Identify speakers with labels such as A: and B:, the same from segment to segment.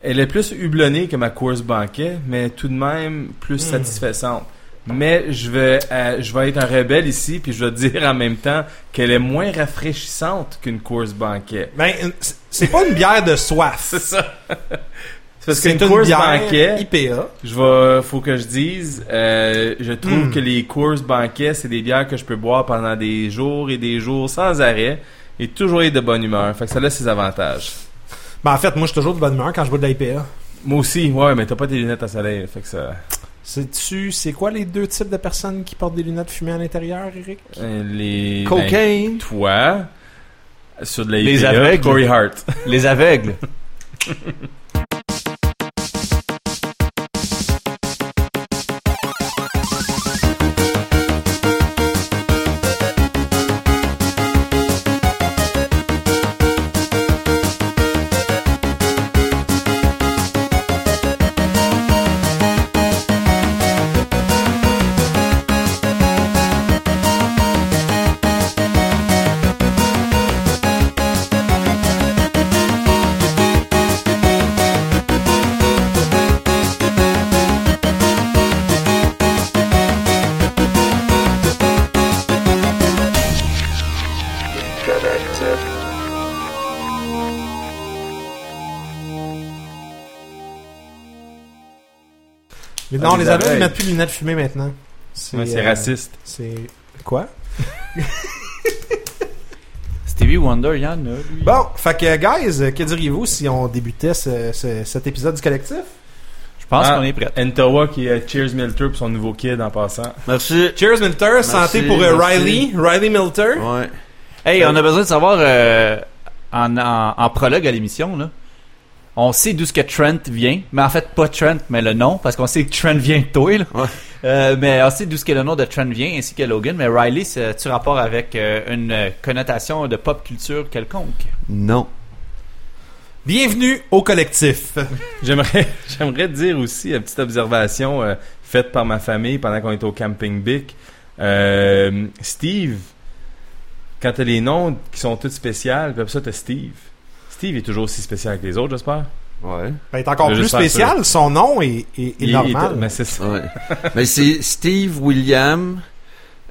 A: Elle est plus houblonnée que ma course banquet, mais tout de même plus
B: Hmm.
A: satisfaisante. Mais je vais, euh, je vais être un rebelle ici, puis je vais dire en même temps qu'elle est moins rafraîchissante qu'une course banquet.
B: Ben, c'est- c'est pas une bière de soif.
A: C'est ça. C'est parce
B: C'est
A: qu'une
B: une,
A: course
B: bière
A: banquet,
B: IPA.
A: je vais, faut que je dise, euh, je trouve
B: Mm.
A: que les courses banquets, c'est des bières que je peux boire pendant des jours et des jours sans arrêt et toujours être de bonne humeur. Fait que ça a ses avantages.
B: Ben, en fait, moi, je suis toujours de bonne humeur quand je bois de l'IPA.
A: Moi aussi, ouais, mais t'as pas tes lunettes à soleil, fait que ça.
B: Sais-tu, c'est quoi les deux types de personnes qui portent des lunettes fumées à l'intérieur, Eric?
A: Euh,
C: Eh
A: Les. ben,
C: Cocaine.
A: toi, sur de la
C: Les
A: IPA,
C: aveugles.
A: Corey Hart.
C: Les aveugles.
B: Mais
A: Ah,
B: non,
A: les
B: les aveugles, ils
A: aveugles.
B: mettent plus de lunettes fumées maintenant. C'est
A: Ouais, c'est
B: euh,
A: raciste.
B: C'est. Quoi?
C: Stevie Wonder, il y en a, lui.
B: Bon, fait que, guys, euh, que diriez-vous si on débutait ce- ce- cet épisode du collectif?
C: Je pense
A: Ah.
C: qu'on est prêt.
A: Ntawa qui est Cheers Milter pour son nouveau kid en passant.
C: Merci.
B: Cheers, Milter. Santé pour euh,
C: merci.
B: Riley. Riley Milter.
C: Ouais. Hey, on a besoin de savoir euh, en, en- en prologue à l'émission, là. On sait d'où ce que Trent vient, mais en fait pas Trent, mais le nom, parce qu'on sait que Trent vient de toi, là.
D: Ouais.
C: Euh, mais on sait d'où ce que le nom de Trent vient, ainsi que Logan, mais Riley, ça tu rapport avec euh, une euh, connotation de pop culture quelconque?
D: Non.
B: Bienvenue au collectif. Ben,
A: J'aimerais, j'aimerais dire aussi une petite observation euh, faite par ma famille pendant qu'on était au camping Bic. Euh, Steve, quand t'as les noms qui sont tous spéciaux, comme ça t'as Steve. Steve est toujours aussi spécial que les autres, j'espère.
D: Ouais.
B: Ben, il est encore
A: Je
B: plus
A: suis pas
B: spécial. Son nom est, est- est
A: Il- il-
B: normal.
A: mais c'est ça.
D: Ouais. Mais c'est Steve William,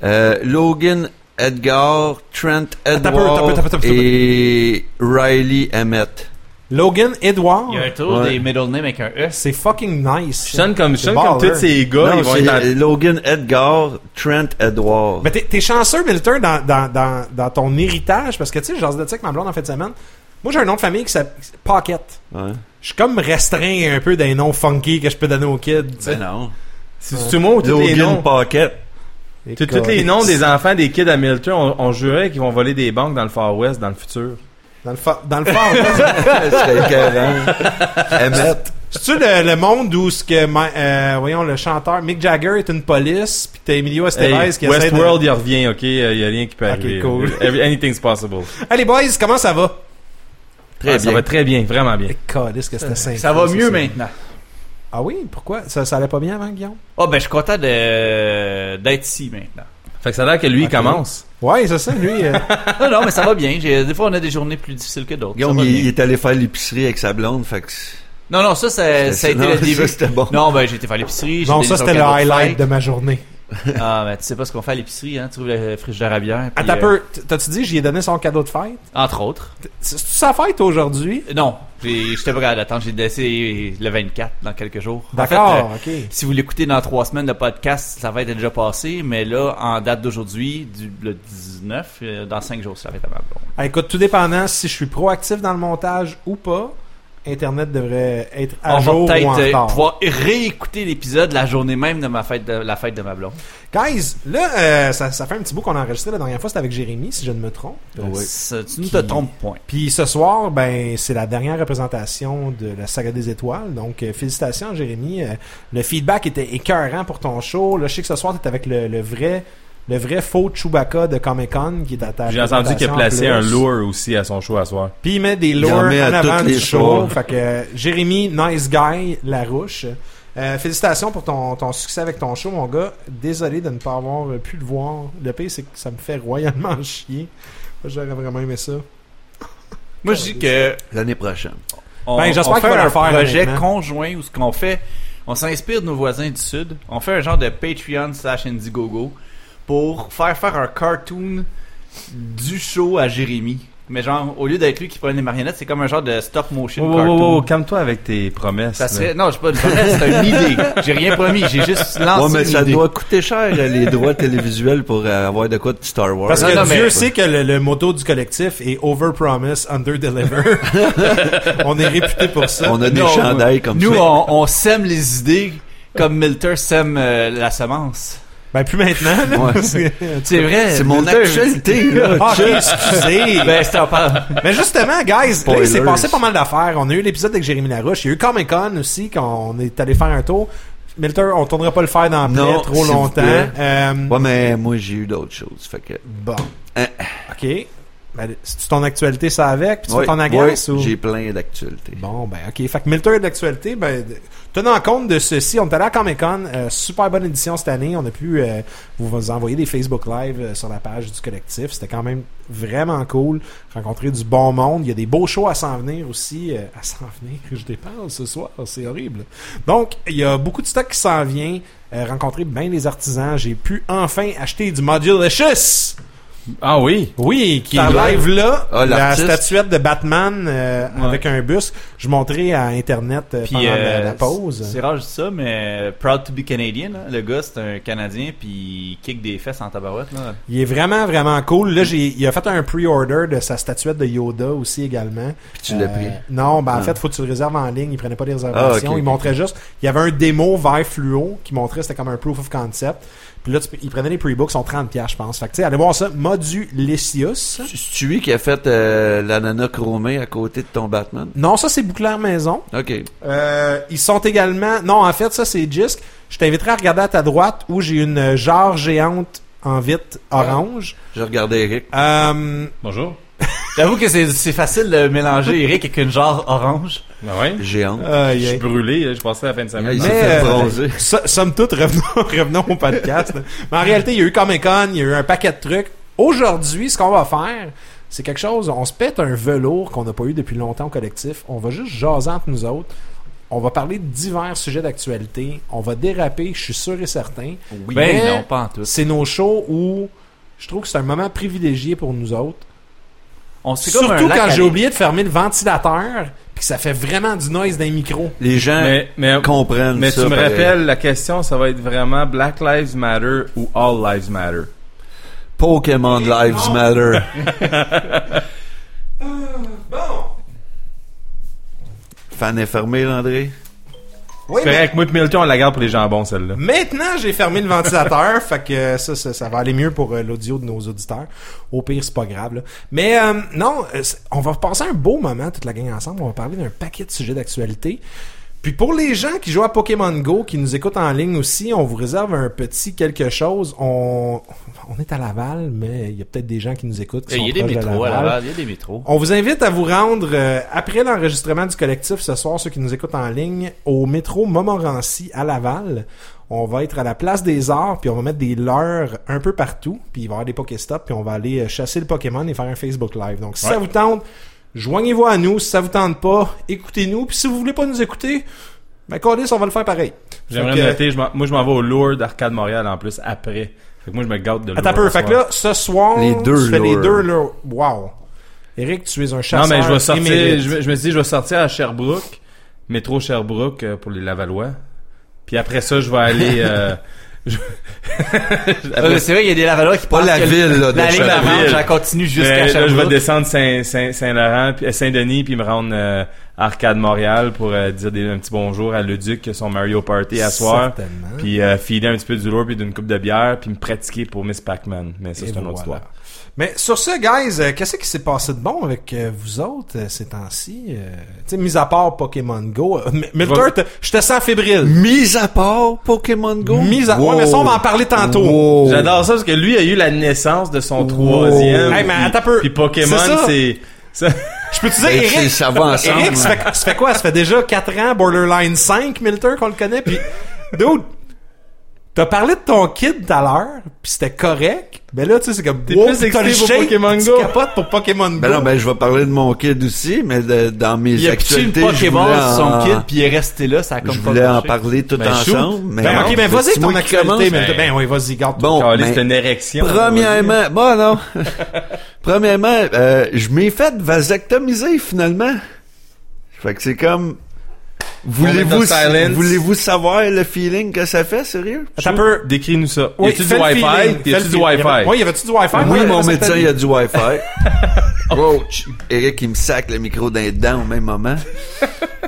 D: euh, Logan Edgar, Trent
A: Ah,
B: Attends un peu, attends un peu, attends un peu, attends un
D: Edward
B: peu.
D: et Riley Emmett.
B: Logan Edward.
C: Il y a un tour
D: Ouais.
C: des middle name avec un S.
B: C'est fucking nice.
A: Je sonne comme, je
B: C'est
A: sonne comme
B: baller.
A: tous ces gars,
D: Non,
A: ils vont
D: c'est euh,
A: être en-
D: Logan Edgar, Trent Edward.
B: Mais t'es, t'es chanceux, Milton, dans, dans, dans, dans ton héritage, parce que tu sais, j'en de ça avec ma blonde en fin de semaine. Moi, j'ai un nom de famille qui s'appelle Pocket.
D: Ouais.
B: Je suis comme restreint un peu des noms funky que je peux donner aux kids. tu sais.
D: Ben non.
A: C'est tout le monde, tous les noms.
D: Logan Pocket.
B: Et
A: Tous tous
B: que-
A: les noms des enfants des kids à Milton, on, on jurait qu'ils vont voler des banques dans le Far West dans le futur.
B: Dans le, fa- dans le fort. ouais.
D: C'était écœurant.
A: Ah,
D: Emmett.
B: C'est-tu le, le monde où ce que, ma- euh, voyons, le chanteur Mick Jagger est une police, puis t'as Emilio Estevez
A: Hey,
B: qui essaie de...
A: Westworld, il revient, ok? Euh, Il y a rien qui peut
B: Ok,
A: arriver.
B: cool.
A: Every- anything's possible.
B: Hey les boys, comment ça va?
D: Très
A: Ah, Ça
D: bien.
A: va très bien, vraiment bien.
B: Calisse que c'était simple.
C: Ça va mieux
B: c'est-
C: maintenant.
B: Ah oui, pourquoi? Ça, ça allait pas bien avant, Guillaume?
C: Oh, ben je suis content de- d'être ici maintenant.
A: Fait que ça a l'air que lui, il
B: Ok.
A: commence.
B: Ouais, c'est ça, lui. euh,
C: Non, non, mais ça va bien. J'ai- Des fois, on a des journées plus difficiles que d'autres. Ça
D: Guillaume,
C: va
D: il,
C: bien.
D: il est allé faire l'épicerie avec sa blonde, fait que... c'est-
C: Non, non, ça, ça, ça a été
D: Non,
C: le
D: ça,
C: début.
D: c'était bon.
C: Non, ben, j'ai été faire l'épicerie. j'ai
B: non,
C: été
B: ça,
C: sur
B: c'était le
C: cadeau de
B: highlight
C: fête.
B: de ma journée.
C: Ah, ben, tu sais pas ce qu'on fait à l'épicerie, hein. Tu trouves le frigidaire à bière. puis,
B: Attends un
C: euh,
B: Ah, peu, t- t'as-tu dit j'y ai donné son cadeau de fête?
C: Entre autres.
B: C'est c'est-tu sa fête aujourd'hui?
C: Euh, Non, j'ai- j'étais pas capable d'attendre. J'ai laissé le 24 dans quelques jours. En fait, euh,
B: D'accord, ok.
C: si vous l'écoutez dans trois semaines, le podcast, ça va être déjà passé. Mais là, en date d'aujourd'hui, du, le 19, euh, dans cinq jours, ça va être à ma blonde.
B: Ah, écoute, tout dépendant si je suis proactif dans le montage ou pas, Internet devrait être à
C: On
B: jour
C: va
B: ou en
C: peut-être euh,
B: retard.
C: pouvoir réécouter l'épisode la journée même de ma fête de, la fête de ma blonde.
B: Guys, là, euh, ça, ça fait un petit bout qu'on a enregistré la dernière fois, c'était avec Jérémy, si je ne me trompe.
C: Ça, tu ne
B: Qui-
C: te trompes point.
B: Puis ce soir, ben c'est la dernière représentation de la saga des étoiles. Donc euh, félicitations Jérémy, Euh, le feedback était écœurant pour ton show. Là, je sais que ce soir tu avec le, le vrai le vrai faux Chewbacca de Comic-Con qui est à ta
A: J'ai entendu qu'il a
B: présentation
A: placé
B: Ah, en
A: un
B: plus.
A: lure aussi à son show à soir.
B: Puis il met des lures
D: en met
B: en,
D: à
B: avant
D: toutes
B: du
D: les
B: show.
D: soirs.
B: fait que euh, Jérémy, nice guy, Larouche. Euh, félicitations pour ton, ton succès avec ton show, mon gars. Désolé de ne pas avoir euh, pu le voir. Le pire, c'est que ça me fait royalement chier. Moi, J'aurais vraiment aimé ça.
C: Moi, je dis que
D: L'année prochaine.
C: on,
B: Ben, j'espère
C: on
B: qu'il
C: fait
B: va
C: un
B: le faire,
C: projet
B: honnêtement.
C: conjoint où ce qu'on fait, on s'inspire de nos voisins du Sud, on fait un genre de Patreon slash Indiegogo pour faire faire un cartoon du show à Jérémy. Mais genre, au lieu d'être lui qui prend les marionnettes, c'est comme un genre de stop motion
A: Wow, wow,
C: cartoon.
A: wow, wow, calme-toi avec tes promesses.
C: Ça
A: là.
C: serait, non, j'ai pas une promesse, c'est une idée. J'ai rien promis, j'ai juste lancé
D: Ouais, mais
C: Ah, une
D: ça
C: idée.
D: doit coûter cher euh, les droits télévisuels pour euh, avoir de quoi de Star Wars.
B: Parce
C: Non,
B: que
C: non,
B: Dieu
C: mais-
B: sait que le, le motto du collectif est over promise, under deliver. on est réputé pour ça.
D: On a des
C: Non,
D: chandails comme
C: Nous,
D: ça.
C: on, on sème les idées comme Milter sème euh, la semence.
B: Ben plus maintenant. là.
D: Ouais.
C: C'est vrai.
D: C'est mon
C: Milter,
D: actualité, là.
B: Ah, ok, excusez.
C: Ben, c'est en parle.
B: Mais justement, guys, là, il s'est
D: Spoilers.
B: passé pas mal d'affaires. On a eu l'épisode avec Jérémy Larouche. Il y a eu Comic Con aussi quand on est allé faire un tour. Milter, on tournera pas le faire dans
D: Non,
B: le trop
D: s'il vous
B: longtemps.
D: plaît.
B: Euh,
D: Ouais, mais moi, j'ai eu d'autres choses. Fait que.
B: Bon.
D: Hein.
B: OK. Ben, c'est ton actualité, ça avec, puis tu
D: Ouais,
B: t'en agaces
D: ouais,
B: ou...
D: J'ai plein d'actualités.
B: Bon, ben, OK. Fait que Milter de l'actualité, ben, de- tenant compte de ceci, on est allé à Comic-Con. euh, super bonne édition cette année. On a pu euh, vous, vous envoyer des Facebook Live euh, sur la page du collectif. C'était quand même vraiment cool. Rencontrer du bon monde. Il y a des beaux shows à s'en venir aussi. euh, à s'en venir, je dépense ce soir. C'est horrible. Donc, il y a beaucoup de stock qui s'en vient. Euh, rencontrer bien les artisans. J'ai pu enfin acheter du Modulicious.
A: Ah oui.
B: Oui, qui
D: T'as
B: est
D: l'air-
B: live là,
D: Ah,
B: la
D: l'artiste.
B: statuette de Batman euh,
C: Ouais.
B: avec un bus. Je montrais à Internet euh,
C: Puis,
B: pendant la,
C: euh,
B: la
C: c'est-
B: pause.
C: C'est rare je dis ça, mais euh, proud to be Canadian. là. Le gars, c'est un Canadien, puis il kick des fesses en tabarouette. Là.
B: Il est vraiment, vraiment cool. Là, j'ai, il a fait un pre-order de sa statuette de Yoda aussi également.
D: Puis tu l'as
B: Euh,
D: pris.
B: Non, ben en
D: Ah.
B: fait, faut que tu le réserves en ligne. Il prenait pas des réservations.
D: Ah, ok,
B: il
D: ok.
B: montrait juste. Il y avait un démo vert fluo qui montrait, c'était comme un proof of concept. Puis là, tu, peux- il prenait les pre-books, ils sont 30$, piastres, je pense. Fait que tu sais, allez voir ça. Modulicious.
D: C'est- C'est lui qui a fait euh, l'ananas chromée à côté de ton Batman.
B: Non, ça, c'est Bouclair Maison.
D: OK.
B: Euh, ils sont également. Non, en fait, ça c'est Jisk. Je t'inviterai à regarder à ta droite où j'ai une jarre géante en vitre orange.
D: Je regardais Eric.
B: Euh,
A: Bonjour.
C: J'avoue que c'est c'est facile de mélanger Eric avec une genre orange.
A: Ah ouais.
D: Géant.
B: aïe,
A: Je suis
B: aïe.
A: brûlé, là, je passais la fin de semaine.
D: Il
B: Mais,
D: s'est fait
B: euh,
D: bronzer.
B: So- somme toute, revenons, revenons au podcast. Mais en réalité, il y a eu Comic Con, il y a eu un paquet de trucs. Aujourd'hui, ce qu'on va faire, c'est quelque chose. On se pète un velours qu'on n'a pas eu depuis longtemps au collectif. On va juste jaser entre nous autres. On va parler de divers sujets d'actualité. On va déraper, je suis sûr et certain.
C: Oui,
B: mais-
C: ben non, pas en tout.
B: C'est nos shows où je trouve que c'est un moment privilégié pour nous autres.
C: On c'est comme un
B: Surtout
C: lac
B: quand
C: à
B: j'ai
C: lait.
B: oublié de fermer le ventilateur, puis que ça fait vraiment du noise d'un micro.
D: Les gens
A: Mais, mais,
D: comprennent
A: mais
D: ça.
A: tu me
D: pareil.
A: rappelles, la question, ça va être vraiment Black Lives Matter ou All Lives Matter.
D: Pokémon Lives Matter. Fan est fermé, Landry.
B: Oui,
A: C'est
B: mais
A: correct, moi et Milton, on la garde pour les jambons, celle-là.
B: maintenant j'ai fermé le ventilateur, fait que ça, ça, ça va aller mieux pour euh, l'audio de nos auditeurs. Au pire, c'est pas grave. là. Mais euh, non, euh, c'est- on va passer un beau moment toute la gang ensemble. On va parler d'un paquet de sujets d'actualité. Puis pour les gens qui jouent à Pokémon Go, qui nous écoutent en ligne aussi, on vous réserve un petit quelque chose. On, on est à Laval, mais il y a peut-être des gens qui nous écoutent. qui
C: Eh, Il y
B: sont
C: a des
B: proches de
C: métros à
B: Laval.
C: Laval, il y a des métros.
B: On vous invite à vous rendre euh, après l'enregistrement du collectif ce soir, ceux qui nous écoutent en ligne, au métro Montmorency à Laval. On va être à la place des arts, puis on va mettre des leurres un peu partout, puis il va y avoir des Pokéstops, puis on va aller euh, chasser le Pokémon et faire un Facebook Live. Donc si ça vous tente, joignez-vous à nous. Si ça vous tente pas, écoutez-nous. Puis si vous voulez pas nous écouter, ben cordis, on va le faire pareil.
A: J'aimerais
B: Fait que-
A: noter, je m'en- moi je m'en vais au Lourdes Arcade Montréal en plus après. Fait que moi je me garde de Lourdes.
B: Attends un peu,
A: ce
B: fait que
A: soir.
B: là, ce soir,
D: Les deux
B: tu fais les
D: lures.
B: deux lures. Wow. Eric, tu es un
A: Non
B: chasseur.
A: mais je vais sortir,
B: émérite.
A: je, me- je me suis dit je vais sortir à Sherbrooke, métro Sherbrooke euh, pour les Lavalois. Puis après ça, je vais aller euh, je-
C: Euh, c'est vrai, il y a des Lavalois qui
D: Pas
C: pensent
D: la
C: que
D: ville, là, de Ben,
C: La ligne
D: Sherbrooke.
C: orange, elle continue jusqu'à
A: Mais là, je vais
C: Sherbrooke.
A: descendre Saint, Saint, Saint-Laurent, puis- euh, Saint-Denis, puis me rendre euh, à Arcade Montréal pour euh, dire des, un petit bonjour à Leduc, qui a son Mario Party à soir.
B: Certainement.
A: Puis euh, filer un petit peu du lourd, puis d'une coupe de bière, puis me pratiquer pour Miss Pac-Man. Mais ça,
B: Et
A: c'est une autre
B: voilà.
A: histoire.
B: Mais sur ce, guys, euh, qu'est-ce qui s'est passé de bon avec euh, vous autres euh, ces temps-ci? euh, tu sais, mis à part Pokémon Go, euh, M- Milter,
A: vais-
B: t'es- je te sens fébrile.
D: Mise à part Pokémon Go.
B: Mise à-
D: Wow.
B: Ouais, mais ça, on va en parler tantôt.
D: Wow.
A: J'adore ça, parce que lui a eu la naissance de
D: Oh.
A: son troisième.
B: Hey, mais
A: puis-
B: attends un peu.
A: Puis Pokémon,
B: C'est ça.
A: c'est... ça-
B: Je peux te dire,
D: Ben, c'est-
B: Eric,
D: ça va ensemble. hein.
B: Eric, ça fait, ça fait quoi? Ça fait déjà 4 ans, borderline 5, Milter, qu'on le connaît, puis... Dude, T'as parlé de ton kid tout à l'heure, puis c'était correct. Mais là, tu sais, c'est comme
A: T'es
B: wow,
A: plus
B: t'as le
A: excité pour
B: shake,
A: Pokémon
B: tu
A: Go.
B: capotes pour Pokémon Go.
D: Ben non, ben je vais parler de mon kid aussi, mais de- dans mes
C: Il a pitché une
D: actualités, je
C: Pokéball
D: voulais
C: sur son
D: en-
C: kid, puis il est resté là, ça a comme
D: je
C: pas
D: voulais en
C: marché.
D: parler tout
A: Ben, shoot.
D: ensemble. Mais
B: Ben,
D: non,
B: ok, ben
D: c'est
B: vas-y, ton
D: moi qui commence.
B: actualité. mais-
A: ben-
B: Ben oui, vas-y, garde
D: Bon,
A: Caliste,
D: ben,
A: c'est une érection.
D: Premièrement, bon non. Premièrement, euh, je m'ai fait vasectomiser finalement. Fait que c'est comme voulez-vous
A: On est en silence.
D: voulez-vous savoir le feeling que ça fait sérieux
B: Ça peut...
A: Décris-nous ça.
B: Oui,
A: y a-tu du
B: fais le feeling,
A: Wi-Fi? Y
B: fais le
A: a-tu du
B: feeling. Y avait-
A: Wi-Fi?
B: Oui, y avait-tu du Wi-Fi?
D: Oui,
B: Ouais,
D: mon
B: ça,
D: médecin,
B: c'était-
D: il y a du Wi-Fi. Ouch! Eric, il me sac le micro d'un dent au même moment.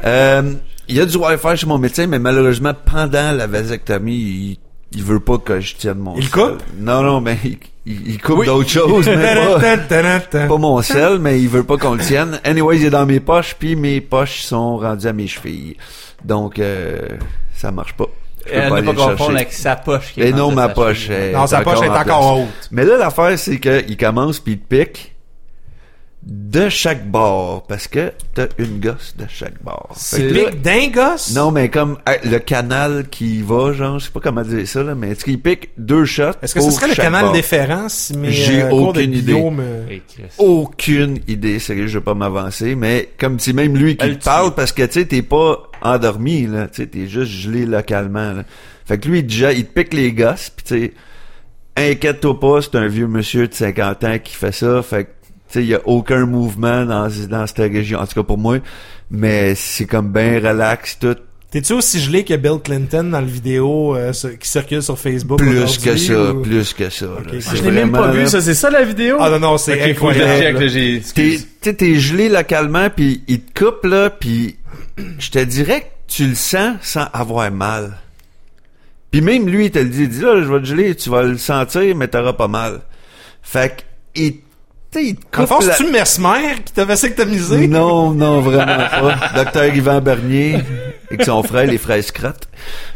D: Euh, il y a du Wi-Fi chez mon médecin, mais malheureusement, pendant la vasectomie, il, il veut pas que je tienne mon
B: Il
D: sel.
B: coupe?
D: Non, non, mais il, il- il coupe
B: Oui.
D: d'autres choses, mais pas,
B: Tadadadadada.
D: pas mon sel, mais il veut pas qu'on le tienne. Anyway, il est dans mes poches, puis mes poches sont rendues à mes chevilles. Donc, euh, ça marche pas. Je peux
C: Elle Euh, ne
D: aller
C: pas
D: le
C: confondre
D: chercher.
C: avec sa poche. qui est
D: Et non,
C: dans
D: ma
C: sa
D: poche.
C: chemise.
D: est
B: Non, sa poche est
D: en place.
B: encore haute.
D: Mais là, l'affaire, c'est qu'il commence puis il te pique de chaque bord parce que t'as une gosse de chaque bord. Fait
C: C'est
D: que là-
B: Pique d'un gosse?
D: non, mais comme euh, le canal qui y va, genre, je sais pas comment dire ça, là, mais est-ce qu'il pique deux shots
B: Est-ce que ce
D: pour
B: serait le
D: chaque
B: canal
D: bord?
B: déférent si mes
D: J'ai
B: euh, cours de
D: aucune idée.
B: bio me-
C: Et Christ.
B: Oh,
D: Aucune idée, sérieux, je vais pas m'avancer, mais comme c'est même lui qui
C: Elle
D: te parle parce que, tu sais, t'es pas endormi, là, tu sais, t'es juste gelé localement, là. Fait que lui, déjà, il te pique les gosses, pis tu sais, inquiète-toi pas, c'est un vieux monsieur de 50 ans qui fait ça, fait que, tu sais, il y a aucun mouvement dans, dans cette région, en tout cas pour moi, mais c'est comme ben relax, tout,
B: T'es-tu aussi gelé que Bill Clinton dans le vidéo euh, sur- qui circule sur Facebook?
D: plus
B: aujourd'hui,
D: que ça,
B: ou-
D: plus que ça, là.
B: Ok.
D: C'est
A: Ah, Je l'ai même pas
D: vraiment,
A: vu,
D: là,
A: ça. C'est ça, la vidéo?
B: Ah non, non, c'est
A: Ok, faut que je
B: incroyable.
A: check, là, j'ai-
D: T'es,
A: excuse.
D: t'sais, t'es gelé localement, puis il te coupe, là, puis je te dirais que tu le sens sans avoir mal. Puis même lui, il te le dit, il dit là, je vais te geler, tu vas le sentir, mais t'auras pas mal. Fait que, il, t'sais, il te coupe
B: Dans le fond,
D: la-
B: c'est-tu Mesmer qui t'avait sectomisé?
D: non, non, vraiment pas. Docteur Yvan Bernier et que son frère, les fraises crottes.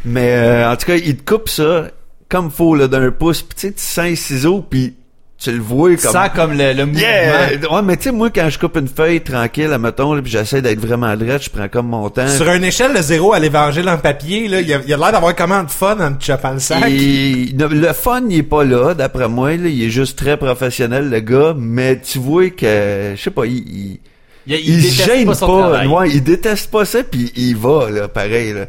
D: Mais euh, en tout cas, il te coupe ça comme faut, là, d'un pouce. Puis tu sais, tu sens les ciseaux, puis tu le vois comme...
C: Sans comme le, le mouvement.
D: Yeah! Ouais, mais tu sais, moi, quand je coupe une feuille tranquille, admettons, là, puis j'essaie d'être vraiment droite, je prends comme mon temps.
B: Sur une échelle de zéro à l'évangile en papier, là, il y a, il y a l'air d'avoir comment de fun en te chopant le sac.
D: Et ne- le fun, il est pas là, d'après moi. Là, il est juste très professionnel, le gars. Mais tu vois que, je sais pas, il, il,
C: Il, il
D: il se
C: déteste
D: gêne
C: pas
D: pas.
C: son travail.
D: ouais, il déteste pas ça, puis il va, là, pareil. Là.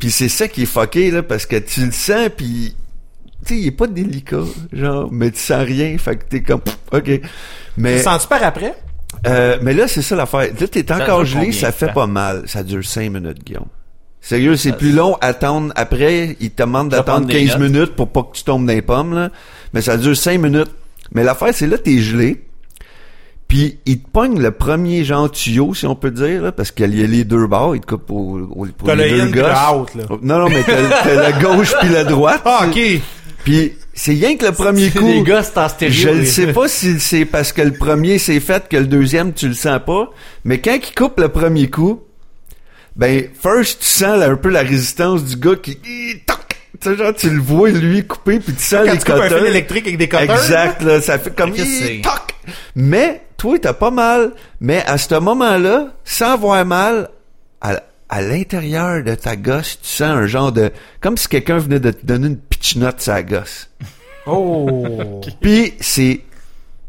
D: Puis c'est ça qui est fucké, là, parce que tu le sens, puis... Tu sais, il est pas délicat, genre, mais tu sens rien, fait que t'es comme... Pff, OK.
B: Tu
D: Mais...
B: le Sens-tu par après?
D: Euh, mais là, c'est ça l'affaire. Là, t'es encore
C: dure
D: gelé,
C: combien
D: ça
C: de
D: fait
C: temps?
D: pas mal. Ça dure 5 minutes, Guillaume. Sérieux, c'est plus long attendre après. Ils te demandent
C: Je vais
D: d'attendre
C: prendre des
D: 15
C: notes.
D: minutes pour pas que tu tombes dans les pommes, là. Mais ça dure 5 minutes. Mais l'affaire, c'est là, t'es gelé. Puis, ils te pognent le premier genre tuyau, si on peut dire, là, parce qu'il y a les deux barres, ils te coupent au, au, pour
B: T'as
D: les
B: le
D: deux
B: in pis le
D: gosses.
B: out, là.
D: Non, non, mais t'as t'as la gauche puis la droite.
B: Ah, ok.
D: Puis, c'est rien que le premier
C: C'est
D: coup.
C: des gars, c'est en stéréo.
D: Je ne
C: les-
D: sais pas si c'est parce que le premier s'est fait que le deuxième tu le sens pas, mais quand il coupe le premier coup, ben first tu sens là, un peu la résistance du gars qui Hi, toc! tu sais, genre tu le vois lui couper puis tu sens
B: Quand
D: les
B: tu coupes un fil
D: cotons.
B: électrique avec des Ah, cotons.
D: Exact là, ça fait comme
C: Qu'est-ce que
D: Hi,
C: c'est?
D: toc! Mais toi t'as pas mal, mais à ce moment-là, sans avoir mal à, à l'intérieur de ta gosse, tu sens un genre de comme si quelqu'un venait de te donner une pitchnote sur la gosse.
B: Oh.
D: Puis c'est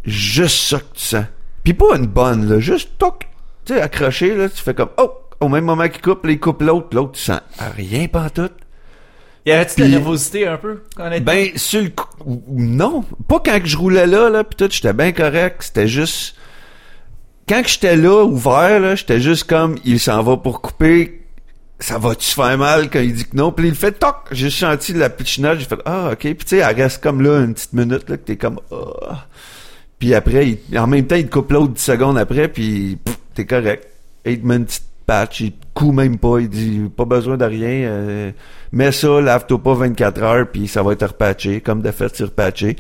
D: juste ça que tu sens. Puis pas une bonne, là, juste toc. Tu sais, accroché, là, tu fais comme oh, au même moment qu'il coupe, là, il coupe l'autre, l'autre, tu sens rien pas tout.
C: Y avait-tu de
D: Puis-
C: la nervosité un peu? honnêtement?
D: Ben, sur le coup, non, pas quand que je roulais là, là, pis tout, j'étais bien correct, c'était juste, quand que j'étais là, ouvert, là, j'étais juste comme, il s'en va pour couper, ça va-tu faire mal quand il dit que non, pis il fait toc, j'ai senti la pitchinote, j'ai fait, ah, ok, pis tu sais, elle reste comme là, une petite minute, là, que t'es comme, ah. Puis après, il- en même temps, il te coupe l'autre 10 secondes après, puis pff, t'es correct. Et il te met une petite patch, il te coud même pas, il dit pas besoin de rien, euh, mets ça, lave-toi pas 24 heures, puis ça va être repatché, comme de fait, c'est repatché.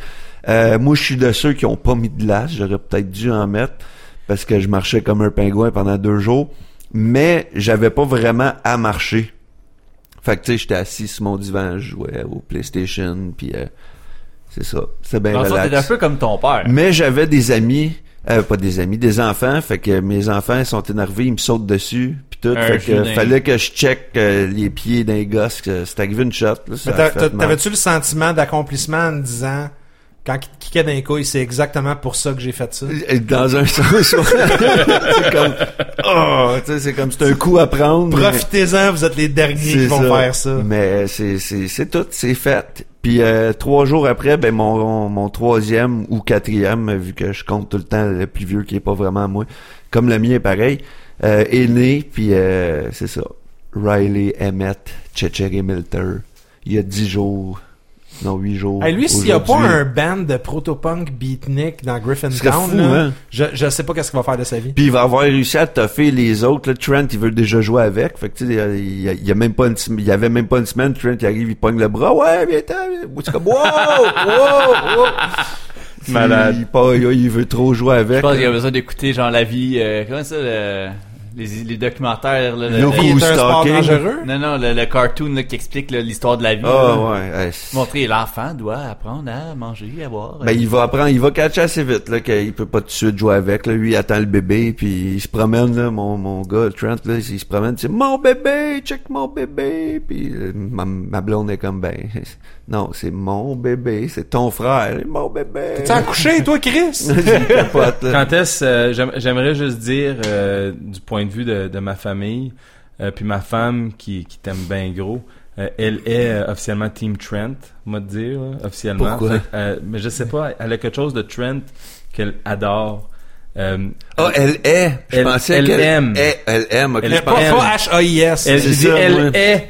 D: Euh, moi, je suis de ceux qui ont pas mis de glace, j'aurais peut-être dû en mettre, parce que je marchais comme un pingouin pendant deux jours, mais j'avais pas vraiment à marcher. Fait que tu sais, j'étais assis sur mon divan, je jouais au PlayStation, puis euh, c'est ça, c'est bien
C: Dans le fond,
D: relax.
C: t'es un peu comme ton père.
D: Mais j'avais des amis Euh, pas des amis, des enfants. Fait que mes enfants ils sont énervés, ils me sautent dessus. Puis tout.
C: Un
D: fait que
C: chien d'un-
D: fallait que je check euh, les pieds d'un gosse. que C'est arrivé une shot. Là, ça
B: Mais
D: a
B: t'a-
D: fait
B: t'a-
D: mal.
B: t'avais-tu le sentiment d'accomplissement en te disant, quand il te kickait d'un couille, c'est exactement pour ça que j'ai fait ça?
D: Dans un sens, ouais. c'est comme, oh, tu sais, c'est comme, c'est un coup à prendre. mais-
B: Profitez-en, vous êtes les derniers qui
D: C'est
B: vont faire ça.
D: Mais c'est, c'est, c'est tout, c'est fait. Puis euh, trois jours après, ben mon, mon, mon troisième ou quatrième, euh, vu que je compte tout le temps le plus vieux qui est pas vraiment moi, comme le mien est pareil, euh, est né, puis euh, c'est ça. Riley Emmett, Checher et Milter. Il y a dix jours, non huit jours.
B: Hey, lui, s'il n'y a pas
D: aujourd'hui.
B: un band de proto-punk beatnik dans
D: Ce serait
B: Griffintown,
D: fou,
B: là,
D: hein?
B: je, je sais pas qu'est-ce qu'il va faire de sa vie.
D: Puis il va avoir réussi à toffer les autres. Là, Trent, il veut déjà jouer avec. Fait que, tu sais, il y a, il y a même pas une sem- il y avait même pas une semaine. Trent, il arrive, il pogne le bras. Ouais, viens t'en. viens. C'est comme, wow, wow, wow.
A: Malade.
D: Il, part, là, il veut trop jouer
C: Je
D: avec.
C: pense qu'il y a besoin d'écouter, genre, la vie. euh, comment ça, le- les, les documentaires. Là, le-
D: No
C: le-
D: Cool
B: Il est un sport
D: Stalking.
B: dangereux.
C: non, non, le, le cartoon là, qui explique là, l'histoire de la vie.
D: Ah,
C: là.
D: ouais. ouais, c'est-
C: Montrer l'enfant doit apprendre à manger, à boire.
D: Ben, il va apprendre, il va catcher assez vite, là, qu'il peut pas tout de suite jouer avec, là. Lui, il attend le bébé, puis il se promène, là, mon, mon gars, Trent, là, il se promène, c'est mon bébé, check mon bébé, puis euh, ma, ma blonde est comme, ben, non, c'est mon bébé, c'est ton frère, mon bébé.
B: T'es accouché, toi, Chris?
D: Il capote, là.
A: Quand est-ce, euh, j'aim- j'aimerais juste dire, euh, du point de vue de, de ma famille, euh, puis ma femme qui, qui t'aime bien gros, euh, elle est euh, officiellement Team Trent, moi de dire, là, officiellement.
D: Pourquoi?
A: Fait que, euh, mais je sais pas, elle a quelque chose de Trent qu'elle adore. Euh,
D: Ah, elle est, je
A: Elle-
D: pensais
A: elle
D: qu'elle
A: aime.
D: est, elle aime, ok,
A: Elle
D: je
A: est
B: pas,
D: pense-
A: aime.
B: pas H-A-I-S.
A: elle
D: c'est
A: j'ai dit,
D: ça,
A: elle
D: ouais.
A: est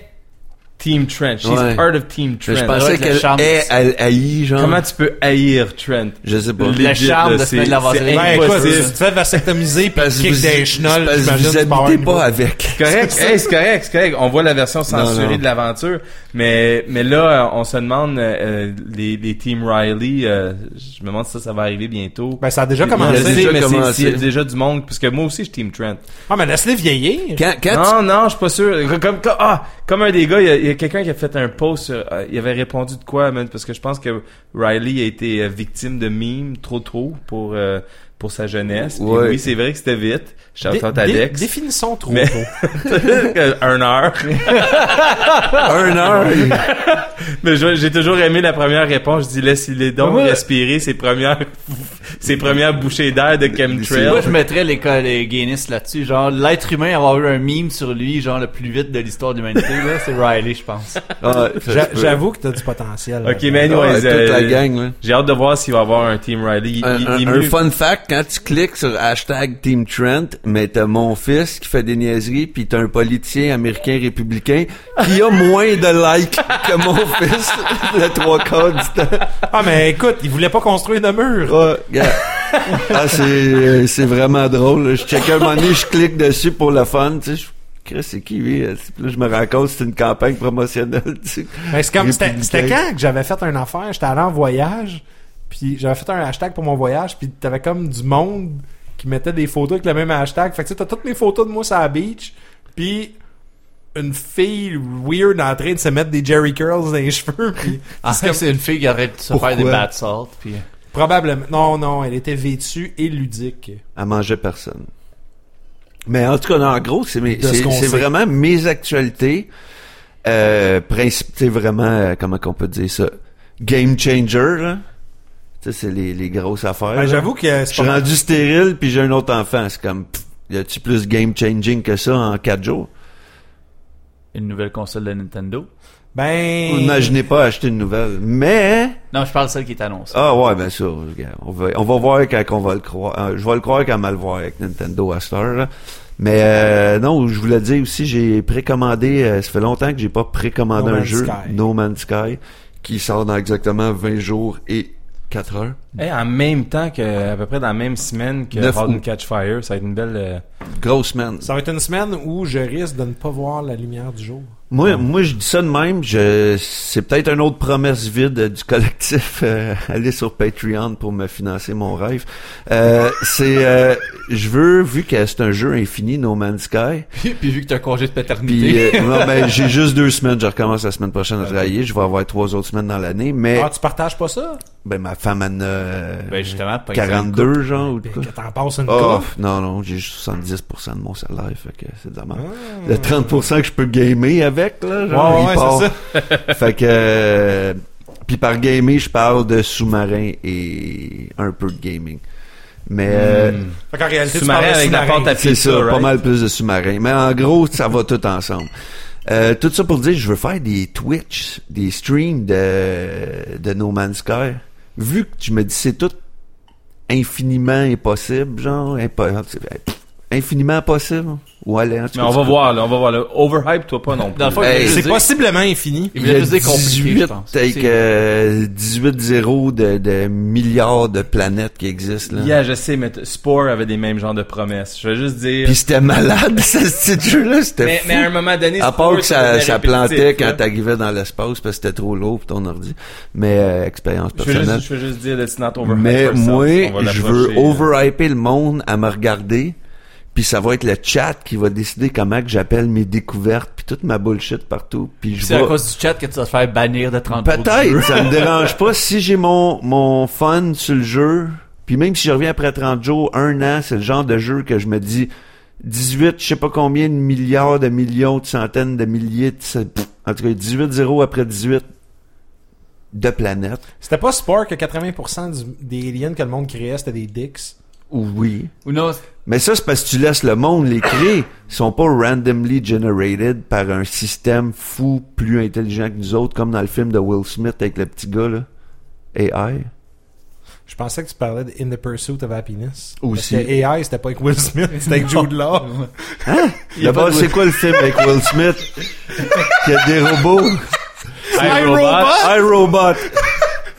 A: Team Trent. She's
D: Ouais.
A: part of Team Trent.
D: je
C: doit
D: pensais
C: être le
D: qu'elle
C: charme.
D: est, elle haït, genre.
A: Comment tu peux haïr Trent?
D: Je sais pas.
C: Le
A: Legit,
C: charme
A: là,
C: de se
A: c'est-
C: mettre de la vaseline.
A: c'est
B: Ben, écoute,
A: impossible.
B: si tu te fais vasectomiser pis
D: Parce que
B: kick
D: vous-
B: des chenolles,
D: parce que
B: j'imagine
D: vous
B: tu vas avoir
D: habitez
B: un niveau.
D: pas avec.
A: Correct, hey, c'est correct, c'est correct. On voit la version censurée
D: Non, non.
A: de l'aventure, mais mais là euh, on se demande euh, euh, les les teams Riley, euh, je me demande si ça ça va arriver bientôt.
B: Ben, ça a déjà
A: je
D: il y
A: sais,
D: a
B: commencé.
D: déjà
A: mais c'est-
D: commencé.
A: s'il y a déjà du monde, parce que moi aussi je team Trent.
B: Ah, mais laisse-les vieillir.
D: Quand, quand tu
A: non, non, je suis pas sûr. Comme, comme- comme- ah, comme un des gars, il y a- il y a, quelqu'un qui a fait un post, sur- euh, il avait répondu de quoi, man, parce que je pense que Riley a été euh, victime de mimes trop trop pour euh, pour sa jeunesse. Puis
D: Ouais.
A: Oui, c'est vrai que c'était vite. Shout
B: Dé-
A: out
B: dé-
A: Alex.
B: Définissons trop
A: Mais-
B: tôt.
A: un heure.
D: un heure,
A: Mais je- j'ai toujours aimé la première réponse. Je dis laisse il est donc
C: Mais moi-
A: respirer ses premières ses premières bouchées d'air de
C: Moi,
A: chemtrail.
C: je mettrais les, co- les Guinness là-dessus. Genre, l'être humain avoir eu un meme sur lui, genre, le plus vite de l'histoire de l'humanité, là, c'est Riley, je pense.
D: Ah, ça se
B: J'a-
D: peut.
B: J'avoue que t'as du potentiel.
A: Ok, mais
D: Ouais,
A: Euh, anyways,
D: toute la
A: euh,
D: gang, là.
A: j'ai hâte de voir s'il va y avoir un Team Riley. Il-
D: Un,
A: il-
D: un-
A: il
D: un
A: mue-
D: fun fact, quand tu cliques sur hashtag Team Trent, mais t'as mon fils qui fait des niaiseries, puis t'as un politicien américain républicain qui a moins de likes que mon fils le trois quarts du temps.
B: Ah, mais écoute, il voulait pas construire de mur.
D: Ah, gars. Ah, c'est, euh, c'est vraiment drôle. là. Je check un moment donné, je clique dessus pour le fun. Tu sais, je- Chris, c'est qui, lui? Puis là, je me rends compte, c'est une campagne promotionnelle. tu sais.
B: Ben, c'est comme, c'était
D: Républicain.
B: c'était quand que j'avais fait une affaire, j'étais allé en voyage, puis j'avais fait un hashtag pour mon voyage, puis t'avais comme du monde qui mettait des photos avec le même hashtag. Fait que tu sais, t'as toutes mes photos de moi sur la beach, puis une fille weird en train de se mettre des Jerry Curls dans les cheveux, puis
C: En fait, c'est une fille qui aurait dû se
D: Pourquoi?
C: faire des bad salt, puis...
B: probablement... Non, non, elle était vêtue et ludique.
D: Elle mangeait personne. Mais en tout cas, non, en gros, c'est mes-
B: De ce
D: c'est
B: qu'on
D: c'est
B: sait.
D: vraiment mes actualités. Euh, principe, c'est vraiment, euh, comment qu'on peut dire ça? Game changer, là. Tu sais, c'est les, les grosses affaires.
B: Ben,
D: là.
B: j'avoue que
D: Je
B: c'est
D: suis
B: pas... mal.
D: rendu stérile, puis j'ai un autre enfant. C'est comme, pff, y a-tu plus game changing que ça en quatre jours?
C: Une nouvelle console de Nintendo.
B: Ben...
D: Non, je n'ai pas acheté une nouvelle. Mais,
C: Non, je parle de celle qui est annoncée.
D: ah ouais, bien sûr. regarde, On va, on va voir quand on va le croire. euh, je vais le croire quand on va le voir avec Nintendo à cette heure, là. Mais euh, non, je voulais dire aussi, j'ai précommandé, euh, ça fait longtemps que j'ai pas précommandé
B: No
D: un
B: Man's
D: jeu,
B: Sky.
D: No Man's Sky, qui sort dans exactement 20 jours et 4 heures.
A: Hey, en même temps que à peu près dans la même semaine que
D: Neuf
A: Hard
D: août.
A: Catch Fire, ça va être une belle. euh,
D: Grosse man.
B: Ça va être une semaine où je risque de ne pas voir la lumière du jour.
D: Moi, moi, je dis ça de même. Je, c'est peut-être une autre promesse vide euh, du collectif. euh, aller sur Patreon pour me financer mon rêve. Euh, c'est, euh, je veux, vu que c'est un jeu infini, No Man's Sky.
C: Puis, puis vu que t'as un congé de paternité.
D: Puis, euh, non, ben, j'ai juste deux semaines. Je recommence la semaine prochaine
C: Ah,
D: à travailler. Je vais avoir trois autres semaines dans l'année. Mais,
B: Ah, tu partages pas ça?
D: ben, ma femme en a euh,
C: ben justement, par exemple,
D: 42, genre, ou de
B: Ben,
D: quoi.
B: que t'en passes une
D: Oh,
B: coupe.
D: non, non, j'ai juste 70% de mon salaire, fait que c'est de la merde. Le 30% que je peux gamer avec, là, genre,
C: Ah. Ouais,
D: il
C: ouais,
D: part. fait que... euh, Puis par gamer, je parle de sous-marin et un peu de gaming. Mais euh,
C: Hmm.
B: Fait qu'en réalité, tu
A: Sous-marin
B: parles de
A: avec la
B: sous-marin.
A: pâte à
D: c'est
A: pizza,
D: ça,
A: right?
D: pas mal plus de sous-marin. Mais en gros, ça va tout ensemble. Euh, tout ça pour dire, je veux faire des Twitch, des streams de, de No Man's Sky. Vu que tu me dis c'est tout infiniment impossible, genre, impo- pff, infiniment possible. Ou aller, en tout
A: Mais
D: cas,
A: on
D: tu
A: va
D: peux-
A: voir, là, on va voir. Là. Overhype, toi pas non plus.
C: Dans le fond,
D: Hey,
C: il voulait
B: C'est
C: juste dire-
B: possiblement infini.
C: Il
D: Il y
C: voulait
D: a
C: juste dire compliqué, je
D: 18,
C: pense.
D: avec,
C: C'est-
D: euh, 18 zéros de, de milliards de planètes qui existent, là.
A: Yeah, je sais, mais t- Spore avait des mêmes genres de promesses. Je vais juste dire.
D: Puis c'était malade, ce petit jeu-là, c'était
A: Mais,
D: fou.
A: mais à un moment donné,
D: À part
A: Spore,
D: que
A: ça
D: ça, ça
A: devenait
D: plantait
A: répétitif,
D: quand
A: là.
D: t'arrivais dans l'espace parce que c'était trop lourd pour ton ordi. Mais euh, expérience
A: Je veux
D: personnelle.
A: juste, je veux juste dire, let's not overhype.
D: Mais
A: ourselves. On
D: moi,
A: va
D: je
A: l'approcher, hein.
D: veux
A: là.
D: overhyper le monde à me regarder. Puis ça va être le chat qui va décider comment que j'appelle mes découvertes puis toute ma bullshit partout. Puis je
C: C'est à
D: vais...
C: cause du chat que tu vas te faire bannir de 30
D: Peut-être, ça me dérange pas si j'ai mon mon fun sur le jeu. Puis même si je reviens après 30 jours, un an, c'est le genre de jeu que je me dis 18, je sais pas combien de milliards, de millions, de centaines, de milliers, de ce- pff, en tout cas 18 0 après 18 de planètes.
B: C'était pas sport que 80% du- des aliens que le monde créait, c'était des dicks.
D: Ou oui.
C: Ou non,
D: Mais ça, c'est parce que tu laisses le monde les créer. Ils sont pas randomly generated par un système fou plus intelligent que nous autres, comme dans le film de Will Smith avec le petit gars, là. AI.
B: Je pensais que tu parlais de In the Pursuit of Happiness.
D: Aussi.
B: Parce que AI, c'était pas avec Will Smith, c'était avec Jude Law.
D: D'abord, c'est quoi le film avec Will Smith? Il y a des robots.
A: Hey, Robot.
D: I, Robot.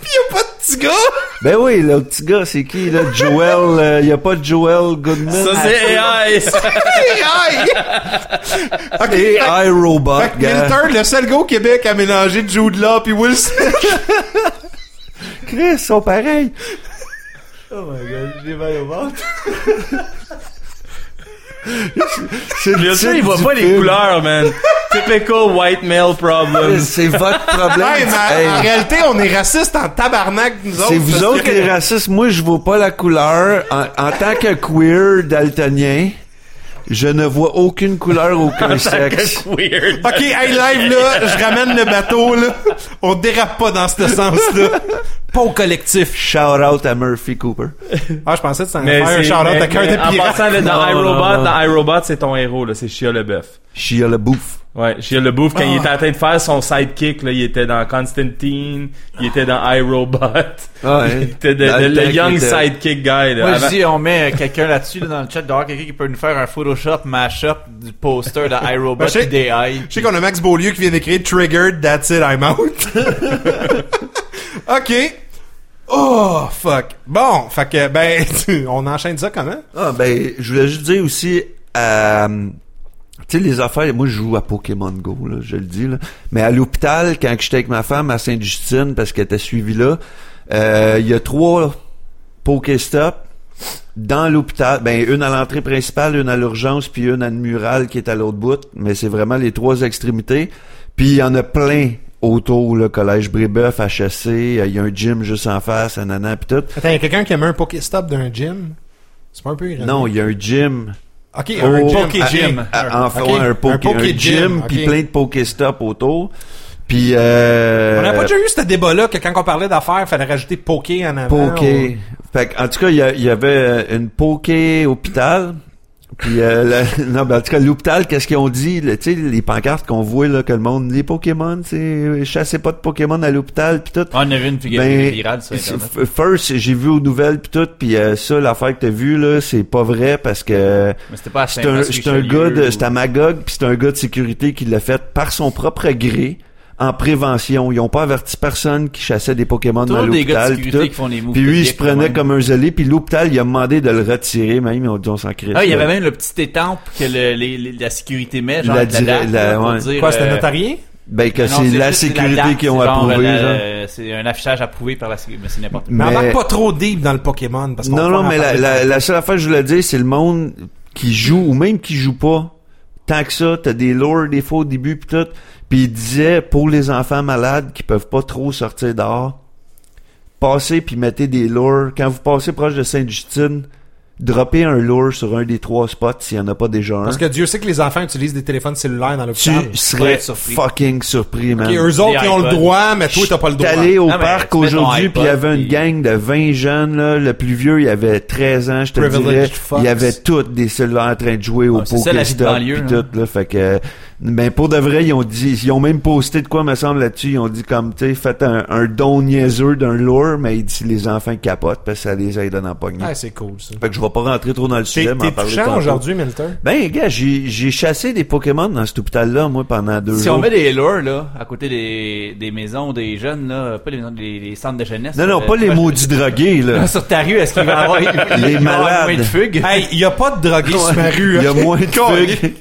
B: Y'a pas de petit gars!
D: Ben oui, le petit gars, c'est qui, là? Joel, euh, il y a pas Joel Goodman.
C: Ah,
A: Ça, c'est AI! ça.
D: Et I, Ah, Robot,
B: Fait que
D: Ah, gars.
B: Milton, le seul gars au Québec à mélanger Jude Law puis Will Smith.
D: Chris, ils sont pareils.
B: Oh my god, j'ai mal au ventre.
D: C'est le
A: Le
D: titre
A: il voit
D: du
A: pas les
D: film.
A: couleurs, man. Typical white male problem.
D: C'est votre problème.
B: Ouais, mais
D: Hey,
B: en- en réalité, on est racistes en tabarnak, nous autres.
D: C'est vous
B: parce
D: autres
B: que-
D: les racistes. Moi, je vois pas la couleur. En, en tant que queer daltonien, je ne vois aucune couleur, aucun sexe.
A: Weird.
B: Ok, hey live là, je ramène le bateau là. On dérape pas dans ce sens-là. Pas au collectif.
D: Shout out à Murphy Cooper.
B: Ah, je pensais que ça
A: Mais
B: allait faire un
A: c'est-
B: shout-out
A: mais-
B: à cœur
A: mais
B: de
A: En
B: pirate.
A: passant, là, dans
D: Non, non,
A: iRobot,
D: non.
A: dans iRobot, c'est ton héros, là. C'est Shia LeBeouf.
D: Chia le bouffe.
A: Ouais, Shia LeBouf, quand il était en train de faire son sidekick, là, il était dans Constantine, il était dans iRobot.
D: Ah, Ouais.
A: il était de-
D: Dans
A: de-
D: le temps
A: le
D: qu'il
A: young
D: était-
A: sidekick guy, là.
C: Moi,
A: Avant-
C: je dis, on met euh, quelqu'un là-dessus, là, dans le chat, dehors, quelqu'un qui peut nous faire un Photoshop mashup du poster de iRobot
B: Ben, je sais-
C: et d'AI.
B: Je sais qu'on a Max Beaulieu qui vient d'écrire Triggered, that's it, I'm out. ok. Oh, fuck. Bon, fait que, ben, on enchaîne ça comment?
D: Ah ben, je voulais juste dire aussi, euh, tu sais les affaires. Moi, je joue à Pokémon Go, là, je le dis là. Mais à l'hôpital, quand j'étais avec ma femme à Sainte-Justine, parce qu'elle était suivie là, euh, il y a trois Pokéstops dans l'hôpital. Ben, une à l'entrée principale, une à l'urgence, puis une à une murale qui est à l'autre bout. Mais c'est vraiment les trois extrémités. Puis il y en a plein autour, le collège Brébeuf, HSC, euh, il y a un gym juste en face, un nanan, puis tout.
B: Attends, y a quelqu'un qui a mis un Pokéstop d'un gym? C'est pas un peu ironique?
D: Non, il y a un gym
B: Ok,
D: au-
B: un gym.
D: à- à- Ah, Enfin,
B: Ok,
D: ouais, un, poké,
B: un
D: un
B: poké
D: gym,
B: gym,
D: puis
B: ok.
D: plein de Pokéstop autour. Puis euh,
B: On n'a pas déjà eu ce débat-là que quand on parlait d'affaires, il fallait rajouter Poké en avant.
D: Poké. Fait que, en tout cas, il y, a- il y avait euh, une Poké hôpital. Puis euh, le- non, ben, en tout cas, l'hôpital, qu'est-ce qu'ils ont dit le- Tu sais, les pancartes qu'on voit là que le monde, les Pokémon, tu sais, euh, chassez pas de Pokémon à l'hôpital, puis tout.
C: On en avait une figure
D: Ben,
C: virale sur Internet.
D: f- First, j'ai vu aux nouvelles puis tout, puis euh, ça, l'affaire que t'as vue là, c'est pas vrai parce que
C: Mais c'était pas à
D: C'est un, c'est un
C: Saint-Patrick-Richelieu
D: gars de,
C: ou-
D: c'est à Magog, puis c'est un gars de sécurité qui l'a fait par son propre gré, en prévention. Ils ont pas averti personne qui chassait des Pokémon dans
C: Toujours des gars de
D: l'hôpital. puis
C: sécurité
D: tout.
C: qui font les moves.
D: Puis lui, il
C: publics,
D: se prenait
C: ouais.
D: comme un zélé, puis l'hôpital, il a demandé de le retirer, même, ils ont dit on s'en crie.
C: Ah, il y avait même le petit étampe que le- les- les- la sécurité met, genre,
D: La
C: avec la,
D: dire-
C: date,
D: la-
C: là, pour
D: ouais.
C: dire,
B: Quoi, c'était
C: euh,
B: notarié?
D: Ben, que
C: Ah non,
D: c'est la
C: juste
D: sécurité
C: date,
D: qui ont
C: c'est genre,
D: approuvé,
C: la-
D: genre.
C: euh, C'est un affichage approuvé par la sécurité, mais c'est n'importe quoi.
B: Mais,
D: Mais-
B: embarque pas trop deep dans le Pokémon. Parce qu'on
D: Non,
B: va
D: non,
B: en
D: mais la,
B: parler
D: la,
B: tantôt.
D: la seule affaire que je voulais dire, c'est le monde qui joue ou même qui joue pas. Tant que ça, t'as des lures, des faux au début pis tout. Puis il disait pour les enfants malades qui peuvent pas trop sortir dehors, passez puis mettez des lures. Quand vous passez proche de Sainte-Justine, droppez un lure sur un des trois spots s'il y en a pas déjà un.
B: Parce que Dieu sait que les enfants utilisent des téléphones cellulaires dans
D: tu
B: l'hôpital.
D: serais
C: être surpris.
D: fucking surpris, man.
B: Ok, eux autres, ils ont le
C: iPods.
B: droit, mais toi, t'as pas le
D: J'étais
B: droit.
D: allé au
C: Non, Ah, mais
D: parc
C: tu mets ton
D: aujourd'hui,
C: iPod,
D: puis il y avait une
C: puis-
D: gang de 20 jeunes, là. Le plus vieux, il avait 13 ans, je te
B: Privileged
D: dirais.
B: fucks.
D: Il y avait tous des cellulaires en train de jouer au
C: Ah, c'est ça, la vie de
D: Pokéstop,
C: banlieue,
D: puis
C: hein.
D: tout, là. Fait que, mais pour de vrai, ils ont dit, ils ont même posté de quoi, me semble, là-dessus. Ils ont dit comme, tu sais, faites un, un don niaiseux d'un lore, mais il dit les enfants capotent parce que ça les aide à en pogner.
B: Ah, c'est cool, ça.
D: Fait que je vais pas rentrer trop dans le sujet,
B: T'es
D: mais en
B: t'es
D: parler
B: touchant
D: tantôt.
B: aujourd'hui, Milton.
D: Ben, gars, j'ai, j'ai chassé des Pokémon dans cet hôpital-là, moi, pendant deux
C: Si
D: jours.
C: on met des lures, là, à côté des, des maisons des jeunes, là, pas les maisons, les, les centres de jeunesse.
D: Non, non,
C: euh,
D: pas les
C: tu vois,
D: maudits drogués, là.
C: Là, sur ta rue, est-ce qu'il va y avoir, il va y avoir
D: malades.
C: moins de fugues?
B: Hey, y a pas de drogués sur ma rue.
D: Il y a
B: hein.
D: moins de fugues.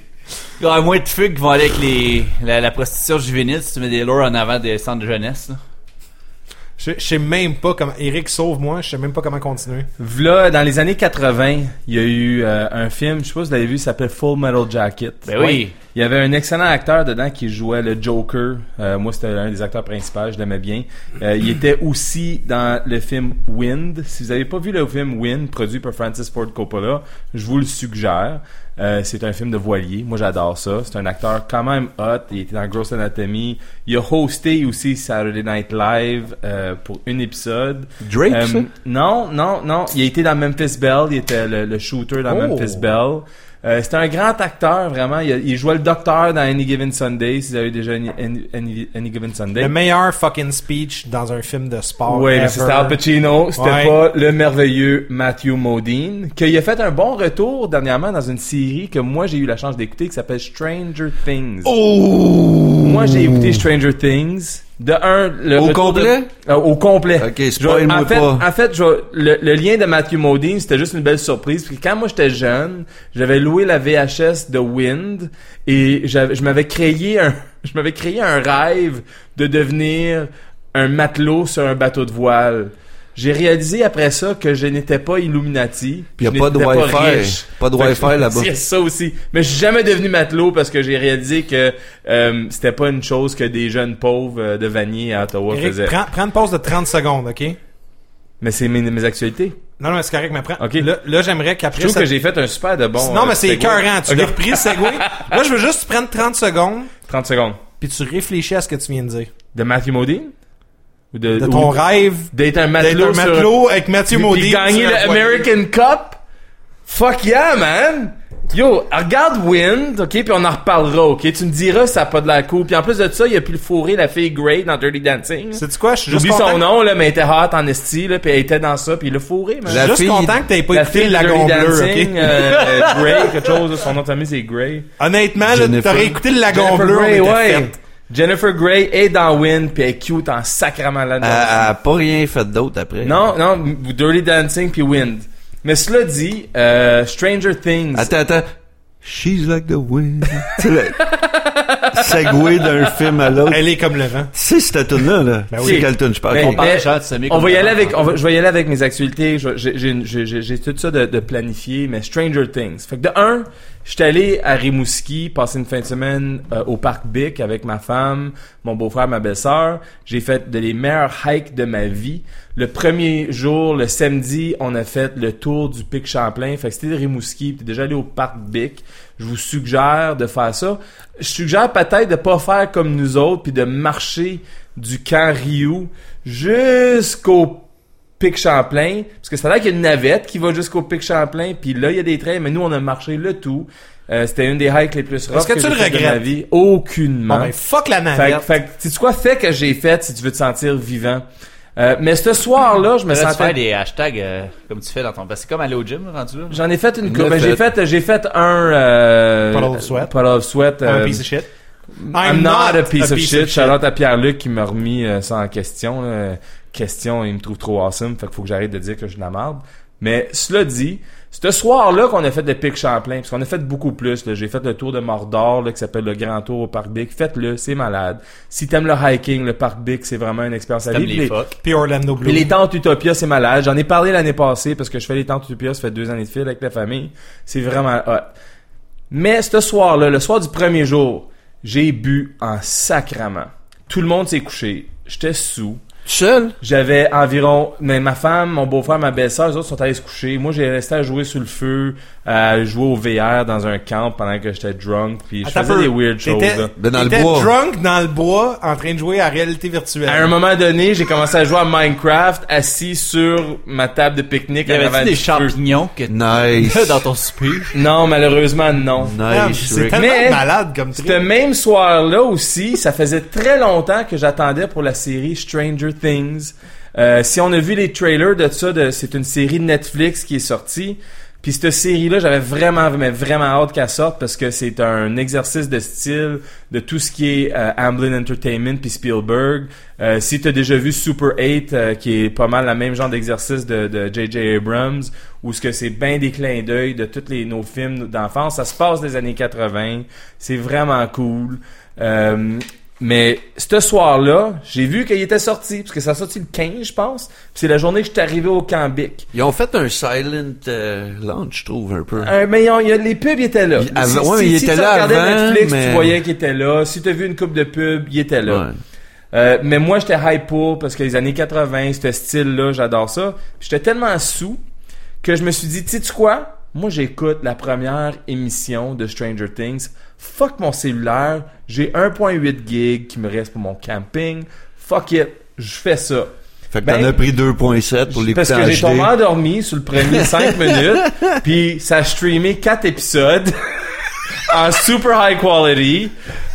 C: Il y aura moins de fugues qui vont aller avec les, la, la prostitution juvénile si tu mets des lures en avant des centres de jeunesse. là.
B: Je je sais même pas comment. Eric, sauve-moi, je sais même pas comment continuer.
A: V'là, dans les années 80, il y a eu euh, un film, je sais pas si vous l'avez vu, il s'appelle Full Metal Jacket.
C: Ben oui.
A: Il y avait un excellent acteur dedans qui jouait le Joker. Euh, moi, c'était l'un des acteurs principaux, je l'aimais bien. Euh, il était aussi dans le film Wind. Si vous avez pas vu le film Wind, produit par Francis Ford Coppola, je vous le suggère. Euh, c'est un film de voilier. Moi, j'adore ça. C'est un acteur quand même hot. Il était dans Gross Anatomy. Il a hosté aussi Saturday Night Live euh, pour un épisode.
D: Drake,
A: Euh,
D: ça?
A: Non, non, non. Il a été dans Memphis Bell. Il était le, le shooter dans
B: Oh.
A: Memphis Bell. Euh, c'était un grand acteur, vraiment. Il, a- il jouait le docteur dans Any Given Sunday, si vous avez déjà Any, Any- Any- Any Given Sunday.
B: Le meilleur fucking speech dans un film de sport.
A: Oui, mais
B: ever.
A: c'était Al Pacino, c'était
B: Ouais.
A: pas le merveilleux Matthew Modine, qu'il a fait un bon retour dernièrement dans une série que moi j'ai eu la chance d'écouter qui s'appelle Stranger Things.
D: Oh,
A: Moi j'ai écouté Stranger Things. De un, le
D: Au
A: retour de-
D: complet?
A: Euh, au complet.
D: Ok,
A: Je-
D: spoil-moi
A: en fait,
D: pas.
A: En fait, je- le, le lien de Matthew Modine, c'était juste une belle surprise. Puis quand moi j'étais jeune, j'avais loué la VHS de Wind et j'avais- je m'avais créé un, je m'avais créé un rêve de devenir un matelot sur un bateau de voile. J'ai réalisé après ça que je n'étais pas Illuminati.
D: Puis y a
A: je
D: pas de
A: n'étais
D: Wi-Fi.
A: riche.
D: Pas de
A: Fait que
D: Wi-Fi
A: je-
D: là-bas.
A: C'est ça aussi. Mais je suis jamais devenu matelot parce que j'ai réalisé que euh, c'était pas une chose que des jeunes pauvres euh, de Vanier à Ottawa
B: Eric,
A: faisaient.
B: prends, prends une pause de 30 secondes, ok?
A: Mais c'est mes, mes actualités.
B: Non, non, mais c'est correct, mais prends.
A: Ok.
B: Là, là, j'aimerais qu'après.
A: Je trouve
B: ça-
A: que j'ai fait un super de bon.
B: non,
A: euh,
B: mais c'est
A: segue.
B: écœurant. Tu
A: Ok,
B: l'as repris, le segway. Là, je veux juste que tu prennes 30 secondes,
A: 30 secondes.
B: puis tu réfléchis à ce que tu viens de dire.
A: De Matthew Modine? Ou de,
B: De
A: ou
B: ton rêve
A: D'être un
B: d'être
A: matelot.
B: un
A: sur-
B: matelot avec Mathieu
A: Puis-
B: Maudit.
A: puis gagner
B: sur
A: le
B: un voilier.
A: American Cup? Fuck yeah, man! Yo, regarde Wind, ok, puis on en reparlera, ok? Tu me diras si ça a pas de la coupe. Puis en plus de ça, il a pu le fourrer la fille Grey dans Dirty Dancing.
B: Sais-tu quoi? Je suis juste
A: J'oublie
B: content.
A: son nom, là, mais elle était hot en esti, là, puis elle était dans ça, puis il l'a fourré, man.
B: Je suis
D: La
B: Euh, juste
D: fille-
B: content que t'aies pas écouté le
A: de
B: Lagon
A: Dirty
B: Bleu,
A: Dancing,
B: ok?
A: euh, euh, Grey, quelque chose, là, son nom de famille c'est Grey.
B: Honnêtement, là,
D: Jennifer-
B: t'aurais écouté le Lagon
A: Jennifer
B: Bleu, on
A: Grey,
B: était
A: ouais.
B: faite.
A: Jennifer Grey est dans Wind, puis elle est cute en sacrament là-dedans.
B: Ah,
D: Elle elle a pas rien fait d'autre après.
A: Non, non, m- Dirty Dancing puis Wind. Mais cela dit, euh, Stranger Things.
D: Attends, attends. She's like the wind. tu sais, le segway d'un film à l'autre.
B: Elle est comme le vent.
D: Tu sais, cette tune-là, là.
B: Ben
D: Tu
B: oui.
D: sais quelle tune je parle.
A: Mais-
D: On parle-
A: mais-
C: de Charles Semis
A: ben, on va y aller avec,
C: complètement.
A: on va- je vais y aller avec mes actualités. Je- J'ai j'ai une- j'ai- j'ai- j'ai tout ça de, de planifié, mais Stranger Things. Fait que de un, j'étais allé à Rimouski passer une fin de semaine euh, au parc Bic avec ma femme, mon beau-frère, ma belle-sœur. J'ai fait de les meilleurs hikes de ma vie. Le premier jour, le samedi, on a fait le tour du pic Champlain. Fait que c'était de Rimouski, puis t'es déjà allé au parc Bic. Je vous suggère de faire ça. Je suggère peut-être de pas faire comme nous autres puis de marcher du camp Rioux jusqu'au Pic Champlain, parce que c'est là qu'il y a une navette qui va jusqu'au Pic Champlain, puis là il y a des trains, mais nous on a marché le tout. Euh, c'était une des hikes les plus rough
B: que tu
A: j'ai
B: le
A: fait de
B: regrettes?
A: ma vie, aucunement.
B: Bon, ben, fuck la
A: fait, que-
B: navette.
A: fait que, sais-tu quoi fait que j'ai fait si tu veux te sentir vivant. Euh, mais ce soir-là, je me
C: Là, tu fais
A: sentais
C: des hashtags euh, comme tu fais dans ton. Parce que c'est comme aller au gym, rendu là.
A: J'en ai fait une
D: Il
A: coupe.
D: l'a
A: Ben, j'ai fait j'ai fait un euh,
B: Puddle of sweat.
A: puddle of sweat,
B: Un
A: euh,
B: piece of shit.
A: I'm, not, a piece of shit. Shout out à Pierre-Luc qui m'a remis euh, ça en question. là. Question, il me trouve trop awesome. Fait qu'il faut que j'arrête de dire que je suis de la marde. Mais cela dit, ce soir-là qu'on a fait le Pic Champlain, parce qu'on a fait beaucoup plus, là. j'ai fait le tour de Mordor, là, qui s'appelle le Grand Tour au Parc Bic. Faites-le, c'est malade. Si t'aimes le hiking, le Parc Bic, c'est vraiment une expérience à
C: T'aimes
A: vivre.
C: les
A: Les-
C: fuck.
B: Puis Orlando
A: puis
B: Bloom.
A: les tentes Utopia, c'est malade. J'en ai parlé l'année passée parce que je fais les tentes Utopia, ça fait deux années de fil avec la famille. C'est vraiment hot. Mais ce soir-là, le soir du premier jour, j'ai bu en sacrament. Tout le monde s'est couché. J'étais sous.
D: Seul?
A: J'avais environ, mais ma femme, mon beau-frère, ma belle-sœur, les autres sont allés se coucher. Moi, j'ai resté à jouer sous le feu, à jouer au VR dans un camp pendant que j'étais drunk, puis je
B: Attends
A: faisais
B: un peu.
A: des weird choses.
B: T'étais-
A: là.
D: Ben, dans le
B: t'étais
D: bois.
B: drunk dans le bois en train de jouer à réalité virtuelle.
A: À un moment donné, j'ai commencé à jouer à Minecraft assis sur ma table de pique-nique.
C: Il y
A: en avant
C: avait-tu des
A: du feu.
C: champignons que
A: ben,
D: Nice.
C: dans ton souper?
A: Non, malheureusement, non.
B: Ah, mais
D: Nice,
B: c'est
D: Rick.
B: tellement
A: Mais-
B: malade comme
A: Ce
B: truc.
A: même soir-là aussi, ça faisait très longtemps que j'attendais pour la série Stranger Things. Euh, si on a vu les trailers de ça, de- c'est une série de Netflix qui est sortie. Puis cette série-là, j'avais vraiment, mais vraiment hâte qu'elle sorte parce que c'est un exercice de style de tout ce qui est euh, Amblin Entertainment puis Spielberg. Euh, si t'as déjà vu Super 8, euh, qui est pas mal le même genre d'exercice de de J.J. Abrams, où ce que c'est bien des clins d'œil de tous les nos films d'enfance, ça se passe des années 80. C'est vraiment cool. Euh, mais ce soir-là, j'ai vu qu'il était sorti, parce que ça a sorti le 15, je pense. Puis c'est la journée que j'étais arrivé au Cambic.
D: Ils ont fait un silent euh, launch, je trouve, un peu.
A: Euh, mais ils ont- il y a- les pubs ils étaient là.
D: Il- avant- ouais, mais ils
A: tu
D: étaient là
A: regardais
D: avant,
A: Netflix,
D: mais-
A: tu voyais qu'ils étaient là. Si t'as vu une coupe de pubs, ils étaient là.
D: Ouais.
A: Euh, mais moi, j'étais hype pour parce que les années 80, ce style-là, j'adore ça. Puis J'étais tellement sous que je me suis dit, tu sais quoi? Moi, j'écoute la première émission de Stranger Things. Fuck mon cellulaire. J'ai 1.8 gig qui me reste pour mon camping. Fuck it. Je fais ça.
D: Fait que
A: Ben,
D: t'en as pris 2.7 pour l'écouter
A: Parce
D: en
A: que j'ai
D: HD.
A: tombé endormi sur le premier 5 minutes, puis ça a streamé 4 épisodes en super high quality.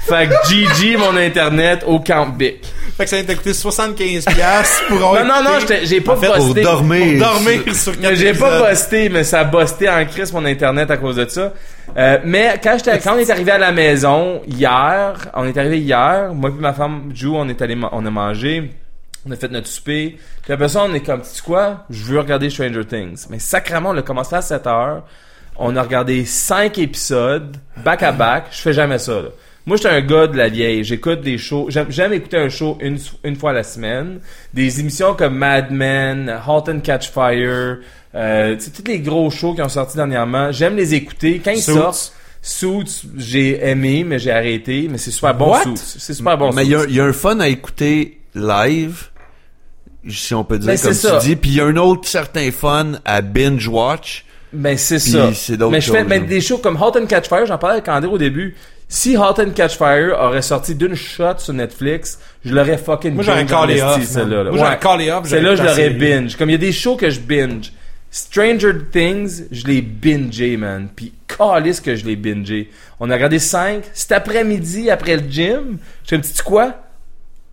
A: Fait que GG mon internet au Camp Bic.
B: Fait que ça t'a coûté 75$ piastres pour
D: Oh,
A: Non, non, non, j'étais- j'ai pas
B: En fait,
A: posté.
D: Pour dormir.
B: pour dormir sur
A: Mais
B: quatre
A: J'ai
B: épisodes.
A: pas busté, mais ça a busté en crise mon internet à cause de ça. Euh, mais quand j'étais, quand on est arrivé à la maison hier, on est arrivé hier, moi et ma femme Jou, on est allé, ma- on a mangé, on a fait notre souper. Puis après ça, on est comme, tu sais quoi, je veux regarder Stranger Things. Mais sacrément, on a commencé à 7 heures. On a regardé 5 épisodes, back à back. Je fais jamais ça, là. Moi, j'étais un gars de la vieille. J'écoute des shows. J'aime, j'aime écouter un show une, s- une fois à la semaine. Des émissions comme Mad Men, Halt and Catch Fire, euh, tu sais, tous les gros shows qui ont sorti dernièrement. J'aime les écouter. Quand ils
B: Suits.
A: sortent, Suits, j'ai aimé, mais j'ai arrêté. Mais c'est super bon,
B: What?
A: Suits. C'est super bon,
D: Mais il
A: Suits.
D: y, a- il y a un fun à écouter live, si on peut dire
A: Ben,
D: comme tu
A: c'est ça.
D: dis. Puis il y a un autre certain fun à binge-watch.
A: Ben c'est
D: Puis
A: ça.
D: c'est d'autres
A: mais je fais
D: choses, hein.
A: mais
D: là.
A: des shows comme Hot and Catch Fire, j'en parlais avec André au début. Si Hot and Catch Fire aurait sorti d'une shot sur Netflix, je l'aurais fucking
B: Moi, j'aurais
A: binge en
B: callé
A: esti,
B: off,
A: celle-là.
B: man.
A: là.
B: Moi, j'aurais
A: Ouais.
B: callé off,
A: Celle-là, je
B: j'aurais
A: l'aurais
B: passé.
A: binge. Comme il y a des shows que je binge. Stranger Things, je l'ai bingé, man. Puis calisse que je l'ai bingé. On a regardé 5. Cet après-midi, après le gym, je me dis, tu quoi?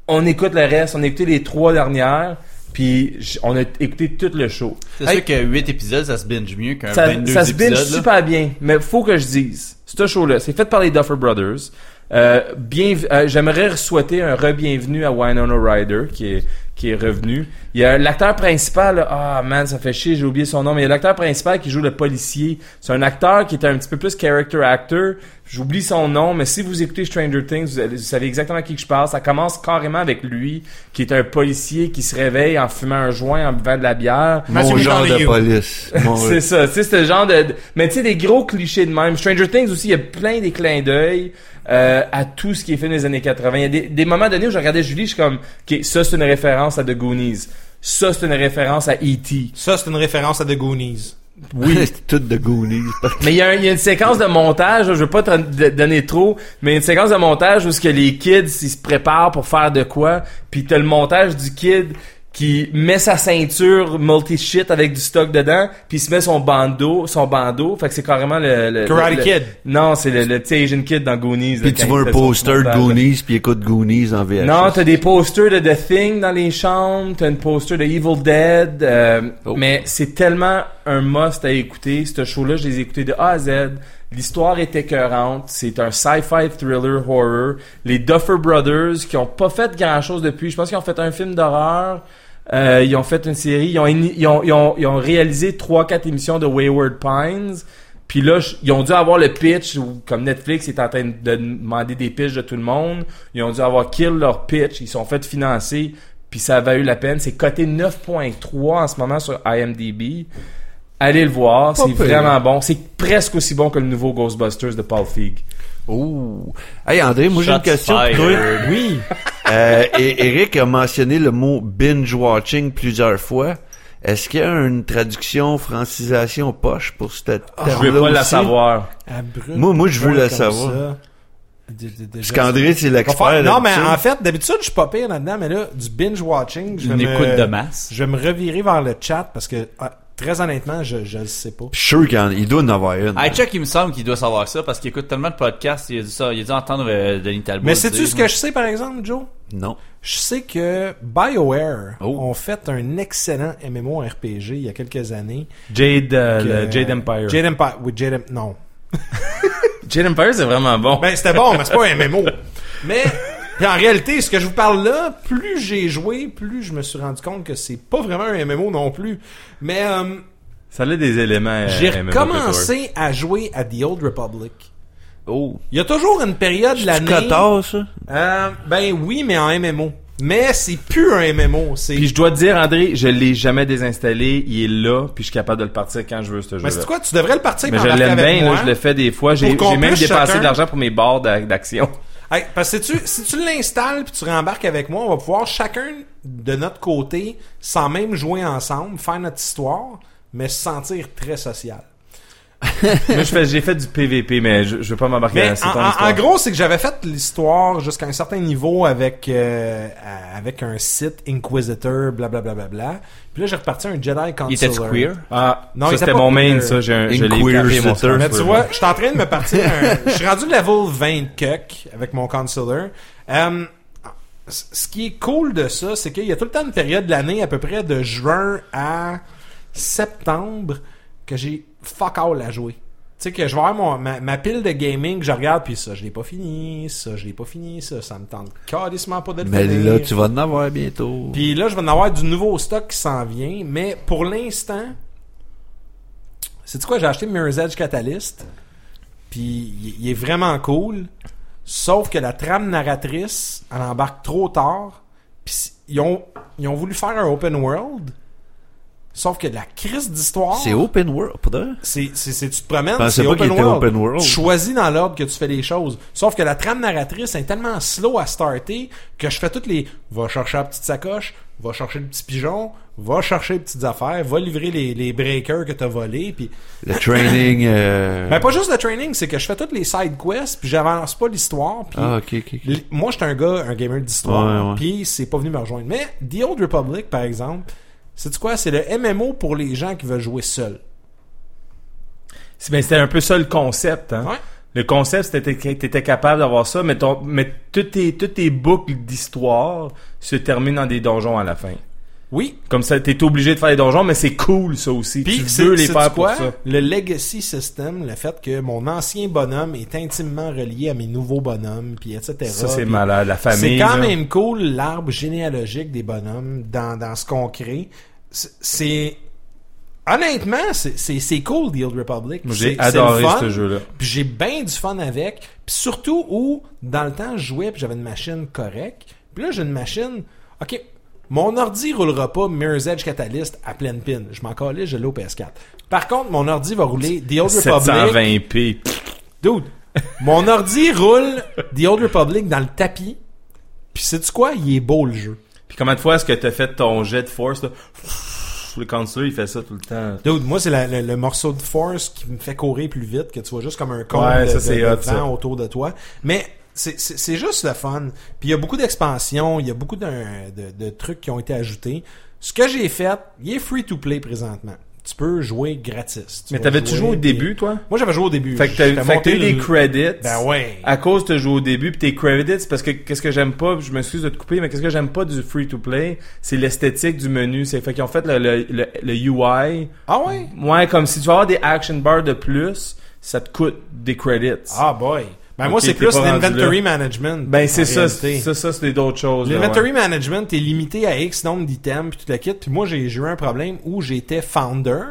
A: On écoute le reste. On a écouté les trois dernières. Puis j- on a écouté tout le show.
C: C'est
A: Hey.
C: sûr que 8 épisodes, ça se binge mieux qu'un
A: Ça,
C: 22
A: ça se binge
C: épisodes. là.
A: super bien, mais faut que je dise, ce show-là, c'est fait par les Duffer Brothers. Euh, bien, euh, j'aimerais souhaiter un re-bienvenue à Winona Ryder qui est qui est revenu. Il y a l'acteur principal, là, ah man, ça fait chier, j'ai oublié son nom, mais il y a l'acteur principal qui joue le policier. C'est un acteur qui est un petit peu plus character actor. J'oublie son nom, mais si vous écoutez Stranger Things, vous, allez- vous savez exactement à qui que je parle. Ça commence carrément avec lui, qui est un policier qui se réveille en fumant un joint, en buvant de la bière.
D: Mon
B: Matthew
D: genre de
B: McConaughey.
D: police. Mon-
A: C'est ça, tu sais, c'est le genre de... Mais tu sais, des gros clichés de même. Stranger Things aussi, il y a plein des clins d'œil euh, à tout ce qui est fait dans les années 80. Il y a des, des moments donnés où je regardais Julie, je suis comme, OK, ça, c'est une référence à The Goonies. Ça, c'est une référence à E E.T.
B: Ça, c'est une référence à The Goonies.
D: oui. C'est tout de Goonies.
A: Mais il y, a un- il y a une séquence de montage, je veux pas te de- donner trop, mais il y a une séquence de montage où ce que les kids ils se préparent pour faire de quoi, puis t'as le montage du kid qui met sa ceinture multi shit avec du stock dedans, puis il se met son bandeau, son bandeau, fait que c'est carrément le, le
B: Karate
A: le- le-
B: Kid.
A: Non, c'est le, le petit Asian kid dans Goonies.
D: Puis
A: là,
D: tu
A: quand
D: vois
A: il
D: un
A: fait son
D: poster de
A: montage, là.
D: Goonies, puis écoute Goonies en VHS.
A: Non, t'as des posters de The Thing dans les chambres, t'as une poster de Evil Dead, euh,
D: Oh.
A: mais c'est tellement un must à écouter. Ce show-là, je les ai écoutés de A à Z. L'histoire est écœurante. C'est un sci-fi thriller horror. Les Duffer Brothers, qui ont pas fait grand-chose depuis. Je pense qu'ils ont fait un film d'horreur. Euh, ils ont fait une série. Ils ont, ini- ils ont, ils ont, ils ont réalisé 3-4 émissions de Wayward Pines. Puis là, je- ils ont dû avoir le pitch, ou comme Netflix est en train de demander des pitchs de tout le monde. Ils ont dû avoir kill leur pitch. Ils se sont fait financer. Puis ça a valu la peine. C'est coté 9.3 en ce moment sur IMDb. Allez le voir, c'est
D: pire.
A: vraiment bon. C'est presque aussi bon que le nouveau Ghostbusters de Paul Feig.
D: Oh. Hey André, moi j'ai
E: Shots
D: une question pour toi.
E: fired.
B: Oui.
D: Euh, et Eric a mentionné le mot binge watching plusieurs fois. Est-ce qu'il y a une traduction francisation poche pour cette
A: je veux pas la savoir.
B: Abrupte,
D: Moi- moi, je veux
B: ouais,
D: la
B: comme
D: savoir.
B: ça. De- de- de-
D: Parce qu'André, c'est l'expert.
B: Non, mais
D: là-dessus.
B: en fait, d'habitude, je suis pas pire là-dedans, mais là, du binge-watching, je vais
C: Une
B: me-
C: écoute de masse.
B: Je vais me revirer vers le chat parce que, ah, très honnêtement, je, je le sais pas.
D: Je suis sûr qu'il y en- il doit en avoir une.
C: Hey, Chuck, il me semble qu'il doit savoir ça parce qu'il écoute tellement de podcasts, il a dû, ça, il a dû entendre euh, Denis Talbot.
B: Mais sais-tu
C: dire,
D: hein.
B: ce que je sais, par exemple, Joe?
D: Non.
B: Je sais que BioWare
D: Oh.
B: ont fait un excellent MMORPG il y a quelques années.
A: Jade, euh,
B: Que-
A: le Jade Empire. Jade,
B: Jade Empire. Oui, Jade Empire. Non.
A: Empire, c'est vraiment bon.
B: Ben, c'était bon, mais c'est pas un MMO. Mais, puis en réalité, ce que je vous parle là, plus j'ai joué, plus je me suis rendu compte que c'est pas vraiment un MMO non plus. Mais, euh,
A: ça a des éléments. euh,
B: j'ai
A: MMO
B: recommencé à jouer à The Old Republic.
D: Oh.
B: Il y a toujours une période de
D: C'est
B: l'année.
D: cotard, ça?
B: Euh, ben oui, mais en MMO. Mais c'est plus un MMO, c'est
A: Puis je dois te dire, André, je l'ai jamais désinstallé. Il est là, puis je suis capable de le partir quand je veux, ce
B: Mais
A: jeu-là.
B: c'est quoi, tu devrais le partir
A: Mais
B: puis
A: je
B: embarquer
A: l'aime
B: avec
A: bien,
B: moi.
A: là, je le fais des fois. J'ai
B: Pour qu'on
A: j'ai même
B: puisse
A: dépensé
B: chacun-
A: de l'argent pour mes barres d'a- d'action.
B: Hey, parce que si tu, si tu l'installes puis tu rembarques avec moi, on va pouvoir chacun de notre côté, sans même jouer ensemble, faire notre histoire, mais se sentir très social.
A: Moi, je fais- j'ai fait du PVP, mais je, je veux pas m'embarquer
B: Mais
A: dans cette
B: en, en- en gros, c'est que j'avais fait l'histoire jusqu'à un certain niveau avec euh, à- avec un site Inquisitor, blablabla. Bla, bla, bla. Puis là, j'ai reparti un Jedi Counselor.
C: Il était queer?
A: Ah,
B: Non,
A: ça,
B: il était
A: c'était
B: pas
A: mon main,
B: queer.
A: ça. J'ai un, je
D: Une
A: l'ai
D: queer
A: tapé, mon
D: sitter.
A: star,
B: Mais
A: je
B: tu
A: peux-
B: vois, je suis en train de me partir un... Je suis rendu level 20 cuck avec mon counselor. Euh, c- ce qui est cool de ça, c'est qu'il y a tout le temps une période de l'année, à peu près de juin à septembre, que j'ai fuck all à jouer. Tu sais que je vais avoir mon- ma, ma pile de gaming, que je regarde, puis ça, je l'ai pas fini, ça, je l'ai pas fini, ça, ça me tente carrément pas de le
D: Mais
B: finir.
D: là, tu vas en avoir bientôt.
B: Puis là, je vais en avoir du nouveau stock qui s'en vient, mais pour l'instant, c'est quoi J'ai acheté Mirror's Edge Catalyst, puis il- il est vraiment cool. Sauf que la trame narratrice, elle embarque trop tard. Puis c- ils ont, ils ont voulu faire un open world. Sauf que la crise d'histoire.
D: C'est open world, pour de vrai?
B: C'est, c'est, c'est- tu te promènes,
D: Je pensais
B: c'est
D: pas
B: open
D: qu'il était
B: world.
D: open world.
B: Tu choisis dans l'ordre que tu fais les choses. Sauf que la trame narratrice est tellement slow à starter que je fais toutes les va chercher la petite sacoche, va chercher le petit pigeon, va chercher les petites affaires, va livrer les, les breakers que t'as volés, puis
D: Le training... euh,
B: mais pas juste le training, c'est que je fais toutes les side quests, puis j'avance pas l'histoire, puis
D: Ah, ok, ok. ok.
B: L- Moi, j'étais un gars, un gamer d'histoire,
D: Ouais, ouais.
B: puis c'est pas venu me rejoindre. Mais The Old Republic, par exemple, c'est quoi? C'est le MMO pour les gens qui veulent jouer seuls.
A: C'est- ben, c'était un peu ça le concept.
D: Ah.
A: Hein?
B: Ouais.
A: Le concept, c'était que t'étais capable d'avoir ça, mais, ton, mais toutes, tes, toutes tes boucles d'histoire se terminent dans des donjons à la fin.
B: Oui,
A: Comme ça, t'es obligé de faire des donjons, mais c'est cool ça aussi.
B: Puis,
A: tu
B: c'est-
A: veux les
B: sais-tu
A: faire pour
B: quoi?
A: ça.
B: Le legacy system, le fait que mon ancien bonhomme est intimement relié à mes nouveaux bonhommes, puis etc.
A: Ça, c'est
B: Puis
A: malade. La
B: C'est
A: famille.
B: quand
A: là.
B: même cool l'arbre généalogique des bonhommes dans, dans ce qu'on crée. C'est- C'est honnêtement, c'est- c'est c'est cool The Old Republic.
A: Moi,
B: C'est-
A: J'ai
B: c'est
A: adoré
B: le fun.
A: ce jeu-là.
B: Puis j'ai bien du fun avec. Puis surtout où, dans le temps, je jouais puis j'avais une machine correcte. Puis là, j'ai une machine... OK, mon ordi roulera pas Mirror's Edge Catalyst à pleine pin. Je m'en calais, je l'ai au PS4. Par contre, mon ordi va rouler The Old Republic.
A: 720p.
B: Dude, mon ordi roule The Old Republic dans le tapis. Puis sais-tu quoi? Il est beau, le jeu.
A: Puis combien de fois est-ce que t'as fait ton jet de force là? Pfff, Le counselor, il fait ça tout le temps.
B: Dude, moi, c'est la- le, le morceau de force qui me fait courir plus vite, que tu vois juste comme un corps
A: Ouais,
B: de,
A: ça,
B: de-
A: c'est
B: de
A: hot,
B: vent
A: ça.
B: autour de toi. Mais c'est- c'est c'est juste le fun. Puis il y a beaucoup d'expansions, il y a beaucoup d'un- de, de trucs qui ont été ajoutés. Ce que j'ai fait, il est free-to-play présentement. Tu peux jouer gratis.
A: Mais
B: vas
A: t'avais-tu
B: jouer,
A: joué au
B: puis-
A: début, toi?
B: Moi, j'avais joué au début.
A: Fait que t'as
B: J'étais
A: fait que
B: monté
A: t'as eu des
B: le-
A: credits.
B: Ben ouais.
A: À cause de jouer au début, puis tes credits, parce que qu'est-ce que j'aime pas, je m'excuse de te couper, mais qu'est-ce que j'aime pas du free-to-play, c'est l'esthétique du menu. C'est fait qu'ils ont fait le, le, le, le UI.
B: Ah ouais?
A: Ouais, comme si tu vas avoir des action bars de plus, ça te coûte des credits.
B: Ah boy. Ben moi,
A: Ok,
B: c'est
A: t'es
B: plus
A: pas rendu
B: l'inventory management.
A: ben
B: en
A: c'est ça,
B: réalité.
A: c'est- ça, ça c'est d'autres choses. là, ouais.
B: L'inventory management est limité à X nombre d'items puis tout le kit. Puis moi, j'ai j'ai eu un problème où j'étais founder.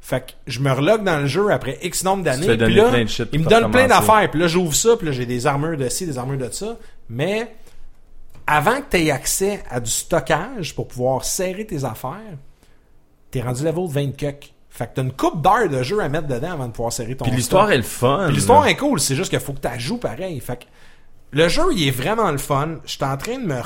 B: Fait que je me relog dans le jeu après X nombre
A: te
B: d'années.
A: fais
B: Puis
A: donner
B: là,
A: plein de shit
B: il me
A: pour
B: donne plein
A: recommencer.
B: d'affaires. Puis là, j'ouvre ça. Puis là, j'ai des armures de ci, des armures de ça. Mais avant que tu aies accès à du stockage pour pouvoir serrer tes affaires, t'es rendu level 20 cuck. Fait que t'as une coupe d'heures de jeu à mettre dedans avant de pouvoir serrer ton
A: Puis
B: stock.
A: l'histoire est le fun.
B: Puis l'histoire
A: là.
B: est cool, c'est juste qu'il faut que tu joues pareil. Fait que le jeu, il est vraiment le fun. J'étais en train de me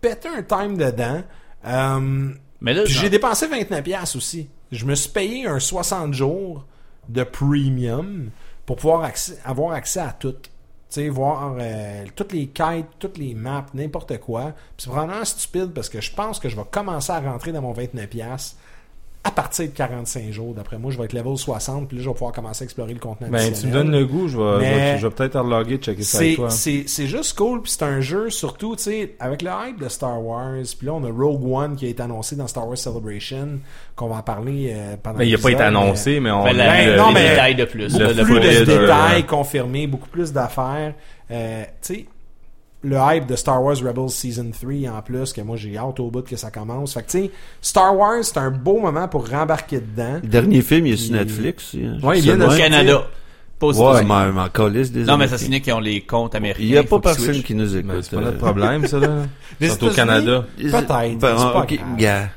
B: péter un time dedans. Euh,
C: Mais là,
B: puis j'ai
C: genre-
B: dépensé 29$ aussi. Je me suis payé un 60 jours de premium pour pouvoir accès- avoir accès à tout. Tu sais, voir euh, toutes les quêtes, toutes les maps, n'importe quoi. Puis c'est vraiment stupide parce que je pense que je vais commencer à rentrer dans mon 29$ à partir de 45 jours. D'après moi, je vais être level 60, puis là, je vais pouvoir commencer à explorer le contenant
A: Ben, tu me
B: additionnel.
A: donnes le goût, je vais, je vais-
B: Mais-
A: je vais peut-être reloguer, checker ça avec
B: C'est,
A: toi.
B: c'est, c'est juste cool, puis c'est un jeu, surtout, tu sais, avec le hype de Star Wars, puis là, on a Rogue One qui a été annoncé dans Star Wars Celebration, qu'on va en parler euh, pendant
A: Ben, il n'a pas été
B: l'épisode, mais
A: annoncé, mais on
C: Fait la-
B: Ben,
A: le-
B: non,
A: le-
C: les
B: mais-
C: détails de plus.
A: Le-
C: là,
B: Beaucoup
A: le
B: plus de
A: voyage, euh,
B: détails confirmés, beaucoup plus d'affaires. Euh, tu sais, le hype de Star Wars Rebels Season 3, en plus, que moi, j'ai hâte au bout que ça commence. Fait que, tu sais, Star Wars, c'est un beau moment pour rembarquer dedans.
D: Le dernier film, il est sur
B: Il-
D: Netflix. hein.
B: Ouais, il
D: Je sais
B: vient de
D: pas.
C: Au Canada. Pas aux
D: Ouais,
C: États-Unis.
D: mais mais encore liste des
C: Non, mais
D: Américains.
C: ça signifie qu'ils ont les comptes américains.
D: Il n'y a
C: faut
D: pas
C: qu'ils
D: personne
C: switchent.
D: qui nous
A: Ben,
D: écoute.
A: c'est pas notre
D: euh.
A: problème, ça, là.
B: Les
A: Surtout au
B: États-Unis,
A: Canada.
B: Peut-être,
D: Ben,
B: c'est pas
D: ok,
B: grave.
D: gars.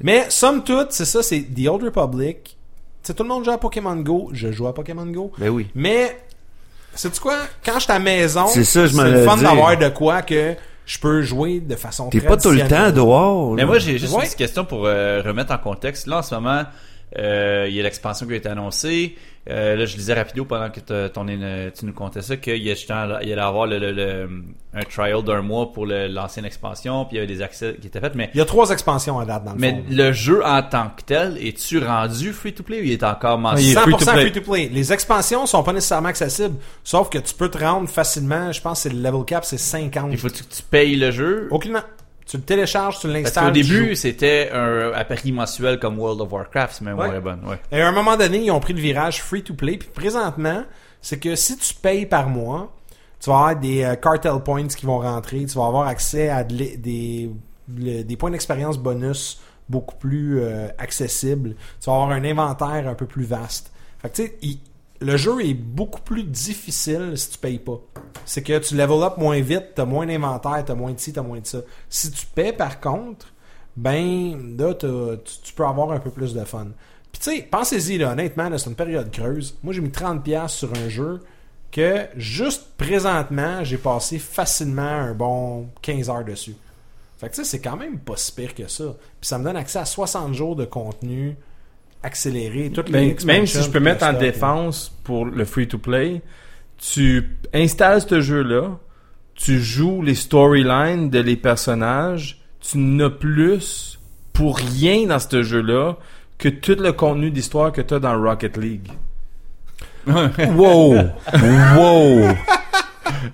B: Mais somme toute, c'est ça, c'est The Old Republic. Tu sais, tout le monde joue à Pokémon Go. Je joue à Pokémon Go.
D: Ben oui.
B: Mais, sais-tu quoi? Quand je suis à la maison,
D: C'est ça, je m'en
B: le
D: allais
B: fun
D: dire.
B: d'avoir de quoi que je peux jouer de façon
D: T'es pas tout le temps
B: traditionnelle.
D: dehors.
C: Mais
D: là.
C: moi, j'ai juste
B: Ouais.
C: une petite question pour euh, remettre en contexte. Là, en ce moment, euh, il y a l'expansion qui a été annoncée. Euh, là, je lisais rapido pendant que t'as- ton, éne- tu nous comptais ça, qu'il y a justement- il y allait avoir le, le- le- un trial d'un mois pour le- l'ancienne expansion, puis il y avait des accès qui étaient faits. Mais,
B: Il y a trois expansions à date dans le
C: mais
B: fond.
C: le jeu en tant que tel, es-tu rendu free-to-play ou il est encore mentionné?
A: il est
B: 100%
A: free-to-play.
B: free-to-play. Les expansions sont pas nécessairement accessibles, sauf que tu peux te rendre facilement, je pense que c'est le level cap, c'est 50.
C: Il faut que tu payes le jeu.
B: Aucunement. Tu le télécharges, tu
C: Parce qu'au
B: l'installes. tu joues.
C: début, c'était un, à prix mensuel comme World of Warcraft, si ma mémoire
B: Ouais.
C: est bonne. Ouais.
B: Et à un moment donné, ils ont pris le virage free-to-play. Puis présentement, c'est que si tu payes par mois, tu vas avoir des euh, cartel points qui vont rentrer. Tu vas avoir accès à de l'é- des, le- des points d'expérience bonus beaucoup plus euh, accessibles. Tu vas avoir un inventaire un peu plus vaste. Fait que tu sais, il- le jeu est beaucoup plus difficile si tu payes pas. C'est que tu level up moins vite, t'as moins d'inventaire, t'as moins de ci, t'as moins de ça. Si tu paies par contre, ben là, t'as- tu, tu peux avoir un peu plus de fun. Puis tu sais, pensez-y, là, honnêtement, là, c'est une période creuse. Moi, j'ai mis 30$ sur un jeu que juste présentement, j'ai passé facilement un bon 15 heures dessus. Fait que tu sais, c'est quand même pas si pire que ça. Puis ça me donne accès à 60 jours de contenu accéléré, toutes les
A: Ben, même si
B: expansions,
A: je peux
B: tout
A: mettre
B: le
A: en
B: stock, là.
A: défense pour le free-to-play, tu installes ce jeu-là, tu joues les storylines de les personnages, tu n'as plus pour rien dans ce jeu-là que tout le contenu d'histoire que tu as dans Rocket League.
D: Wow! wow!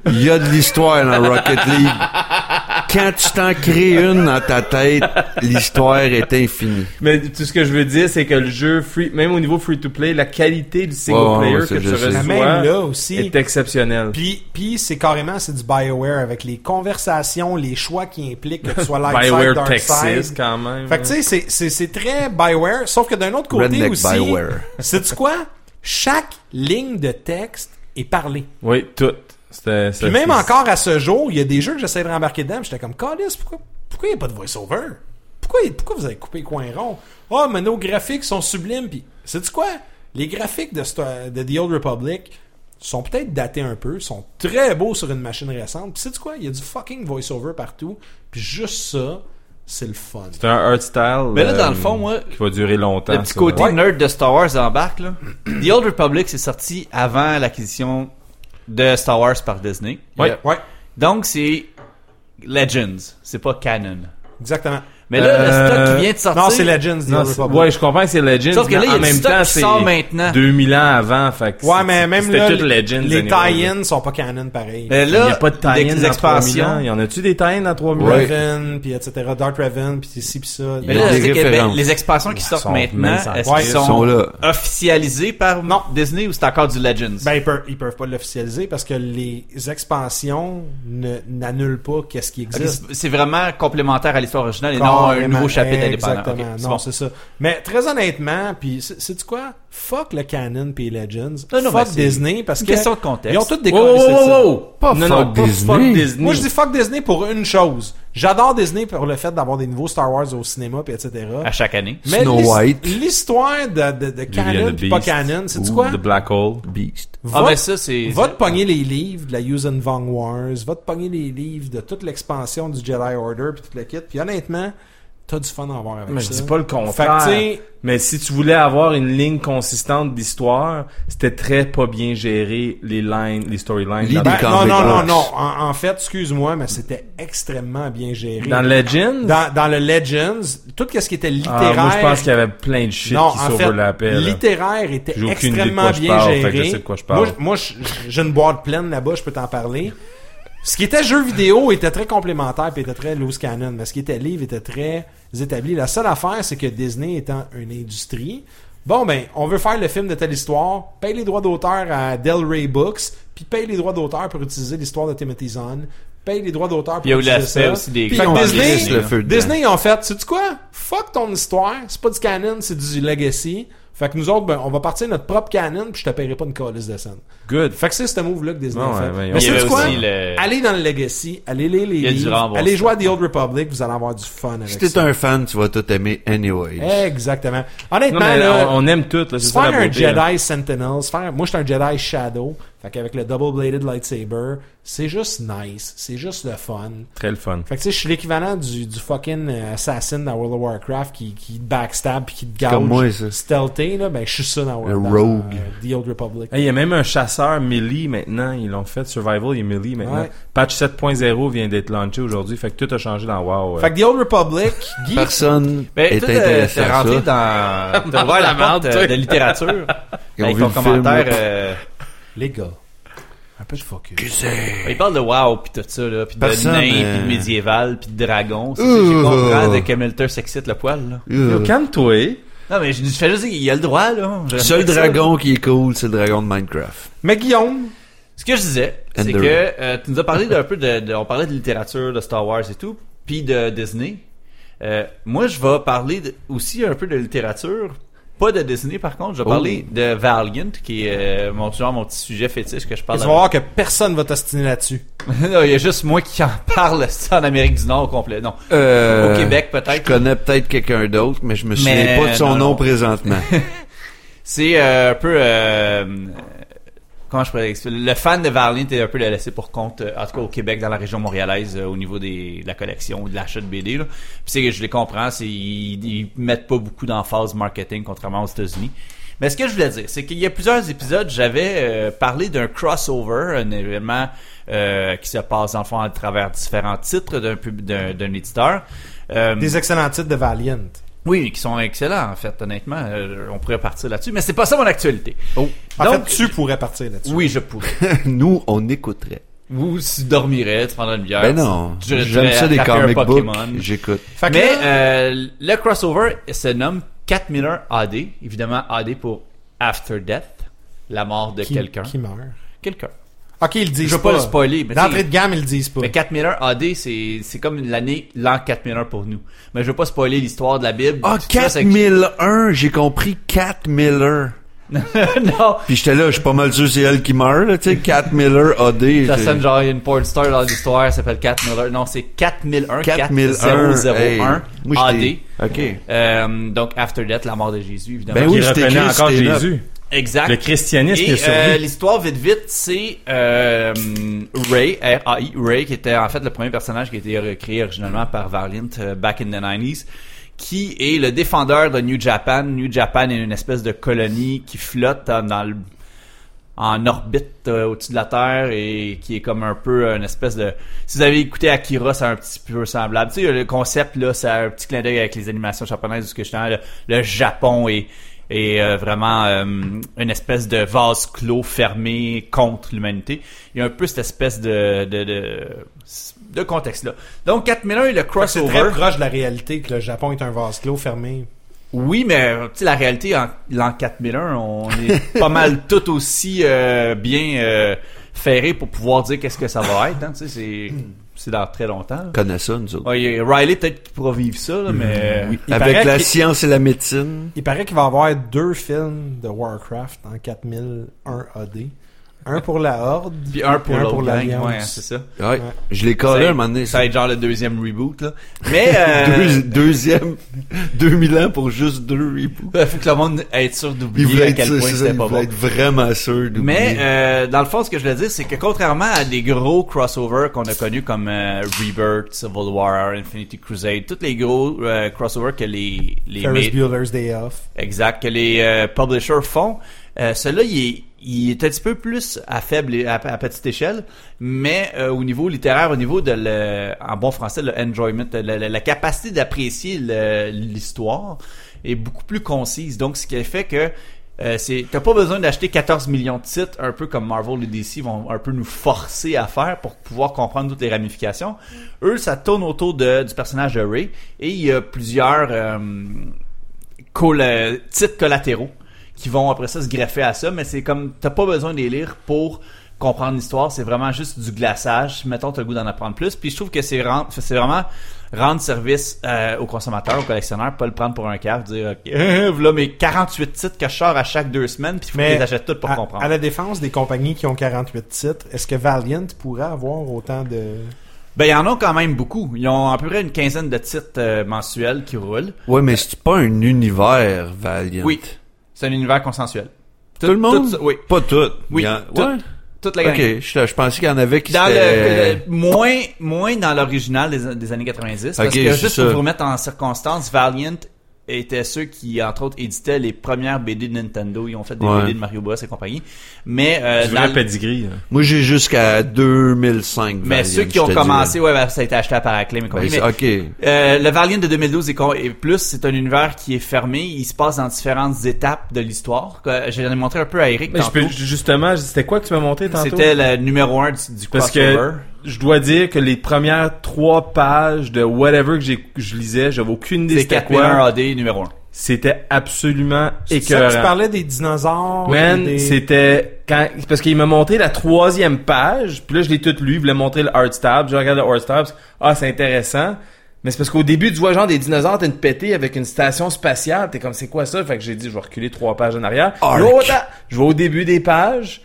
D: Il y a de l'histoire dans Rocket League. Quand tu t'en crées une dans ta tête, l'histoire est infinie.
A: Mais tout ce que je veux dire, c'est que le jeu, free, même au niveau free-to-play, la qualité du single
D: Ouais, ouais,
A: player
D: ouais, ça,
A: que
D: je
A: tu
D: sais.
B: Mais
A: reçois
B: même là aussi.
A: est exceptionnelle.
B: Puis, puis c'est carrément c'est du Bioware avec les conversations, les choix qui impliquent que tu sois light side,
A: Bioware
B: dark
A: Texas,
B: side.
A: quand même.
B: Fait que tu sais, c'est- c'est- c'est très Bioware, sauf que d'un autre côté
D: Redneck
B: aussi,
D: Bioware.
B: sais-tu quoi? Chaque ligne de texte est parlée.
A: Oui, tout. C'était-
B: Puis
D: Euh,
A: c'était-
B: même encore à ce jour, il y a des jeux que j'essaie de rembarquer dedans, puis j'étais comme, Calis, pourquoi pourquoi il n'y a pas de voice-over? Pourquoi, pourquoi vous avez coupé le coin rond? Ah, mais nos graphiques sont sublimes, puis sais-tu quoi? Les graphiques de, Star- de The Old Republic sont peut-être datés un peu, sont très beaux sur une machine récente, puis sais-tu quoi? Il y a du fucking voice-over partout, puis juste ça, c'est le fun.
A: C'est un art style.
C: Mais là,
A: euh,
C: dans le fond, moi,
A: Qui va durer longtemps.
C: Le petit
A: ça.
C: côté
A: Ouais.
C: nerd de Star Wars embarque là. The Old Republic c'est sorti avant l'acquisition de Star Wars par Disney.
A: Ouais.
B: Ouais,
C: Donc c'est Legends, c'est pas canon.
B: exactement.
C: Mais là,
A: Euh,
C: le stock qui vient de sortir.
B: Non, c'est Legends. The Old
A: c'est-
B: Republic.
A: ouais, je comprends que c'est Legends.
C: Sauf que
A: mais
C: là, il y a
A: en
C: du
A: même
C: stock
A: temps,
C: qui sort maintenant.
A: c'est 2000 ans avant. Fait que
B: Ouais,
A: c'est-
B: mais même
A: c'était
B: là,
A: tout Legends.
B: les
A: anyway.
B: tie-ins sont pas canon pareil.
C: Mais
A: Il
C: euh, là,
A: n'y a pas de tie-in
C: des
A: dans 3000 ans.
C: expansions.
A: Il y en a-tu des tie-in dans 3000 ans?
D: Ouais.
B: Raven, puis etc. Dark Raven, puis ici, puis ça.
C: Mais
D: Il y a
C: là,
D: des
C: c'est que, ben,
D: références.
C: les expansions qui
A: Ils
C: sortent
A: sont
C: maintenant,
A: même sans-
C: est-ce
B: Ouais,
C: qu'ils
B: ils
C: sont,
D: sont là.
C: officialisés par Disney ou c'est encore du Legends?
B: Ben, ils peuvent, ils peuvent pas l'officialiser parce que les expansions ne- n'annulent pas qu'est-ce qui
C: Ok,
B: existe.
C: c'est- c'est vraiment complémentaire à l'histoire originale et Ah, non un nouveau chapitre indépendant.
B: Exactement.
C: Ok, c'est
B: non,
C: bon.
B: c'est ça. Mais très honnêtement, puis c'est tu quoi? Fuck le canon puis les Legends.
C: Non, non, ben,
B: fuck
C: c'est
B: Disney parce
C: une
B: que
C: question de contexte.
B: ils ont tous des
A: Wow, wow, wow, wow.
D: Pas
A: non,
D: fuck
A: non, pas
D: Disney.
A: fuck Disney.
B: Moi, je dis fuck Disney pour une chose. J'adore Disney pour le fait d'avoir des nouveaux Star Wars au cinéma, puis etc.
C: À chaque année.
B: Mais
D: Snow
B: l'his-
D: White.
B: l'histoire de, de,
A: Ah, Beauty
B: de
A: and the
B: canon pis pas
A: Beast.
B: canon, c'est
A: Ou
B: quoi?
A: The Black Hole.
D: Beast.
C: Ah,
B: Va-
C: ben ça, c'est.
B: Va te pogner les livres de la Use and Vong Wars, va te pogner les livres de toute l'expansion du Jedi Order puis tout le kit. Puis honnêtement, t'as du fun à avoir avec
A: Mais je
B: ça.
A: dis pas le
B: Fait que,
A: contraire.
B: tu sais-
A: Mais si tu voulais avoir une ligne consistante d'histoire, c'était très pas bien géré les lines, les storylines.
D: L'idée-
A: Dans-
D: Des
B: Ben, non,
D: comic
B: non, non,
D: books.
B: non. En, en fait, excuse-moi, mais c'était extrêmement bien géré.
A: Dans Legends,
B: dans, dans le Legends, tout ce qui était
A: ah,
B: littéraire.
A: moi je pense qu'il y avait plein de shit
B: non,
A: qui
B: en fait,
A: s'overlappaient. là.
B: littéraire était
A: J'ai aucune idée de
B: extrêmement
A: quoi je
B: bien
A: parle, fait que
B: géré.
A: je sais de quoi je parle.
B: Moi, je- Moi, je- j'ai une boîte pleine là-bas, je peux t'en parler. Ce qui était jeu vidéo était très complémentaire puis était très loose canon, mais ce qui était livre était très établi. La seule affaire, c'est que Disney étant une industrie, bon ben, on veut faire le film de telle histoire, paye les droits d'auteur à Del Rey Books, puis paye les droits d'auteur pour utiliser l'histoire de Timothy Zahn, paye les droits d'auteur pour
C: Il y a eu
B: utiliser
C: l'aspect
B: ça.
C: aussi des-
B: Puis
C: Fait que
B: Disney,
C: Disney,
D: le feu dedans.
B: Disney en fait, sais-tu quoi? Fuck ton histoire, c'est pas du canon, c'est du legacy. Fait que nous autres, ben, on va partir notre propre canon, puis je te paierai pas une calice de scène.
A: Good.
B: Fait que c'est ce move-là que Disney
A: Non,
B: a fait.
A: ouais, ouais,
B: mais
A: il y
B: c'est
A: avait
B: quoi?
A: aussi
C: le-
B: Allez dans le Legacy, allez lire les
C: y a du
B: livres,
C: remboursement.
B: allez jouer à The Old Republic, vous allez avoir du fun avec
D: Si t'es
B: ça.
D: un fan, tu vas tout aimer anyway.
B: Exactement.
A: Non,
B: Honnêtement,
A: mais
B: là,
A: on, on aime tout. Là, c'est
B: se
A: ça
B: faire
A: la
B: un
A: beauté, hein. là.
B: Jedi Sentinel, se faire... moi je suis un Jedi Shadow, fait qu'avec le double-bladed lightsaber, c'est juste nice, c'est juste le fun.
A: Très le fun.
B: Fait que tu sais, je suis l'équivalent du, du fucking euh, assassin dans World of Warcraft qui, qui te backstab puis qui te gauge.
D: comme moi, ça.
B: Stealthy, là, ben je suis ça dans
D: Un
B: World dans,
D: rogue.
B: euh, The Old Republic.
A: Hey, Il y a même un chasseur melee maintenant. Ils l'ont fait. Survival, il est melee maintenant.
B: Ouais.
A: Patch 7.0 vient d'être lancé aujourd'hui. Fait que tout a changé dans WoW. ouais.
B: Fait que The Old Republic, Guy,
D: Personne
C: Ben,
D: est
C: toi, t'es
D: intéressé
C: t'es
D: à
C: rentré
D: ça.
C: dans. T'as ouvert la
A: la
C: porte
A: merde,
C: euh,
A: toi.
C: de littérature.
D: Ils ont
C: avec
D: vu
C: ton
D: le film,
C: commentaire.
D: là.
C: euh,
B: les gars, un peu de focus.
C: Il parle de WoW puis tout ça là, puis de
D: Personne,
C: nains,
D: euh,
C: puis de médiéval, puis de dragon. Ça, c'est-
D: Euh.
C: Je comprends de Camelter s'excite le poil là.
A: Yo,
D: Euh,
A: calme-toi.
C: Non mais je, je fais juste dire qu'il a le droit là. Je
D: Le seul
C: respecte ça, là.
D: dragon qui est cool, c'est le dragon de Minecraft.
B: Mais Guillaume,
C: Ce que je disais, c'est
D: Ender.
C: que euh, tu nous as parlé d'un peu de, de- on parlait de littérature, de Star Wars et tout, puis de Disney. Euh, moi, je vais parler de- aussi un peu de littérature, pas de Disney par contre. Je vais
D: Oh.
C: parler de Valiant, qui est euh, mon genre mon petit sujet fétiche que je
B: tu
C: parle.
B: vas voir que personne va t'ostiner là-dessus.
C: non, il y a juste moi qui en parle ça, en Amérique du Nord au complet. Non,
D: Euh,
C: au Québec peut-être.
D: Je connais peut-être quelqu'un d'autre, mais je me
C: Mais
D: souviens pas de son
C: non,
D: nom
C: non.
D: présentement.
C: C'est euh, un peu. euh, euh, comment je pourrais expliquer Le fan de Valiant est un peu le laissé pour compte, euh, en tout cas au Québec, dans la région montréalaise, euh, au niveau des, de la collection ou de l'achat de BD. Là. Puis c'est que je les comprends, c'est, ils, ils mettent pas beaucoup d'emphase marketing, contrairement aux États-Unis. Mais ce que je voulais dire, c'est qu'il y a plusieurs épisodes, j'avais euh, parlé d'un crossover, un événement euh, qui se passe en fond à travers différents titres d'un, pub- d'un, d'un éditeur. Euh,
B: Des excellents titres de Valiant.
C: Oui, qui sont excellents en fait, honnêtement. Euh, on pourrait partir là-dessus, mais c'est pas ça mon actualité.
B: En
C: Donc,
B: fait, tu pourrais partir là-dessus.
C: Oui, je pourrais.
D: Nous, on écouterait.
C: Ou si tu dormirais, Ah, tu prendrais une bière.
D: Ben non,
C: tu- tu
D: j'aime
C: jouerais à
D: ça des
C: attraper un
D: comic books,
C: Pokémon.
D: j'écoute.
B: Fait que
C: Mais
B: là-
C: euh, le crossover se nomme 4001 AD. Évidemment, AD pour After Death, la mort de
B: qui,
C: quelqu'un.
B: qui meurt.
C: Quelqu'un.
B: Ok, ils le disent
C: Je veux pas le spoiler, mais tu sais-
B: D'entrée de gamme, ils le disent pas.
C: Mais 4001 AD, c'est c'est comme l'année, l'an 4001 pour nous. Mais je veux pas spoiler l'histoire de la Bible.
D: Ah,
C: Tout ça, c'est-
D: 4001, j'ai compris 4 Miller.
C: non,
D: Puis j'étais là, je suis pas mal sûr c'est elle qui meurt, là, tu sais, 4 Miller AD.
C: Ça
D: j'ai-
C: sonne genre, il y a une porn star dans l'histoire, elle s'appelle 4001. Non, c'est 4001.
D: 4001. hey.
C: 4001
D: Moi,
C: AD.
D: j'étais- OK.
C: Euh, donc, After Death, la mort de Jésus, évidemment.
D: Ben oui,
A: Qui
D: je t'ai
A: reprenait
D: écrit,
A: encore
D: c'était là.
A: Jésus.
C: Exact.
A: Le christianisme
C: Et,
A: qui a survécu.
C: euh, l'histoire, vite, vite, c'est euh, Ray, R-A-I, Ray, qui était en fait le premier personnage qui a été recréé originalement par Valiant euh, back in the 90s, qui est le défendeur de New Japan. New Japan est une espèce de colonie qui flotte dans, dans le en orbite euh, au-dessus de la Terre et qui est comme un peu une espèce de... Si vous avez écouté Akira, c'est un petit peu semblable. Tu sais, le concept, là, c'est un petit clin d'œil avec les animations japonaises, où que justement, le, le Japon est, est euh, vraiment euh, une espèce de vase clos fermé contre l'humanité. Il y a un peu cette espèce de... de, de, de contexte-là. Donc, 4001 et le
B: C'est
C: crossover...
B: très proche de la réalité que le Japon est un vase clos fermé.
C: Oui, mais euh, tu sais, la réalité, en l'an 4001, on est pas mal tout aussi euh, bien euh, ferré pour pouvoir dire qu'est-ce que ça va être. Hein, tu sais, c'est- c'est dans très longtemps. là.
D: On connaît ça, nous autres.
C: Ouais, y a- Riley, peut-être qu'il pourra vivre ça, là, mais... euh,
D: Oui.
B: Il
D: Avec
B: paraît
D: la
B: qu'il-
D: science et la médecine.
B: Il paraît qu'il va y avoir deux films de Warcraft en 4001 AD. Un pour la Horde.
C: Puis un pour,
B: puis
C: l'autre gang,
B: l'Alliance.
C: ouais, c'est ça.
D: Ouais. Je l'ai collé
C: Ça-
D: un moment donné.
C: Ça
D: Ça.
C: va être genre le deuxième reboot, là. Mais... euh,
D: Deux- deuxième, 2000 ans pour juste deux reboots.
C: euh, faut que le monde ait sûr
D: Il
C: d'oublier
D: voulait
C: à
D: être,
C: quel
D: c'est
C: point
D: ça,
C: c'était
D: il
C: pas
D: voulait
C: bon.
D: être vraiment sûr d'oublier.
C: Mais euh, dans le fond, ce que je veux dire, c'est que contrairement à des gros crossovers qu'on a connus comme euh, Rebirth, Civil War, Infinity Crusade, tous les gros euh, crossovers que les les
B: Ferris
C: mais-
B: Bueller's Day Off.
C: exact que les euh, publishers font, euh, celui-là il est il est un petit peu plus à faible et à, à petite échelle, mais euh, au niveau littéraire, au niveau de le, en bon français, le enjoyment, la, la- la capacité d'apprécier le- l'histoire est beaucoup plus concise. Donc, ce qui fait que euh, c'est t'as pas besoin d'acheter 14 millions de titres un peu comme Marvel et DC vont un peu nous forcer à faire pour pouvoir comprendre toutes les ramifications eux ça tourne autour de, du personnage de Ray et il y a plusieurs euh, coll- euh, titres collatéraux qui vont après ça se greffer à ça mais c'est comme t'as pas besoin de les lire pour comprendre l'histoire c'est vraiment juste du glaçage mettons t'as le goût d'en apprendre plus puis je trouve que c'est ren- c'est vraiment rendre service euh, aux consommateurs, aux collectionneurs, pas le prendre pour un cave, dire OK, voilà mes 48 titres que je sors à chaque deux semaines, puis faut que je les achète toutes pour
B: à,
C: comprendre.
B: à la défense des compagnies qui ont 48 titres, est-ce que Valiant pourrait avoir autant de...
C: Ben, il y en a quand même beaucoup. Ils ont à peu près une quinzaine de titres euh, mensuels qui roulent.
D: ouais, mais c'est pas un univers Valiant.
C: Oui. C'est un univers consensuel.
D: Tout, le monde?
C: ça- oui.
D: Pas tout.
C: Oui,
D: Il y en-
C: tout.
D: ouais.
C: Toute la gang.
D: Ok, je, je pensais qu'il y en avait qui
C: Dans le,
D: s'étaient-
C: le- moins, moins dans l'original des, des années 90.
D: Ok,
C: parce que
D: c'est
C: juste
D: ça.
C: pour vous remettre en circonstance, Valiant étaient ceux qui, entre autres, éditaient les premières BD de Nintendo. Ils ont fait des
D: Ouais.
C: BD de Mario Bros et compagnie. Mais, euh,
A: Du
C: dans
A: vrai
C: le-
A: pedigree. hein. là.
D: Moi, j'ai jusqu'à 2005
C: mais
D: Valiant,
C: ceux qui
D: je
C: ont
D: te
C: commencé,
D: dirais.
C: ouais, ben, ça a été acheté à Paraclaim et
D: Ben,
C: compagnie.
D: c'est-
C: mais-
D: ok.
C: Euh, le Valiant de 2012 et, con- et plus, c'est un univers qui est fermé. Il se passe dans différentes étapes de l'histoire. Que- Je l'ai montré un peu à Eric
A: Mais je
C: tantôt.
A: peux, justement, c'était quoi que tu m'as montré tantôt?
C: C'était le numéro 1 du, du
A: Parce
C: crossover.
A: que je dois dire que les premières trois pages de whatever que j'ai- je lisais, j'avais aucune idée
C: C'est
A: c'était
C: 4001
A: quoi.
C: AD numéro 1.
A: C'était absolument
B: C'est ça que tu
A: écœurant.
B: parlais des dinosaures.
A: Man,
B: des-
A: c'était quand parce qu'il m'a montré la troisième page, puis là je l'ai toute lu, il voulait me montrer le art tab, je regarde le art tab, ah c'est intéressant, mais c'est parce qu'au début tu vois genre des dinosaures t'es une pétée avec une station spatiale, t'es comme c'est quoi ça, fait que j'ai dit je vais reculer trois pages en arrière,
D: Arc.
A: L'autre, je vais au début des pages,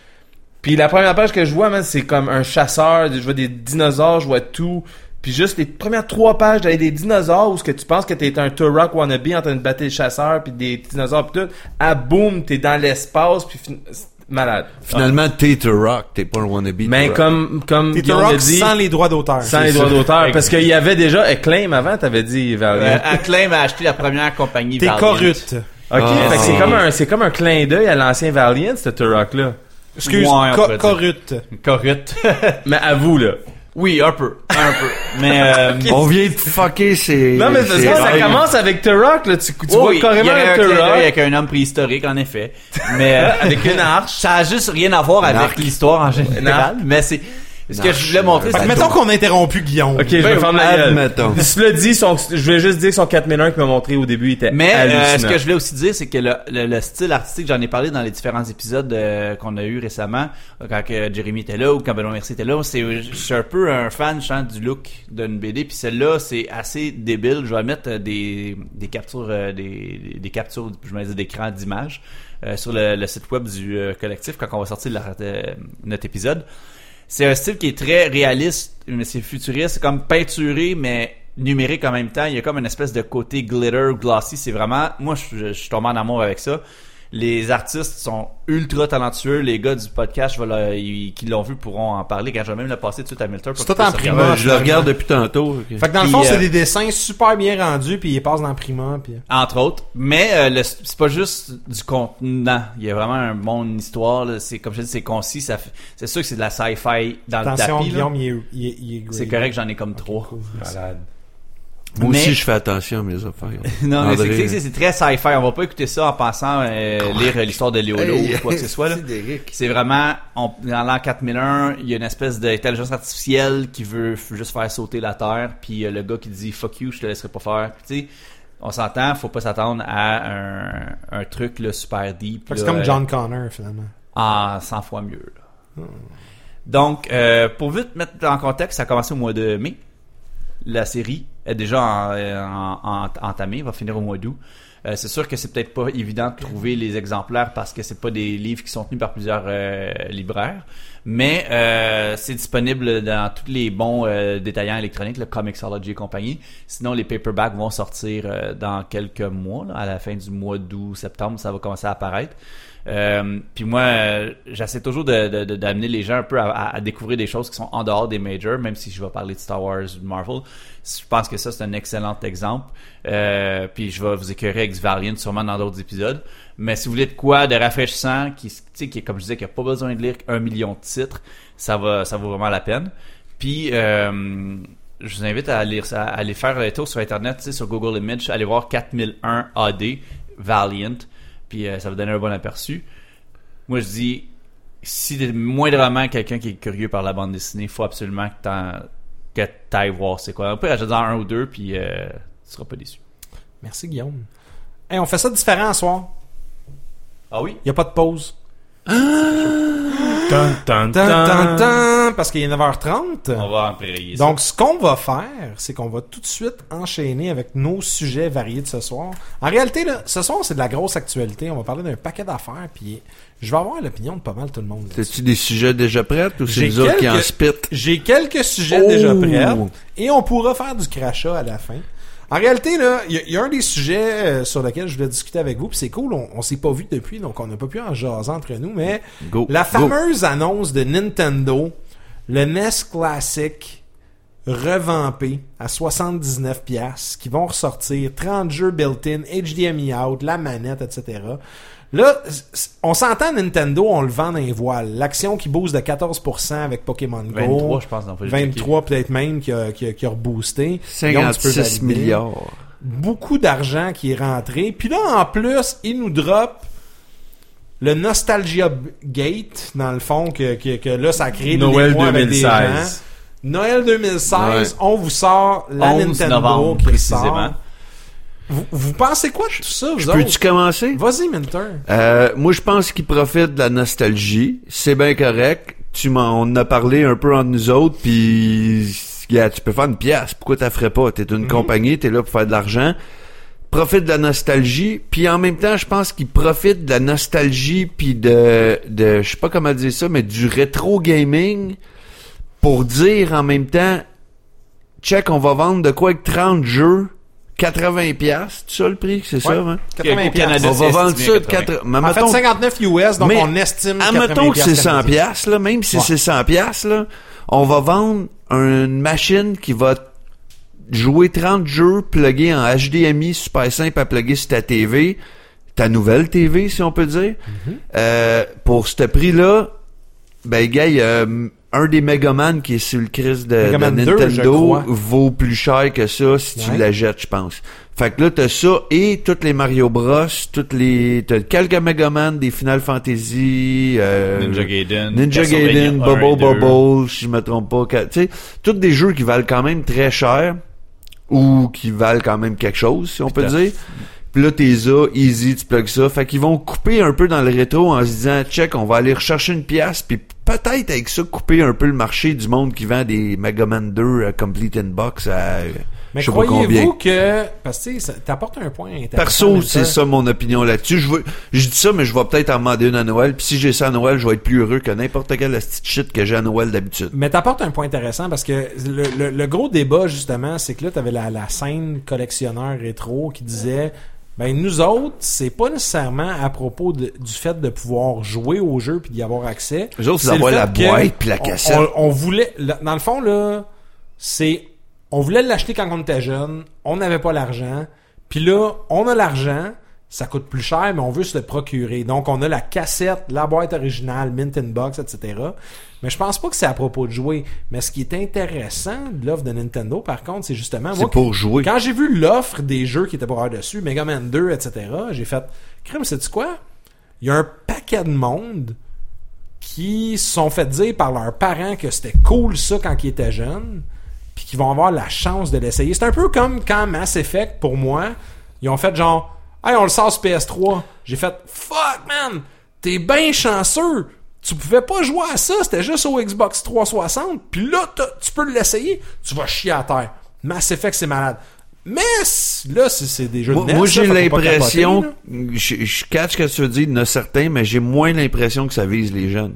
A: puis la première page que je vois man, c'est comme un chasseur, je vois des dinosaures, je vois tout. Puis juste les premières trois pages j'avais des dinosaures où ce que tu penses que t'es un Turok wannabe en train de battre les chasseurs puis des dinosaures pis tout, ah boum, t'es dans l'espace puis fin- c'est malade.
D: Finalement, t'es The Rock, t'es pas un wannabe.
A: Mais
D: The Rock.
A: comme comme
B: Peter
A: Guillaume l'a
B: Rock
A: dit,
B: sans les droits d'auteur.
A: sans les
D: c'est
A: droits
D: ça.
A: d'auteur parce qu'il y avait déjà Acclaim avant, t'avais dit Valiant.
C: Euh, Acclaim a acheté la première compagnie
B: T'es
C: Valiant.
B: corrupte.
A: OK,
D: Ah.
A: fait que c'est comme un c'est comme un clin d'œil à l'ancien Valiant ce Turok là.
B: Excuse,
C: Ouais, on
B: co-
C: pourrait dire.
B: corrupte.
C: Correct.
A: Mais à vous là.
C: oui, un peu. Un peu. Mais... euh,
D: On vient de fucker ces...
A: Non mais parce
D: ces
A: que ça
D: règles.
A: commence avec Turok là, tu, tu
C: oui,
A: vois
C: oui, il y
A: carrément
C: aurait
A: un
C: un clin d'œil
A: Turok.
C: avec un homme préhistorique, en effet. Mais euh,
A: Avec une arche.
C: ça a juste rien à voir avec
D: arc.
C: l'histoire en général. Mais c'est... Ce que
D: arche,
C: je voulais montrer,
D: euh,
B: Fait que
C: c'est
B: mettons qu'on a interrompu Guillaume.
A: Ok, je vais
D: Ben,
A: fermer la gueule.
D: admettons.
A: Cela dit, son, je vais juste dire que son 4001 qu'il m'a montré au début il était
C: Mais euh, ce
A: hallucinant.
C: que je voulais aussi dire, c'est que le, le- le style artistique, j'en ai parlé dans les différents épisodes euh, qu'on a eu récemment, euh, quand que Jérémy était là ou quand Benoît Mercier était là. C'est, je suis un peu un fan, je sens, du look d'une BD. Puis celle-là, c'est assez débile. Je vais mettre euh, des, des captures, euh, des, des captures, je me dis d'écran d'images euh, sur le, le site web du euh, collectif quand on va sortir la- euh, notre épisode. C'est un style qui est très réaliste, mais c'est futuriste, c'est comme peinturé, mais numérique en même temps. Il y a comme une espèce de côté glitter, glossy. C'est vraiment, moi, je, je- je suis tombé en amour avec ça. Les artistes sont ultra talentueux. Les gars du podcast je vais leur- ils- qui l'ont vu pourront en parler. Quand je vais même le passer tout de suite à Milter.
B: C'est tout en prima.
D: Ouais, je le regarde depuis tantôt.
B: Fait que dans le
C: Puis,
B: fond,
C: euh,
B: c'est des dessins super bien rendus, puis ils passent dans Prima, puis...
C: Entre autres. Mais euh, le- c'est pas juste du contenant. Il y a vraiment un monde d'histoire. là. C'est comme je dis, c'est concis. Ça fait- C'est sûr que c'est de la sci-fi dans
B: Attention,
C: le tapis. là.
B: Guillaume, il est, il est, il est
C: C'est
B: great.
C: correct, j'en ai comme trois.
B: Cool.
A: Malade.
D: Moi
C: Mais-
D: aussi, je fais attention à mes affaires.
C: Non, mais c'est-
D: André.
C: c'est c'est- c'est très sci-fi. On va pas écouter ça en pensant euh, lire euh, l'histoire de Léolo
D: Hey,
C: ou quoi que ce soit. là.
D: c'est d'Éric.
C: C'est vraiment, on, dans l'an 4001, il y a une espèce d'intelligence artificielle qui veut f- juste faire sauter la Terre. Puis euh, le gars qui dit « Fuck you, je te laisserai pas faire ». Tu sais, on s'entend, faut pas s'attendre à un, un truc là, super deep.
B: Fait que c'est
C: là,
B: comme
C: euh,
B: John Connor, finalement.
C: en 100 Ah, fois mieux. là. Donc, euh, pour vite mettre en contexte, ça a commencé au mois de mai. La série est déjà en, euh, en- en- entamée, va finir au mois d'août. Euh, c'est sûr que c'est peut-être pas évident de trouver les exemplaires parce que c'est pas des livres qui sont tenus par plusieurs euh, libraires, mais euh, c'est disponible dans tous les bons euh, détaillants électroniques, le Comixology et compagnie. Sinon, les paperbacks vont sortir euh, dans quelques mois, là, à la fin du mois d'août-septembre, ça va commencer à apparaître. Euh, puis moi, euh, j'essaie toujours de- de- de- d'amener les gens un peu à, à- à découvrir des choses qui sont en dehors des majors, même si je vais parler de Star Wars ou de Marvel. Je pense que ça, c'est un excellent exemple. Euh, puis je vais vous écœurer avec du Variant sûrement dans d'autres épisodes. Mais si vous voulez de quoi, de rafraîchissant, qui, s- tu sais, qui est, comme je disais, qui a pas besoin de lire un million de titres, ça va, ça vaut vraiment la peine. Puis, euh, je vous invite à aller, à aller faire un tour sur Internet, tu sais, sur Google Image, aller voir 4001 AD Valiant, puis euh, ça va donner un bon aperçu. Moi, je dis, si t'es moindrement quelqu'un qui est curieux par la bande dessinée, faut absolument que t'en- que t'ailles voir c'est quoi. On peut ajouter un ou deux, puis euh, tu seras pas déçu.
B: Merci, Guillaume. Hey, on fait ça différent ce soir.
C: Ah oui?
B: Il a pas de pause.
A: Tan, tan,
B: Tan, tan,
A: tan.
B: tan, parce qu'il est 9h30.
C: On va en prérayer ça.
B: Donc, ce qu'on va faire, c'est qu'on va tout de suite enchaîner avec nos sujets variés de ce soir. En réalité, là, ce soir, c'est de la grosse actualité. On va parler d'un paquet d'affaires, puis je vais avoir l'opinion de pas mal tout le monde. là-dessus.
D: T'as-tu des sujets déjà prêts ou c'est
B: J'ai
D: nous autres qui en
B: quelques-
D: spit?
B: J'ai quelques sujets
D: Oh!
B: déjà prêts et on pourra faire du crachat à la fin. En réalité, là, il y, a- il y a un des sujets euh, sur lequel je voulais discuter avec vous, puis c'est cool, on, on s'est pas vu depuis, donc on n'a pas pu en jaser entre nous, mais
D: Go,
B: la
D: go.
B: fameuse annonce de Nintendo, le NES Classic revampé à 79 pièces qui vont ressortir 30 jeux built-in, HDMI out, la manette, etc. Là, c- c- on s'entend Nintendo, on le vend dans les voiles. L'action qui booste de 14% avec Pokémon Go.
C: 23, je pense, dans le
B: 23 peut-être même qui a, qui a- qui a reboosté. Donc, tu peux
D: 56
B: valider.
D: milliards.
B: Beaucoup d'argent qui est rentré. Puis là, en plus, il nous drop le Nostalgia B- Gate, dans le fond, que, que, que là, ça crée
A: Noël
B: des mois avec des gens.
A: 2016.
B: Noël 2016,
D: Ouais.
B: on vous sort la
C: 11
B: Nintendo
C: novembre,
B: qui
C: précisément.
B: sort. Vous, vous pensez quoi de tout ça, vous
D: Je peux-tu
B: autres?
D: commencer?
B: Vas-y, Minter.
D: Euh, moi, je pense qu'ils profitent de la nostalgie. C'est bien correct. Tu m'en, on en a parlé un peu entre nous autres, puis gars, tu peux faire une pièce. Pourquoi t'en ferais pas? T'es une compagnie, t'es là pour faire de l'argent. Profite de la nostalgie, puis en même temps, je pense qu'ils profitent de la nostalgie, puis de, de, je sais pas comment dire ça, mais du rétro gaming pour dire en même temps, check, on va vendre de quoi avec 30 jeux, 80 pièces, c'est ça le prix, c'est ça, hein?
C: Au
B: 80
C: Canada.
B: piastres.
D: On
C: C'est
D: va vendre
C: estimé
D: ça
C: à
D: de
C: 80.
D: 80. Mais
B: En fait,
D: mettons-
B: 59 US, donc
D: Mais,
B: on estime 80
D: Admettons que c'est 100
B: canadiens.
D: pièces là, même si
B: Ouais.
D: c'est 100 pièces là, on va vendre une machine qui va jouer 30 jeux pluggés en HDMI super simple à plugger sur ta TV, ta nouvelle TV si on peut dire.
B: Mm-hmm.
D: Euh, pour ce prix là, ben gars, il y a hum, un des Megaman qui est sur le crise de, de
B: Megaman 2, je
D: Nintendo
B: crois.
D: vaut plus cher que ça si
B: Ouais.
D: tu la jettes, je pense. Fait que là, t'as ça et toutes les Mario Bros, toutes les. T'as quelques Megaman, des Final Fantasy, euh,
C: Ninja Gaiden.
D: Ninja
C: Castlevania
D: Gaiden,
C: 1 et 2.
D: Bubble Bubble, si je me trompe pas. que- Tu sais, tous des jeux qui valent quand même très cher ou qui valent quand même quelque chose, si on peut
C: Putain.
D: dire. Puis là, t'es ça, easy, tu plugs ça. Fait qu'ils vont couper un peu dans le rétro en se disant, check, on va aller rechercher une pièce, puis peut-être avec ça, couper un peu le marché du monde qui vend des Megaman 2 euh, Complete in Box à... euh,
B: Mais
D: je sais pas combien.
B: croyez-vous que... Parce que tu sais, ça- t'apportes un point intéressant.
D: Perso,
B: Minter.
D: c'est ça mon opinion là-dessus. Je veux, je dis ça, mais je vais peut-être en demander une à Noël. Puis si j'ai ça à Noël, je vais être plus heureux que n'importe quelle petite shit que j'ai à Noël d'habitude.
B: Mais t'apportes un point intéressant parce que le, le- le gros débat, justement, c'est que là, t'avais la, la scène collectionneur rétro qui disait Ben nous autres, c'est pas nécessairement à propos de- du fait de pouvoir jouer au jeu puis d'y avoir accès.
D: Eux autres, ils
B: C'est
D: avoir
B: le
D: la
B: fait que
D: boîte puis la
B: on-
D: cassette.
B: On, on voulait, le- dans le fond là, c'est on voulait l'acheter quand on était jeune, on n'avait pas l'argent, puis là on a l'argent, ça coûte plus cher, mais on veut se le procurer. Donc on a la cassette, la boîte originale, mint in box, etc. Mais je pense pas que c'est à propos de jouer. Mais ce qui est intéressant de l'offre de Nintendo, par contre, c'est justement moi,
D: C'est pour jouer.
B: quand j'ai vu l'offre des jeux qui étaient pour avoir dessus, Mega Man 2, etc., j'ai fait Crime, sais-tu quoi? Il y a un paquet de monde qui se sont fait dire par leurs parents que c'était cool ça quand ils étaient jeunes, puis qui vont avoir la chance de l'essayer. C'est un peu comme quand Mass Effect, pour moi, ils ont fait genre Hey, on le sort sur PS3. J'ai fait Fuck man, t'es bien chanceux. Tu pouvais pas jouer à ça, c'était juste au Xbox 360. Puis là, t'as- tu peux l'essayer. Tu vas chier à terre. Mass Effect, c'est malade. Mais c- là, c'est c'est des jeux
D: Moi,
B: de NES,
D: moi,
B: ça,
D: j'ai
B: faut pas capoter,
D: l'impression,
B: là.
D: je, je catch ce que tu veux dire, il y en a certains, mais j'ai moins l'impression que ça vise les jeunes.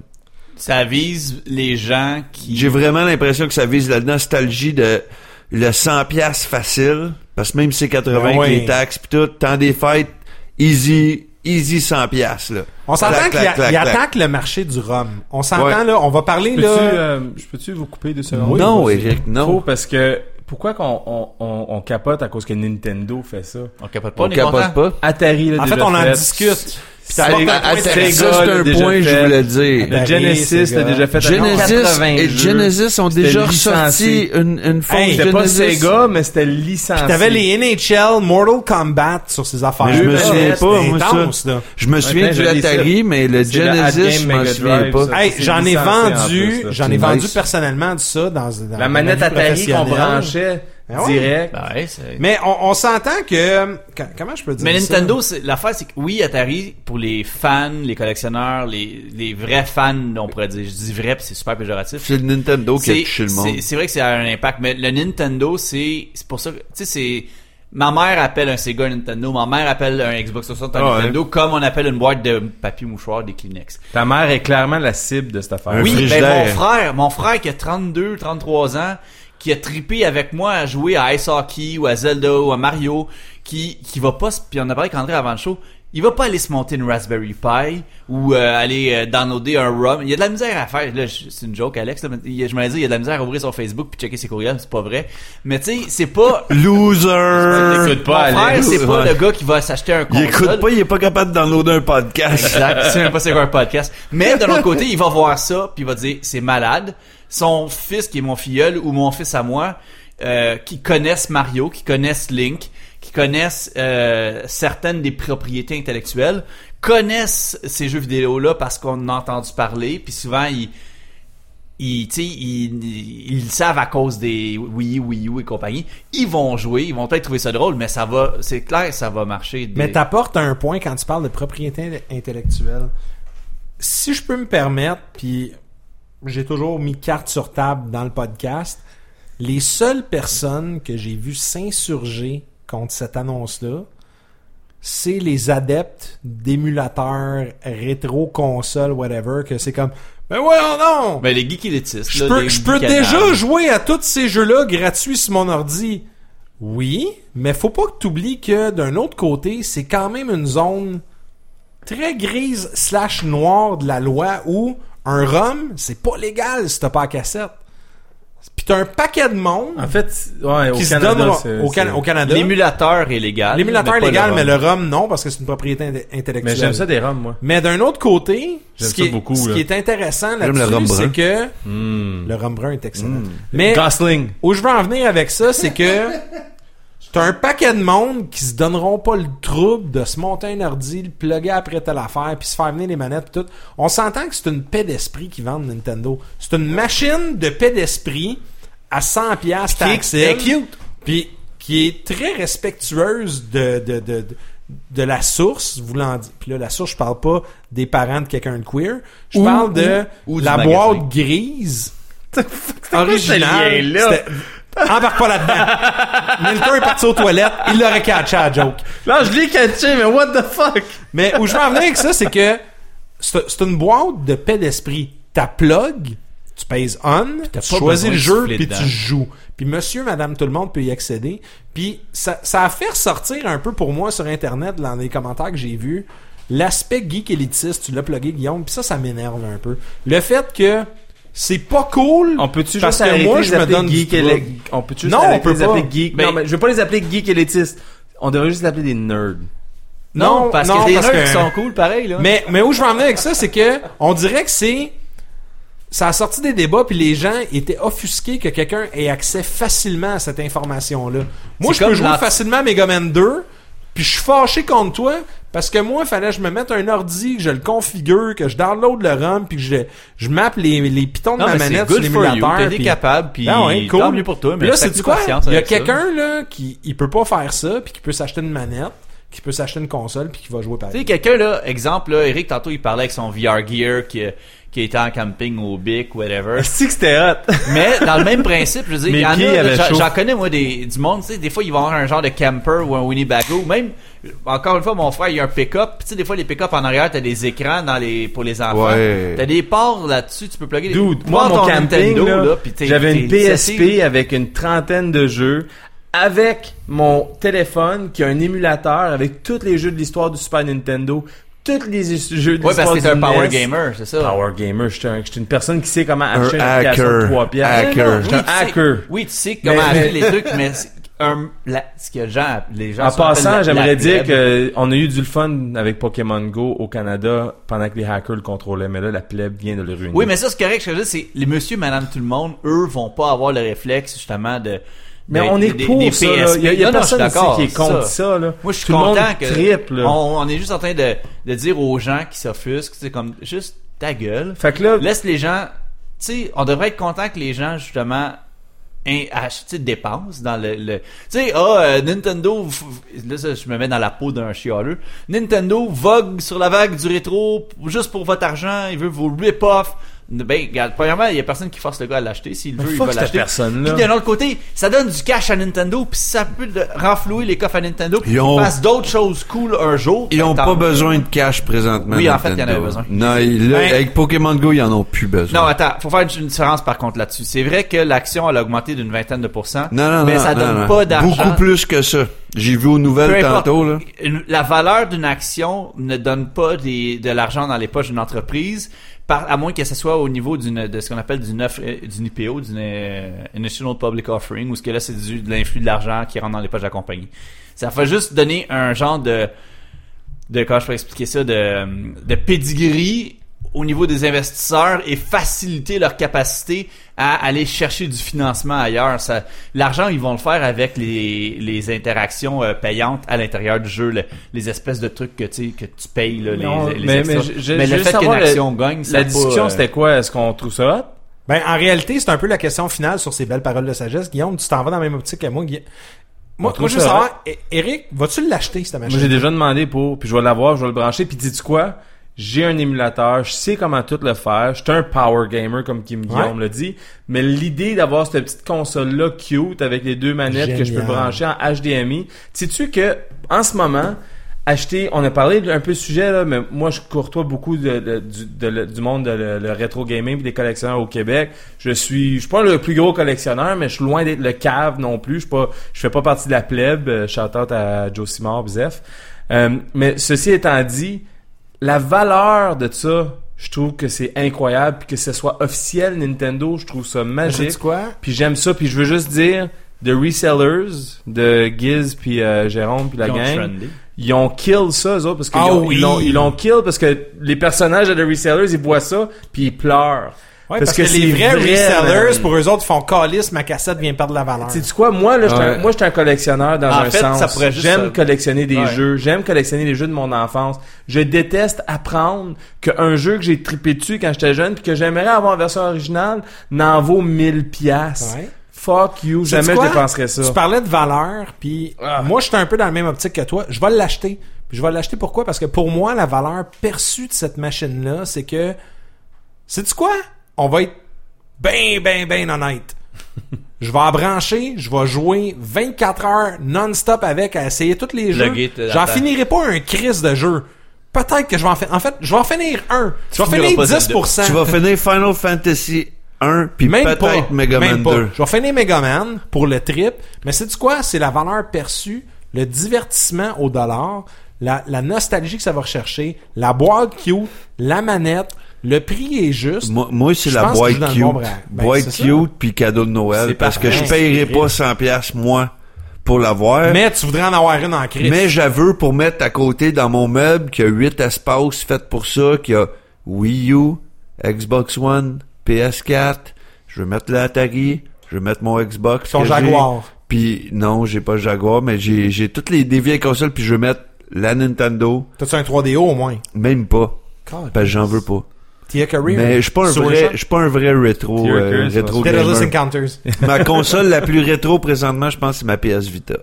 C: Ça vise les gens qui.
D: J'ai vraiment l'impression que ça vise la nostalgie de le 100 pièces facile, parce que même si c'est 80 avec
B: Ben Ouais.
D: les taxes pis tout, temps des fêtes, easy, easy 100 pièces, là.
B: On s'entend
D: Clac,
B: qu'il
D: clac,
B: a- il
D: clac, clac.
B: attaque le marché du rhum. On s'entend
D: Ouais.
B: là, on va parler
A: Peux-tu,
B: là.
A: euh, je peux-tu vous couper de secondes?
D: non,
A: Parce-
D: Eric, non.
A: Trop, parce que pourquoi qu'on on, on- on capote à cause que Nintendo fait ça?
C: On capote pas,
D: On
C: on est content.
D: capote pas.
A: Atari l'a
B: En
A: déjà
B: fait, on en
A: discute.
B: discute. Puis ça porte à
A: Ah,
B: point
A: Sega
D: Attends, ça, c'est
A: l'a
D: un
A: déjà
D: point que je
A: fait.
D: voulais dire.
A: Le
B: Atari,
A: Genesis
B: Sega.
A: l'a déjà fait.
D: Genesis
A: 80
D: et
A: jeux.
D: Genesis ont
A: C'était
D: déjà
A: licencié.
D: sorti une, une fonte
B: Hey,
A: C'était pas
D: Genesis.
A: Sega, mais c'était licencié.
B: Puis T'avais les NHL, Mortal Kombat sur ces affaires.
D: Mais je me
A: Ah,
D: souviens
A: ouais,
D: pas,
B: c'était
D: moi,
B: intense,
D: ça.
B: là.
D: Je me souviens
A: Maintenant,
D: du
A: je lis ça.
D: Atari, mais le
A: C'est la
D: Genesis,
A: Hot
D: je
A: Game
D: m'en
A: Mega
D: souviens
A: Drive,
D: pas.
A: ça.
B: Hey,
A: C'est
B: j'en ai
A: licencié en
B: vendu,
A: plus, là.
B: j'en ai
D: Nice.
B: vendu personnellement de ça dans, dans
A: La
B: dans
A: manette
B: ma vie
A: Atari qu'on
B: professionnelle.
A: branchait
B: Ah ouais?
A: direct.
C: Ben ouais, c'est-
B: Mais on, on s'entend que qu- comment je peux dire
C: Mais
B: ça?
C: Nintendo, c'est- l'affaire, c'est que oui, Atari, pour les fans, les collectionneurs, les, les vrais fans, on pourrait dire. Je dis vrai, puis c'est super péjoratif.
D: C'est le Nintendo qui a
C: C'est-
D: touché le monde.
C: c'est- C'est vrai que ça a un impact, mais le Nintendo, c'est c'est pour ça que, tu sais, c'est... Ma mère appelle un Sega un Nintendo, ma mère appelle un Xbox 60 un
D: Ah ouais.
C: Nintendo, comme on appelle une boîte de papier mouchoir des Kleenex.
A: Ta mère est clairement la cible de cette affaire.
D: Un
C: Oui, ben mon
D: frigidaire.
C: frère, mon frère qui a 32, 33 ans, qui a trippé avec moi à jouer à Ice Hockey ou à Zelda ou à Mario, qui qui va pas, se- puis on a parlé avec André avant le show, il va pas aller se monter une Raspberry Pi ou euh, aller euh, downloader un ROM. Il y a de la misère à faire. Là, je- c'est une joke, Alex. là, mais il y a- je me dis, il y a de la misère à ouvrir son Facebook puis checker ses courriels. C'est pas vrai. Mais tu sais, c'est pas.
D: Loser!
A: T'écoutes pas,
C: mon frère,
A: Alex.
C: c'est pas
D: Ouais.
C: le gars qui va s'acheter un console.
D: Il écoute pas, il est pas capable de downloader un podcast.
C: Exact. C'est même pas c'est quoi un podcast. Mais de l'autre côté, il va voir ça puis il va dire c'est malade. Son fils qui est mon filleul ou mon fils à moi, euh, qui connaissent Mario, qui connaissent Link, qui connaissent euh, certaines des propriétés intellectuelles, connaissent ces jeux vidéo là parce qu'on en a entendu parler. Puis souvent ils ils, tu sais, ils, ils le savent à cause des Wii, Wii U et compagnie. Ils vont jouer, ils vont peut-être trouver ça drôle, mais ça va, c'est clair, ça va marcher.
B: Mais
C: Des-
B: t'apportes un point quand tu parles de propriété intellectuelle. Si je peux me permettre, puis j'ai toujours mis carte sur table dans le podcast, les seules personnes que j'ai vues s'insurger contre cette annonce-là, c'est les adeptes d'émulateurs rétro consoles whatever que c'est comme ben voyons non
C: Mais les geeks élitistes,
B: je
C: là,
B: peux,
C: les
B: je peux
C: geeks
B: déjà
C: canards.
B: jouer à tous ces jeux-là gratuits sur mon ordi. Oui, mais faut pas que tu oublies que d'un autre côté, c'est quand même une zone très grise slash noire de la loi où un ROM, c'est pas légal si t'as pas la cassette. Puis t'as un paquet de monde
A: En fait, ouais, Ah, au
B: qui se
A: Canada,
B: donne
A: c'est-
B: au, Can-
A: c'est-
B: au Canada.
C: L'émulateur est légal.
B: Ah, L'émulateur
C: mais
B: est
C: pas
B: légal,
C: le
B: mais
C: ROM.
B: le ROM non, parce que c'est une propriété inte- intellectuelle.
A: Mais j'aime ça des roms, moi.
B: Mais d'un autre côté,
A: J'aime
B: ce
A: ça
B: qui, est,
A: beaucoup,
B: ce
A: là.
B: qui est intéressant
D: le rhum
B: là-dessus,
D: brun.
B: c'est que
A: Hmm.
B: le rhum brun est excellent. Mais
A: Gosling.
B: où je veux en venir avec ça, c'est que t'as un paquet de monde qui se donneront pas le trouble de se monter un ordi, le plugger après telle affaire, puis se faire venir les manettes pis tout. On s'entend que c'est une paix d'esprit qui vendent Nintendo. C'est une machine de paix d'esprit à 100 pièces
C: Qui est- qui est cute.
B: Puis qui est très respectueuse de de, de, de de la source, voulant dire. Puis là, la source, je parle pas des parents de quelqu'un de queer. Je
D: Ou-
B: parle de
C: ou- ou du
B: la
C: magasin.
B: boîte grise
A: ce
B: original.
A: lien-là?
B: c'était- Embarque pas là-dedans. Milton est parti aux toilettes, il l'aurait catché à la joke.
A: Là, je l'ai catché, mais what the fuck?
B: Mais où je veux en venir avec ça, c'est que c'est c'est une boîte de paix d'esprit. Ta plug, Tu pèses on,
C: t'as
B: tu
C: pas
B: choisis
C: besoin
B: le
C: de
B: jeu,
C: souffler
B: puis
C: dedans.
B: tu joues. Puis monsieur, madame, tout le monde peut y accéder. Puis ça, ça a fait ressortir un peu pour moi sur Internet, dans les commentaires que j'ai vus, l'aspect geek élitiste. Tu l'as plugué, Guillaume, puis ça, ça m'énerve un peu. Le fait que c'est pas cool...
A: On peut-tu
B: Parce
A: juste arrêter
B: que moi,
A: de
B: je
A: les
B: me
A: appeler
B: donne du
A: geek et
B: trouble.
A: les- On peut-tu juste
B: Non, on
A: arrêter de
B: peut
A: les
B: pas.
A: appeler geek?
C: Ben-
A: Non, mais je veux pas les appeler geek et létistes. On devrait juste les appeler des nerds.
C: Non, parce que les
B: parce
C: nerds
B: que-
C: sont cool, pareil, là.
B: Mais, mais où je veux en venir avec ça, c'est que on dirait que c'est. Ça a sorti des débats, puis les gens étaient offusqués que quelqu'un ait accès facilement à cette information-là. Moi,
C: C'est
B: je peux
C: comme
B: jouer
C: la-
B: facilement à Megaman 2, puis je suis fâché contre toi, parce que moi, fallait que je me mette un ordi, que je le configure, que je download le ROM, puis que je, je mappe les, les pitons de
C: non,
B: ma
C: mais c'est
B: manette
C: good
B: sur
C: for you.
B: l'émulateur.
C: T'as été
B: puis-
C: capable, puis
B: ah ouais, cool.
C: tant mieux pour toi.
B: Puis
C: Mais
B: là,
C: faites-nous
B: c'est quoi
C: confiance
B: Il y a
C: avec ça.
B: quelqu'un là qui il peut pas faire ça, puis qui peut s'acheter une manette, qui peut s'acheter une console, puis qui va jouer
C: Tu sais,
B: pareil.
C: quelqu'un, là, exemple, là, Eric, tantôt, il parlait avec son VR gear qui, qui était en camping au Bic, whatever.
A: C'est que c'était hot.
C: Mais dans le même principe, je veux dire, il
A: Mais
C: y en a,
A: qui
C: là,
A: avait
C: j'en-
A: chaud?
C: j'en connais moi des, du monde, tu sais, des fois ils vont avoir un genre de camper ou un Winnebago, ou même encore une fois mon frère il a un pick-up, Puis, tu sais des fois les pick-up en arrière t'as des écrans dans les pour les enfants,
D: Ouais.
C: t'as des ports là-dessus, tu peux plugger. des-
A: Dude,
C: Prends
A: moi, mon
C: ton
A: camping,
C: Nintendo,
A: là,
C: là, puis t'es-
A: j'avais une
C: t'es- t'es-
A: PSP avec une trentaine de jeux, avec mon téléphone qui a un émulateur avec tous les jeux de l'histoire du Super Nintendo, tous les jeux de
C: Ouais
A: l'histoire
C: parce que t'es
A: du
C: un power
A: NES.
C: gamer, c'est ça.
A: Power gamer, j'étais un- j'étais une personne qui sait comment
D: Un
A: acheter une application de
D: hacker.
A: 3 piastres.
D: Hacker.
A: Non, non,
D: J'étais
A: oui,
C: tu sais-
A: un hacker.
C: Oui, tu sais comment
A: Mais-
C: acheter les trucs, mais c'est- un, la- ce que les gens, les
A: En
C: gens se rappellent la-
A: passant,
C: la
A: j'aimerais dire
C: plèbe.
A: qu'on a eu du fun avec Pokémon Go au Canada pendant que les hackers le contrôlaient, mais là, la plèbe vient de le ruiner.
C: Oui, mais ça, c'est correct. Ce que je veux dire, c'est les monsieur, madame, tout le monde, eux, vont pas avoir le réflexe, justement, de.
A: Mais
C: de-
A: on
C: des-
A: est
C: des-
A: pour
C: des
A: ça. là. Il y a, il y a
C: Non, non, je suis
A: personne ici
C: d'accord,
A: qui est contre ça. là.
C: Moi, je suis
A: Tout le monde
C: content que.
A: trippe, là.
C: On, on est juste en train de, de dire aux gens qui s'offusquent, c'est comme, juste ta gueule.
A: Fait que là,
C: Laisse les gens. Tu sais, on devrait être content que les gens, justement, in- ach- tu sais, dépensent dans le. le- tu sais, ah, euh, Nintendo. f- f- Là, ça, je me mets dans la peau d'un chialeux. Nintendo vogue sur la vague du rétro p- juste pour votre argent. Il veut vos rip-off. Ben, regarde, premièrement, il y a personne qui force le gars à l'acheter. S'il veut, il
A: fuck
C: va
A: cette
C: l'acheter.
A: personne-là.
C: Puis d'un autre côté, ça donne du cash à Nintendo, puis ça peut le- renflouer les coffres à Nintendo, puis
D: Ils ont-
C: qu'ils fassent d'autres choses cool un jour.
D: Ils ont
C: Tant
D: pas
C: mieux.
D: besoin de cash présentement.
C: Oui, en
D: Nintendo.
C: fait, il y en avait besoin.
D: Non, il- là,
B: Ben-
D: avec Pokémon Go, ils en ont plus besoin.
C: Non, attends, faut faire une une différence par contre là-dessus. C'est vrai que l'action elle a augmenté d'une vingtaine de pourcents.
D: non, non,
C: mais
D: non,
C: ça
D: non,
C: donne
D: non.
C: pas d'argent.
D: Beaucoup plus que ça. J'ai vu aux
C: Peu
D: nouvelles
C: importe.
D: tantôt, là.
C: Une- La valeur d'une action ne donne pas des- de l'argent dans les poches d'une entreprise, par, à moins que ce soit au niveau d'une, de ce qu'on appelle d'une offre, euh, d'une IPO, d'une euh, Initial Public Offering, où ce que là c'est du, de l'influx de l'argent qui rentre dans les poches de la compagnie. Ça fait juste donner un genre de, de comment je peux expliquer ça, de, de pedigree au niveau des investisseurs et faciliter leur capacité à aller chercher du financement ailleurs. Ça- L'argent, ils vont le faire avec les, les interactions euh, payantes à l'intérieur du jeu, le- les espèces de trucs que, tu sais, que tu payes, là, les,
A: Non,
C: les
A: mais-
C: extras.
A: mais je- je-
C: le
A: je veux
C: fait qu'une
A: savoir le-
C: action gagne, ça
A: la
C: a pas,
A: discussion,
C: euh,
A: c'était quoi? Est-ce qu'on trouve ça hot?
B: Ben, en réalité, c'est un peu la question finale sur ces belles paroles de sagesse. Guillaume, tu t'en vas dans la même optique que moi. Guilla- Moi,
A: On
B: moi,
A: trouve
B: je veux
A: ça
B: savoir, E- Eric, vas-tu l'acheter, cette
A: Moi, j'ai
B: machine?
A: déjà demandé pour, puis je vais l'avoir, je vais le brancher, puis dis-tu quoi? J'ai un émulateur, je sais comment tout le faire, je suis un power gamer, comme Kim Guillaume l'a dit, mais l'idée d'avoir cette petite console-là cute avec les deux manettes que je peux
B: Génial.
A: brancher en HDMI, sais-tu que, en ce moment, acheter, on a parlé un peu du sujet, là, mais moi, je courtois beaucoup de, de- du, de le- du monde de le, le rétro gaming et des collectionneurs au Québec. Je suis, je suis pas le plus gros collectionneur, mais je suis loin d'être le cave non plus. Je suis pas, je fais pas partie de la plèbe. Euh, Shout out à Joe Simard, Zef. Euh, mais ceci étant dit, la valeur de ça, je trouve que c'est incroyable. Puis que ce soit officiel Nintendo, je trouve ça
B: sais
A: magique.
B: tu quoi?
A: Puis j'aime ça. Puis je veux juste dire, The Resellers de Giz puis euh, Jérôme puis la
C: qui ont
A: gang
C: trendé.
A: ils ont kill ça, eux autres, parce qu'ils
B: Ah
A: ont-
B: oui.
A: ils l'ont ils l'ont kill parce que les personnages de The Resellers, ils voient ça, puis ils pleurent.
B: Ouais, parce, que, les vrais resellers, pour eux autres, ils font calice, ma cassette vient perdre la valeur.
A: Tu sais quoi, moi, là, j'étais un-
D: Ouais.
A: moi, j'étais un collectionneur dans
C: En
A: un
C: fait,
A: sens.
C: ça pourrait juste-
A: J'aime collectionner des
C: Ouais.
A: jeux. J'aime collectionner les jeux de mon enfance. Je déteste apprendre qu'un jeu que j'ai trippé dessus quand j'étais jeune puis que j'aimerais avoir en version originale n'en vaut 1000 piastres.
B: Ouais.
A: Fuck you.
B: Sais-tu
A: Jamais
B: quoi?
A: je dépenserais ça. Ah.
B: Tu parlais de valeur, puis moi, je suis un peu dans la même optique que toi. Je vais l'acheter. Puis je vais l'acheter pourquoi? Parce que pour moi, la valeur perçue de cette machine-là, c'est que... Sais-tu quoi? On va être ben, ben, ben honnête. Je vais en brancher, je vais jouer 24 heures non-stop avec, à essayer tous les jeux.
C: Loguer, t'es
B: J'en
C: attends.
B: finirai pas un crise de jeu. Peut-être que je vais en faire... En fait, je vais en finir un. Je vais
C: finiras
B: finir
C: pas
B: 10%.
D: Tu vas finir Final Fantasy 1, puis
B: Même pas.
D: peut-être Megaman
B: même pas.
D: 2.
B: Je vais finir Megaman pour le trip, mais c'est du quoi? C'est la valeur perçue, le divertissement au dollar, la, la nostalgie que ça va rechercher, la boîte cute, la manette, le prix est juste.
D: Moi, moi, c'est
B: Je
D: la
B: pense que je
D: boîte
B: suis dans le
D: cute.
B: bon bras. Ben,
D: boîte
B: c'est ça.
D: cute puis cadeau de Noël.
A: C'est
D: Parce que
A: parfait.
D: je paierai
B: C'est
D: pas 100 piastres, moi, pour l'avoir. Mais,
B: mais tu voudrais en avoir une en crise.
D: j'avoue pour mettre à côté dans mon meuble qu'il y a 8 espaces faits pour ça, qu'il y a Wii U, Xbox One, PS4. Je veux mettre la Atari. Je veux mettre mon Xbox.
B: Son
D: que j'ai.
B: Jaguar.
D: Puis non, j'ai pas le Jaguar, mais j'ai, j'ai toutes les des vieilles consoles puis je veux mettre la Nintendo.
B: T'as-tu un 3DO au moins?
D: Même pas. Parce que j'en veux pas.
B: Tia Career.
D: Mais je suis pas un
B: Sur
D: vrai,
B: le
D: je suis pas un vrai rétro,
A: Tear
D: euh,
A: Curse, ça
D: rétro
A: va.
B: Dead
D: gamer.
B: Endless Encounters.
D: Ma console la plus rétro présentement, je pense, c'est ma PS Vita.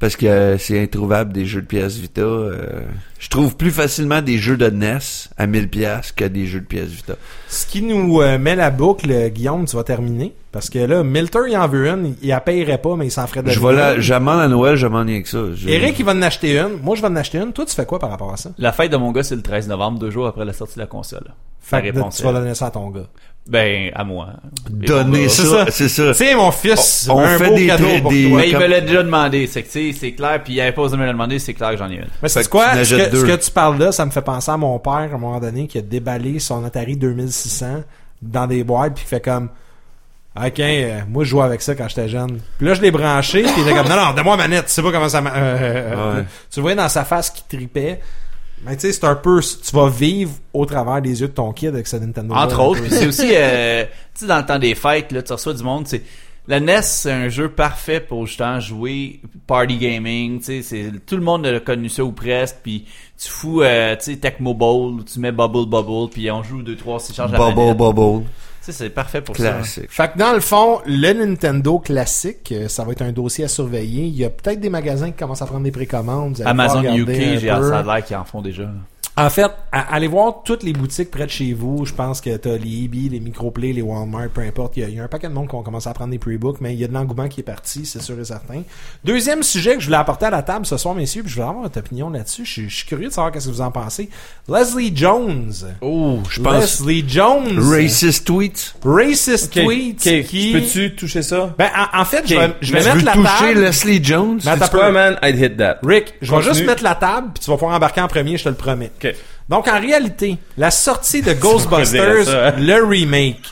D: Parce que euh, c'est introuvable des jeux de PS Vita. euh, je trouve plus facilement des jeux de NES à 1000 pièces que des jeux de PS Vita.
B: Ce qui nous euh, met la boucle, euh, Guillaume, tu vas terminer. Parce que là, Milter, il en veut une. Il la payerait pas, mais il s'en ferait de
D: Je
B: la
D: vais la, j'amende à Noël, j'amende rien que ça. Je-
B: Eric, il va en acheter une. Moi, je vais en acheter une. Toi, tu fais quoi par rapport à ça?
C: La fête de mon gars, c'est le 13 novembre, deux jours après la sortie de la console.
B: Fait que
C: réponse
B: tu
C: est-
B: vas donner ça à ton gars.
C: Ben, à moi.
D: donner
B: C'est
D: ça,
B: ça.
D: c'est ça.
B: Tiens, mon fils,
D: On- on
B: un
D: fait
B: beau
D: des
B: cadeau
D: tra-
B: pour
D: des-
B: toi.
C: Mais il
D: comme-
C: me l'a déjà demandé, c'est que, tu sais, c'est clair, puis il avait pas osé me le demander, c'est clair que j'en ai une.
B: Mais
D: Fait
B: c'est
D: que tu en
B: quoi? Ce
D: achètes
B: que, ce
D: deux.
B: que tu parles là, ça me fait penser à mon père, à un moment donné, qui a déballé son Atari 2600 dans des boîtes, puis qui fait comme... Ok, euh, moi je jouais avec ça quand j'étais jeune. Puis là je l'ai branché, puis il était comme non non, donne-moi ma manette, tu sais pas comment ça. ma- euh, euh, euh.
D: Ouais.
B: Tu le voyais dans sa face qui tripait. Mais tu sais, c'est un peu, tu vas vivre au travers des yeux de ton kid avec sa Nintendo.
C: Entre
B: là, un
C: autres,
B: peu.
C: puis c'est aussi, euh, tu sais, dans le temps des fêtes, là, tu reçois du monde, c'est la NES, c'est un jeu parfait pour justement jouer party gaming, tu sais, c'est tout le monde a connu ça ou presque, puis tu fous, euh, tu sais, Tecmo Bowl, tu mets Bubble Bubble, puis on joue deux trois six changes à la
D: Bubble
C: manette.
D: Bubble,
C: Tu sais, c'est parfait pour ça.
D: classique.
B: Fait que dans le fond, le Nintendo classique, euh, ça va être un dossier à surveiller. Il y a peut-être des magasins qui commencent à prendre des précommandes. Vous allez
C: Amazon
B: pouvoir
C: UK,
B: regarder un
C: j'ai
B: peu.
C: ça a l'air qu'ils en font déjà.
B: En fait, à- allez voir toutes les boutiques près de chez vous. Je pense que t'as les eBay, les Microplay, les Walmart, peu importe. Il y, a, il y a un paquet de monde qui ont commencé à prendre des pre-books, mais il y a de l'engouement qui est parti, c'est sûr et certain. Deuxième sujet que je voulais apporter à la table ce soir, messieurs, puis je voulais avoir votre opinion là-dessus. Je, suis- je suis curieux de savoir qu'est-ce que vous en pensez. Leslie Jones.
D: Oh, je pense
B: Leslie Jones.
D: racist tweets.
B: Racist
A: Ok,
B: tweet
A: ok,
B: qui...
A: Peux-tu toucher ça?
B: Ben, en, en fait, je vais, je vais
D: Tu
B: mettre
D: veux
B: la
D: toucher
B: table.
D: Leslie Jones
B: Mais attends
A: That's
B: un peu.
A: man, I'd hit that.
B: Rick, je vais
A: Continue.
B: juste mettre la table, puis tu vas pouvoir embarquer en premier, je te le promets.
A: Ok.
B: Donc, en réalité, la sortie de
A: dire ça, hein?
B: Ghostbusters, le remake.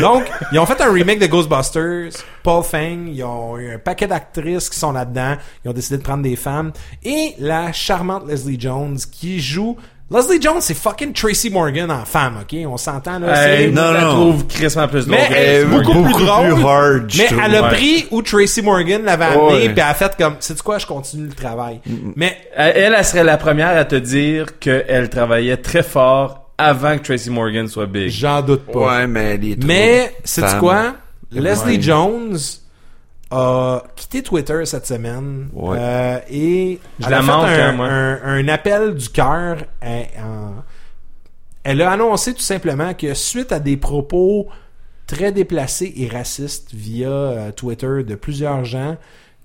B: Donc, ils ont fait un remake de Ghostbusters, Paul Fang, ils ont eu un paquet d'actrices qui sont là-dedans, ils ont décidé de prendre des femmes, et la charmante Leslie Jones qui joue... Leslie Jones, c'est fucking Tracy Morgan en femme, ok? On s'entend, là. c'est-
A: Hey, non,
D: non,
A: non.
D: non.
A: trouve crissement plus
B: Mais
A: drôle que-
B: elle est
D: Euh,
B: beaucoup plus drôle,
D: hard, je
B: mais
D: trouve.
B: elle a
A: ouais.
B: pris où Tracy Morgan l'avait amené,
D: Ouais. Mm.
B: puis elle a fait comme, c'est quoi, je continue le travail. Mais
A: Elle, elle, elle serait la première à te dire qu'elle travaillait très fort avant que Tracy Morgan soit big.
B: J'en doute pas.
D: Ouais, mais elle est trop
B: Mais, c'est
D: femme.
B: quoi? Leslie
A: Ouais.
B: Jones a quitté Twitter cette semaine.
D: Ouais.
B: Euh, et
A: Je
B: elle
A: la
B: a fait
A: manque,
B: un,
A: hein, moi.
B: un- un appel du cœur. Elle, en- elle a annoncé tout simplement que suite à des propos très déplacés et racistes via euh, Twitter de plusieurs gens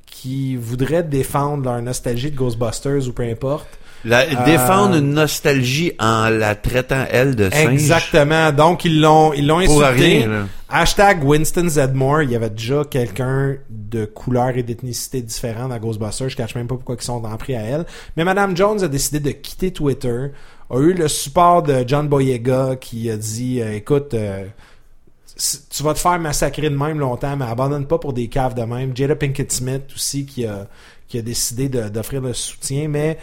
B: qui voudraient défendre leur nostalgie de Ghostbusters ou peu importe.
D: La-
B: Euh,
D: Défendre une nostalgie en la traitant, elle, de singe.
B: Exactement. Donc ils l'ont ils l'ont
D: Pour
B: insulté.
D: rien, là.
B: Hashtag Winston Zedmore, il y avait déjà quelqu'un de couleur et d'ethnicité différente à Ghostbusters. Je cache même pas pourquoi ils sont en prix à elle. Mais Madame Jones a décidé de quitter Twitter. A eu le support de John Boyega qui a dit euh, écoute euh, si- tu vas te faire massacrer de même longtemps, mais abandonne pas pour des caves de même. Jada Pinkett Smith aussi qui a, qui a décidé de- d'offrir le soutien, mais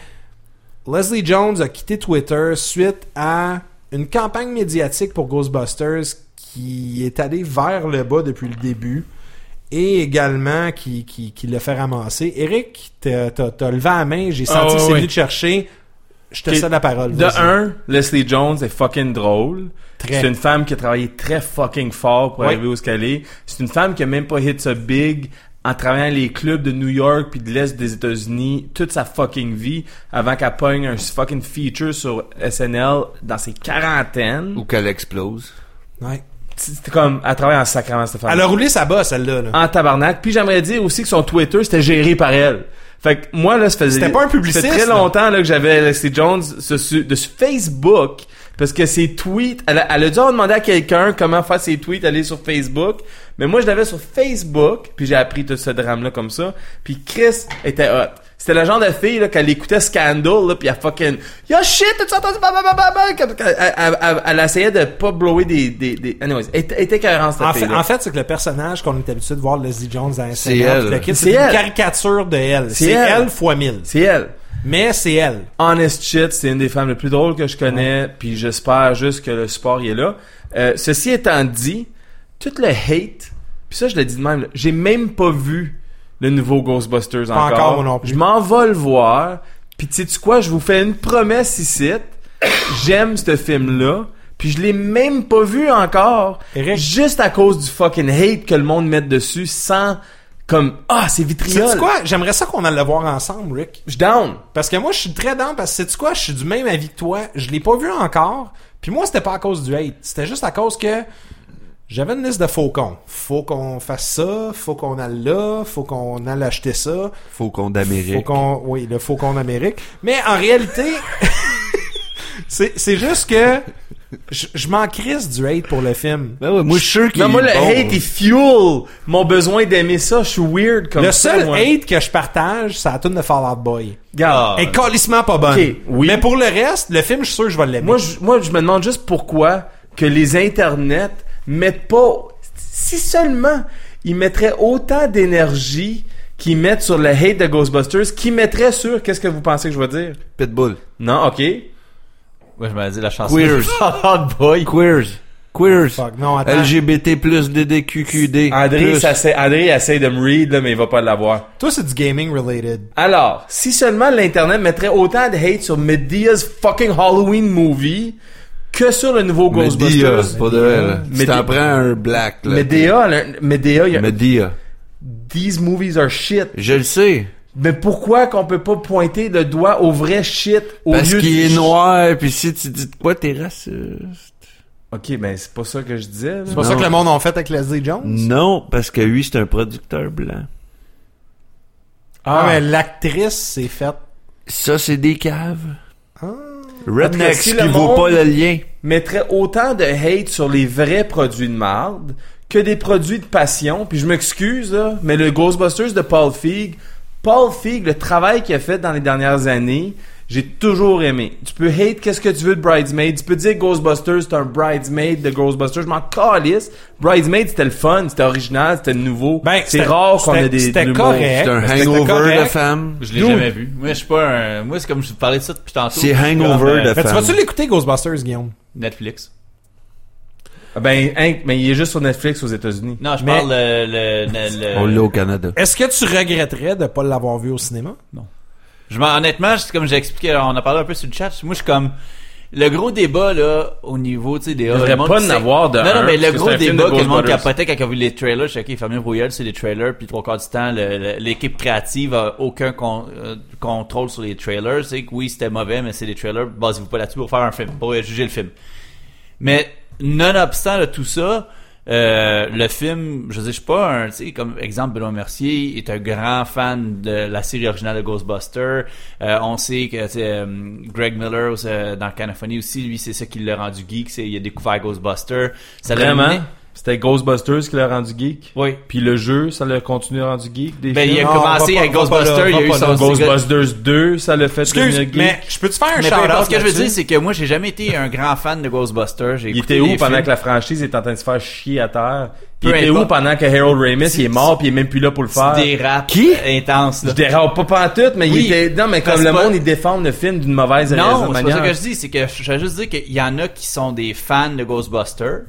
B: Leslie Jones a quitté Twitter suite à une campagne médiatique pour Ghostbusters qui est allée vers le bas depuis le début et également qui, qui, qui l'a fait ramasser. Eric, t'as t'as- t'as levé la main, j'ai senti
A: Ah,
B: que c'est
A: ouais.
B: venu te chercher. Je te
A: Ok.
B: cède la parole.
A: De
B: vas-y.
A: un, Leslie Jones est fucking drôle.
B: Très.
A: C'est une femme qui a travaillé très fucking fort pour
B: Oui.
A: arriver où ce qu'elle est. C'est une femme qui a même pas hit so big en travaillant les clubs de New York puis de l'Est des États-Unis toute sa fucking vie avant qu'elle pogne un fucking feature sur SNL dans ses quarantaines.
D: Ou qu'elle explose.
B: Ouais.
A: C'était comme, elle travaille en sacrament, cette femme.
B: Elle a roulé sa bosse, celle-là. là.
A: en tabarnak. Puis j'aimerais dire aussi que son Twitter, c'était géré par elle. Fait que moi, là, ça faisait...
B: C'était pas un publiciste,
A: ça fait très
B: là.
A: longtemps là, que j'avais Leslie Jones ce- ce- de ce Facebook. Parce que ses tweets, elle a, elle a dû en demander à quelqu'un comment faire ses tweets, aller sur Facebook. Mais moi, je l'avais sur Facebook, puis j'ai appris tout ce drame-là comme ça. Puis Chris était hot. C'était le genre de fille là qu'elle écoutait Scandal là puis elle fucking yo shit tu entendu Bah, bah, bah, bah, bah Comme- elle, elle- elle- elle essayait de pas blower des des, des... anyways elle était- elle était cohérente cette
B: En
A: fille
B: fait, en fait, c'est que le personnage qu'on est habitué de voir Leslie Jones dans
D: C'est
B: Instagram,
D: elle.
B: tout le kit,
A: C'est
B: c'est une
A: elle.
B: caricature de elle.
A: C'est
B: C'est
A: elle.
B: elle fois mille.
A: c'est elle
B: Mais c'est elle.
A: Honest shit, c'est une des femmes les plus drôles que je connais, puis j'espère juste que le sport y est là. Euh, ceci étant dit, tout le hate, puis ça je le dis de même, là, j'ai même pas vu le nouveau Ghostbusters
B: Pas
A: encore.
B: encore, moi non plus.
A: Je m'en vais le voir, puis tu sais quoi, je vous fais une promesse ici, j'aime ce film-là, puis je l'ai même pas vu encore,
B: Eric.
A: juste à cause du fucking hate que le monde met dessus, sans comme, ah, c'est vitriol.
B: C'est quoi? J'aimerais ça qu'on aille le voir ensemble, Rick.
A: Je down.
B: Parce que moi, je suis très dans parce que c'est quoi, je suis du même avis que toi. Je l'ai pas vu encore. Puis moi, c'était pas à cause du hate. C'était juste à cause que j'avais une liste de faucons. Faut qu'on fasse ça, faut qu'on aille là, faut qu'on aille acheter ça.
D: Faut qu'on
B: Faut
D: d'Amérique.
B: qu'on, oui, le faucon d'Amérique. Mais en réalité, c'est, c'est juste que je, je m'en crisse du hate pour le film.
D: Ben ouais, moi, je suis sûr qu'il
A: Non, moi, le
D: est bon.
A: hate, il fuel mon besoin d'aimer ça. Je suis weird comme
B: Le
A: ça.
B: seul
A: moi.
B: hate que je partage, c'est la tune de Fall Out Boy.
A: Regarde.
B: Elle est calissement pas bonne.
A: Ok, oui.
B: Mais pour le reste, le film, je suis sûr que je vais l'aimer.
A: Moi, je, moi, je me demande juste pourquoi que les internets mettent pas. Si seulement ils mettraient autant d'énergie qu'ils mettent sur le hate de Ghostbusters, qu'ils mettraient sur. Qu'est-ce que vous pensez que je vais dire
D: Pitbull.
A: Non, ok.
C: Moi, je m'avais dit la chanson.
D: Queers.
C: Hot boy.
D: Queers. Queers.
B: Oh, Fuck, non, attends.
D: LGBT plus DDQQD.
A: André,
D: plus.
A: ça, c'est- André essaie de me read, là, mais il va pas l'avoir.
B: Toi, c'est du gaming related.
A: Alors, si seulement l'internet mettrait autant de hate sur Medea's fucking Halloween movie que sur le nouveau
D: Medea,
A: Ghostbusters.
D: pas de elle.
A: Medea.
D: Si t'en prends un black, là.
A: Medea, là, Medea, il y a-
D: Medea.
A: these movies are shit.
D: Je le sais.
A: Mais pourquoi qu'on peut pas pointer le doigt au vrai shit au
D: Parce
A: lieu
D: qu'il
A: du-
D: est noir, puis si tu dis de quoi, t'es raciste.
A: Ok, ben c'est pas ça que je disais. là.
B: C'est pas
D: Non.
B: ça que le monde en fait avec Leslie Jones?
D: Non, parce que lui, c'est un producteur blanc.
B: Ah, mais l'actrice s'est faite.
D: Ça, c'est des caves.
B: Ah.
A: Parce que
D: Rednecks
A: si
D: qui
A: le
D: vaut
A: monde-
D: pas le lien.
A: mettrait autant de hate sur les vrais produits de marde que des produits de passion. Puis je m'excuse, là, mais le Ghostbusters de Paul Feig, Paul Feig, le travail qu'il a fait dans les dernières années, j'ai toujours aimé. Tu peux hate qu'est-ce que tu veux de Bridesmaid. Tu peux dire que Ghostbusters, c'est un Bridesmaid de Ghostbusters. Je m'en calisse. Bridesmaid, c'était le fun, c'était original, c'était nouveau.
B: Ben,
A: c'est
B: c'était-
A: rare qu'on ait
B: c'était-
A: des
B: c'était
A: de l'humour.
B: correct.
D: C'est un
B: Ben, c'était
D: hangover de
B: correct.
D: femme.
C: Je l'ai
A: Dude.
C: jamais vu. Moi, je suis pas un. Moi, c'est comme je vous parlais de ça depuis tantôt.
D: C'est
C: Comme,
D: hangover
C: euh,
D: de
B: Mais tu
D: femme.
B: vas-tu l'écouter, Ghostbusters, Guillaume?
C: Netflix.
A: Ben, Hank, mais il est juste sur Netflix aux États-Unis.
C: Non, je
B: Mais-
C: parle euh, le. le, le-
D: On l'a au Canada.
B: Est-ce que tu regretterais de ne pas l'avoir vu au cinéma?
C: Je m'en- honnêtement, c'est comme j'ai expliqué, on a parlé un peu sur le chat. Moi, je suis comme le gros débat là au niveau tu sais des
A: Il devrait
C: le monde
A: pas en
C: sait-
A: avoir de
C: Non non
A: un,
C: mais
A: parce
C: le
A: que
C: gros
A: c'est un film
C: débat
A: de
C: que le monde
A: Ghostbusters.
C: capotait quand il a vu les trailers, c'est OK, Fabien Brouillard, c'est les trailers puis trois quarts du temps le- le- l'équipe créative a aucun con- euh, contrôle sur les trailers, c'est que oui, c'était mauvais mais c'est les trailers, basez-vous pas là-dessus pour faire un film, pour euh, juger le film. Mais nonobstant de tout ça, euh, le film, je sais, je suis pas un, tu sais, comme exemple, Benoît Mercier est un grand fan de la série originale de Ghostbusters. Euh, on sait que, tu sais, euh, Greg Miller euh, dans Canophonie aussi, lui, c'est ça qui l'a rendu geek, c'est il a découvert Ghostbusters. Ça l'a
A: Vraiment,
C: amené-
A: c'était Ghostbusters qui l'a rendu geek.
C: Oui.
A: Puis le jeu, ça l'a continué rendu geek. Des
C: Ben,
A: films.
C: il a
B: Non,
C: commencé
B: va pas- va
C: avec
B: pas là,
C: Ghostbusters, il
B: va
C: a eu
B: pas là.
C: son
A: Ghostbusters 2, ça le fait
B: Excuse,
A: devenir geek.
B: mais je peux-tu faire un
C: Mais peu importe,
B: shout-out?
C: ce que je veux dire,
B: là-dessus?
C: c'est que moi, j'ai jamais été un grand fan de Ghostbusters. J'ai
A: Il
C: écouté
A: était où
C: les
A: pendant
C: films.
A: que la franchise est en train de se faire chier à terre? Il
C: Peu
A: était où
C: importe.
A: pendant que Harold Ramis, il est mort puis il est même plus là pour le faire?
C: Des raps
D: Qui?
C: intenses,
A: Je
C: là.
A: dérape pas pantoute, mais
C: Oui.
A: il était, non, mais
C: Parce
A: comme le
C: pas-
A: monde, il défend le film d'une mauvaise
C: Non, c'est pas
A: manière.
C: ça que je dis, c'est que je je veux juste dire qu'il y en a qui sont des fans de Ghostbusters,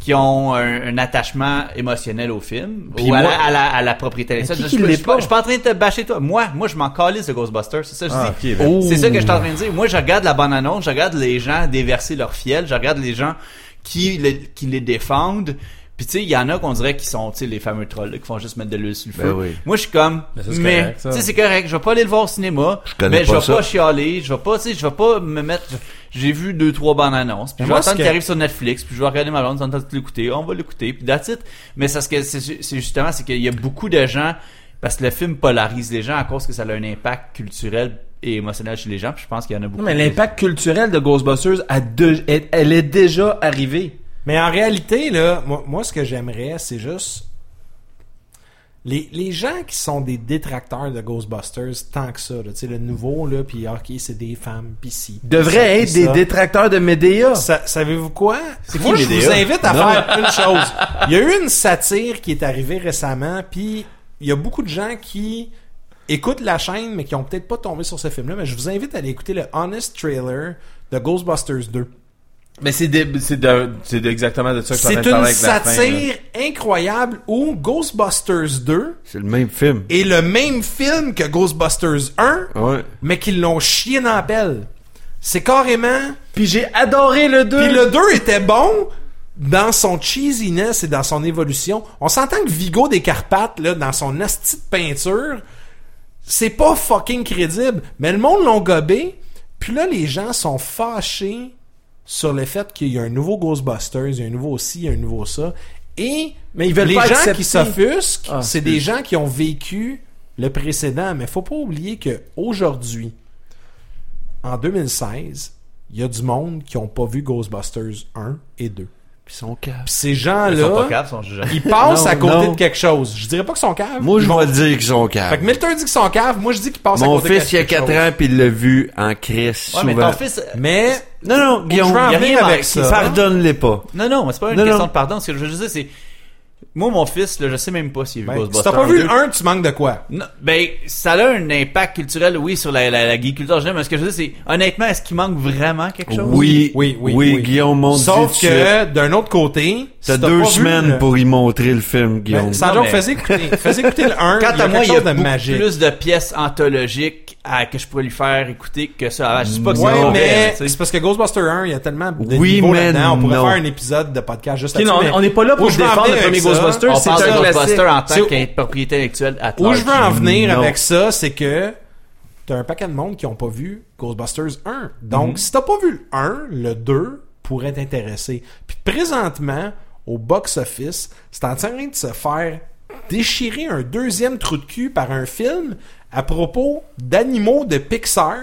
C: qui ont un, un attachement émotionnel au film,
A: Puis
C: ou à,
A: moi-
C: la, à, la, à la propriété
A: Mais
C: intellectuelle.
A: qui
C: Je-
A: qui
C: je,
A: l'est
C: je-
A: pas?
C: je suis pas en train de te bâcher toi. Moi, moi je m'en calisse de Ghostbusters, c'est ça que je
A: Ah,
C: dis.
A: ok, ben.
C: C'est ça que je suis en train de dire. Moi, je regarde la bande annonce, je regarde les gens déverser leur fiel, je regarde les gens qui, le- qui les défendent. Puis tu sais, il y en a qu'on dirait qui sont tu sais, les fameux trolls là, qui font juste mettre de l'huile sur le
D: Ben
C: feu.
D: oui.
C: Moi, je suis comme,
A: Ben, ça, c'est
C: mais
A: correct, ça.
C: tu sais, c'est correct. Je vais pas aller le voir au cinéma,
D: connais
C: mais je
D: pas
C: vais
D: ça.
C: pas chialer, je vais pas, tu sais, je vais pas me mettre. J'ai vu deux trois bandes annonces, puis
B: Mais
C: je vais
B: moi,
C: attendre
B: ce que-
C: qu'il arrive sur Netflix, puis je vais regarder ma blonde, en train de l'écouter, on va l'écouter, puis that's it. Mais ça, ce que c'est c'est justement, c'est qu'il y a beaucoup de gens parce que le film polarise les gens à cause que ça a un impact culturel et émotionnel chez les gens. Puis je pense qu'il y en a beaucoup.
E: Non, mais l'impact culturel de Ghostbusters, a de- elle- elle est déjà arrivée.
B: Mais en réalité, là, moi, moi, ce que j'aimerais, c'est juste. Les, les gens qui sont des détracteurs de Ghostbusters, tant que ça, là, tu sais, le nouveau, là, puis ah, ok, c'est des femmes, pis si.
E: Devrait être hein, des
A: hein,
E: détracteurs de Medea.
B: Ça- Savez-vous quoi?
C: qui,
B: Moi, je
C: Medea?
B: vous invite à faire une chose. Il y a eu une satire qui est arrivée récemment, puis il y a beaucoup de gens qui écoutent la chaîne, mais qui ont peut-être pas tombé sur ce film-là, mais je vous invite à aller écouter le Honest Trailer de Ghostbusters 2.
A: Mais c'est de- c'est de- c'est de- exactement de ça que je suis en
B: C'est
A: train de
B: une
A: parler avec la fin,
B: satire incroyable où Ghostbusters 2
D: C'est le même film.
B: est le même film que Ghostbusters 1,
D: Ouais.
B: mais qu'ils l'ont chié dans la pelle. C'est carrément...
E: Puis j'ai adoré le 2.
B: Puis le 2 était bon dans son cheesiness et dans son évolution. On s'entend que Vigo des Carpates, là, dans son asti de peinture, c'est pas fucking crédible. Mais le monde l'ont gobé. Puis là, les gens sont fâchés sur le fait qu'il y a un nouveau Ghostbusters, il y a un nouveau ci, il y a un nouveau ça. Et
E: Mais ils veulent
B: les
E: pas
B: gens
E: accepter.
B: qui s'offusquent,
E: Ah,
B: c'est des gens qui ont vécu le précédent. Mais faut pas oublier que aujourd'hui, en 2016, il y a du monde qui ont pas vu Ghostbusters 1 et 2.
D: Puis son
B: Puis ces
C: Ils sont pas
B: gens-là,
C: capables, ils sont jugeants.
B: ils passent
D: Non,
B: à côté
D: non.
B: de quelque chose. Je dirais pas qu'ils sont caves.
D: Moi, je
B: Ils vont-
D: vais dire qu'ils sont
B: Fait que
D: caves.
B: Milton dit qu'ils sont caves, moi je dis qu'ils passent à
D: Mon
B: côté de
D: fils, il y a
B: quelque
D: 4
B: chose.
D: ans, puis il l'a vu en crise
C: Ouais, mais
D: souvent.
C: ton fils. euh,
B: Mais
D: Non, non, Guillaume,
B: veux en
D: il y a
B: venir
D: rien
B: avec
D: avec ça.
B: ça. hein.
D: Pardonne-les pas.
C: Non, non, mais c'est pas une
D: Non,
C: question
D: non.
C: de pardon. Ce que je veux juste dire, c'est. Moi, mon fils, là, je sais même pas s'il a vu
B: ben, si
C: Ghostbusters.
B: t'as pas vu
C: deux.
B: le 1, tu manques de quoi?
C: Non, ben, ça a un impact culturel, oui, sur la, la, la geek culture en général, mais ce que je veux dire, c'est, honnêtement, est-ce qu'il manque vraiment quelque chose?
D: Oui,
B: Oui,
D: oui,
B: oui,
D: oui,
B: oui.
D: Guillaume, mon
B: Sauf
D: Dieu, tu-
B: que, d'un autre côté,
D: T'as
B: si
D: deux
B: pas vu
D: semaines
B: le-
D: pour y montrer le film, Guillaume.
B: Ben, sans
C: Non,
B: joke,
C: mais-
B: faisais écouter, faisais écouter le 1,
C: Quant
B: il y a
C: à
B: quelque
C: moi, il y a
B: chose de
C: beaucoup
B: magique.
C: plus de pièces anthologiques à, que je pourrais lui faire écouter que ça. Ah, Je dis pas que c'est
B: Ouais,
C: mauvais,
B: mais
C: tu sais.
B: c'est parce que Ghostbuster 1, il y a tellement de
D: Oui,
B: niveaux
D: mais
B: là-dedans. On pourrait
D: non.
B: faire un épisode de podcast juste
E: Ok, non,
B: là-dessus, mais
E: on n'est pas là pour
B: où je veux en
E: défendre
B: venir
E: le premier
B: avec ça-
E: Ghostbusters.
C: On
E: c'est
C: parle
E: un
C: de Ghostbusters
E: classique.
C: en
B: C'est-
C: tant que propriété intellectuelle à
B: Où je veux en venir
D: Non.
B: avec ça, c'est que t'as un paquet de monde qui ont pas vu Ghostbusters 1.
D: Mhm.
B: Donc, si t'as pas vu le 1, le 2 pourrait t'intéresser. Puis présentement, au box-office, c'est en train de se faire déchirer un deuxième trou de cul par un film à propos d'animaux de Pixar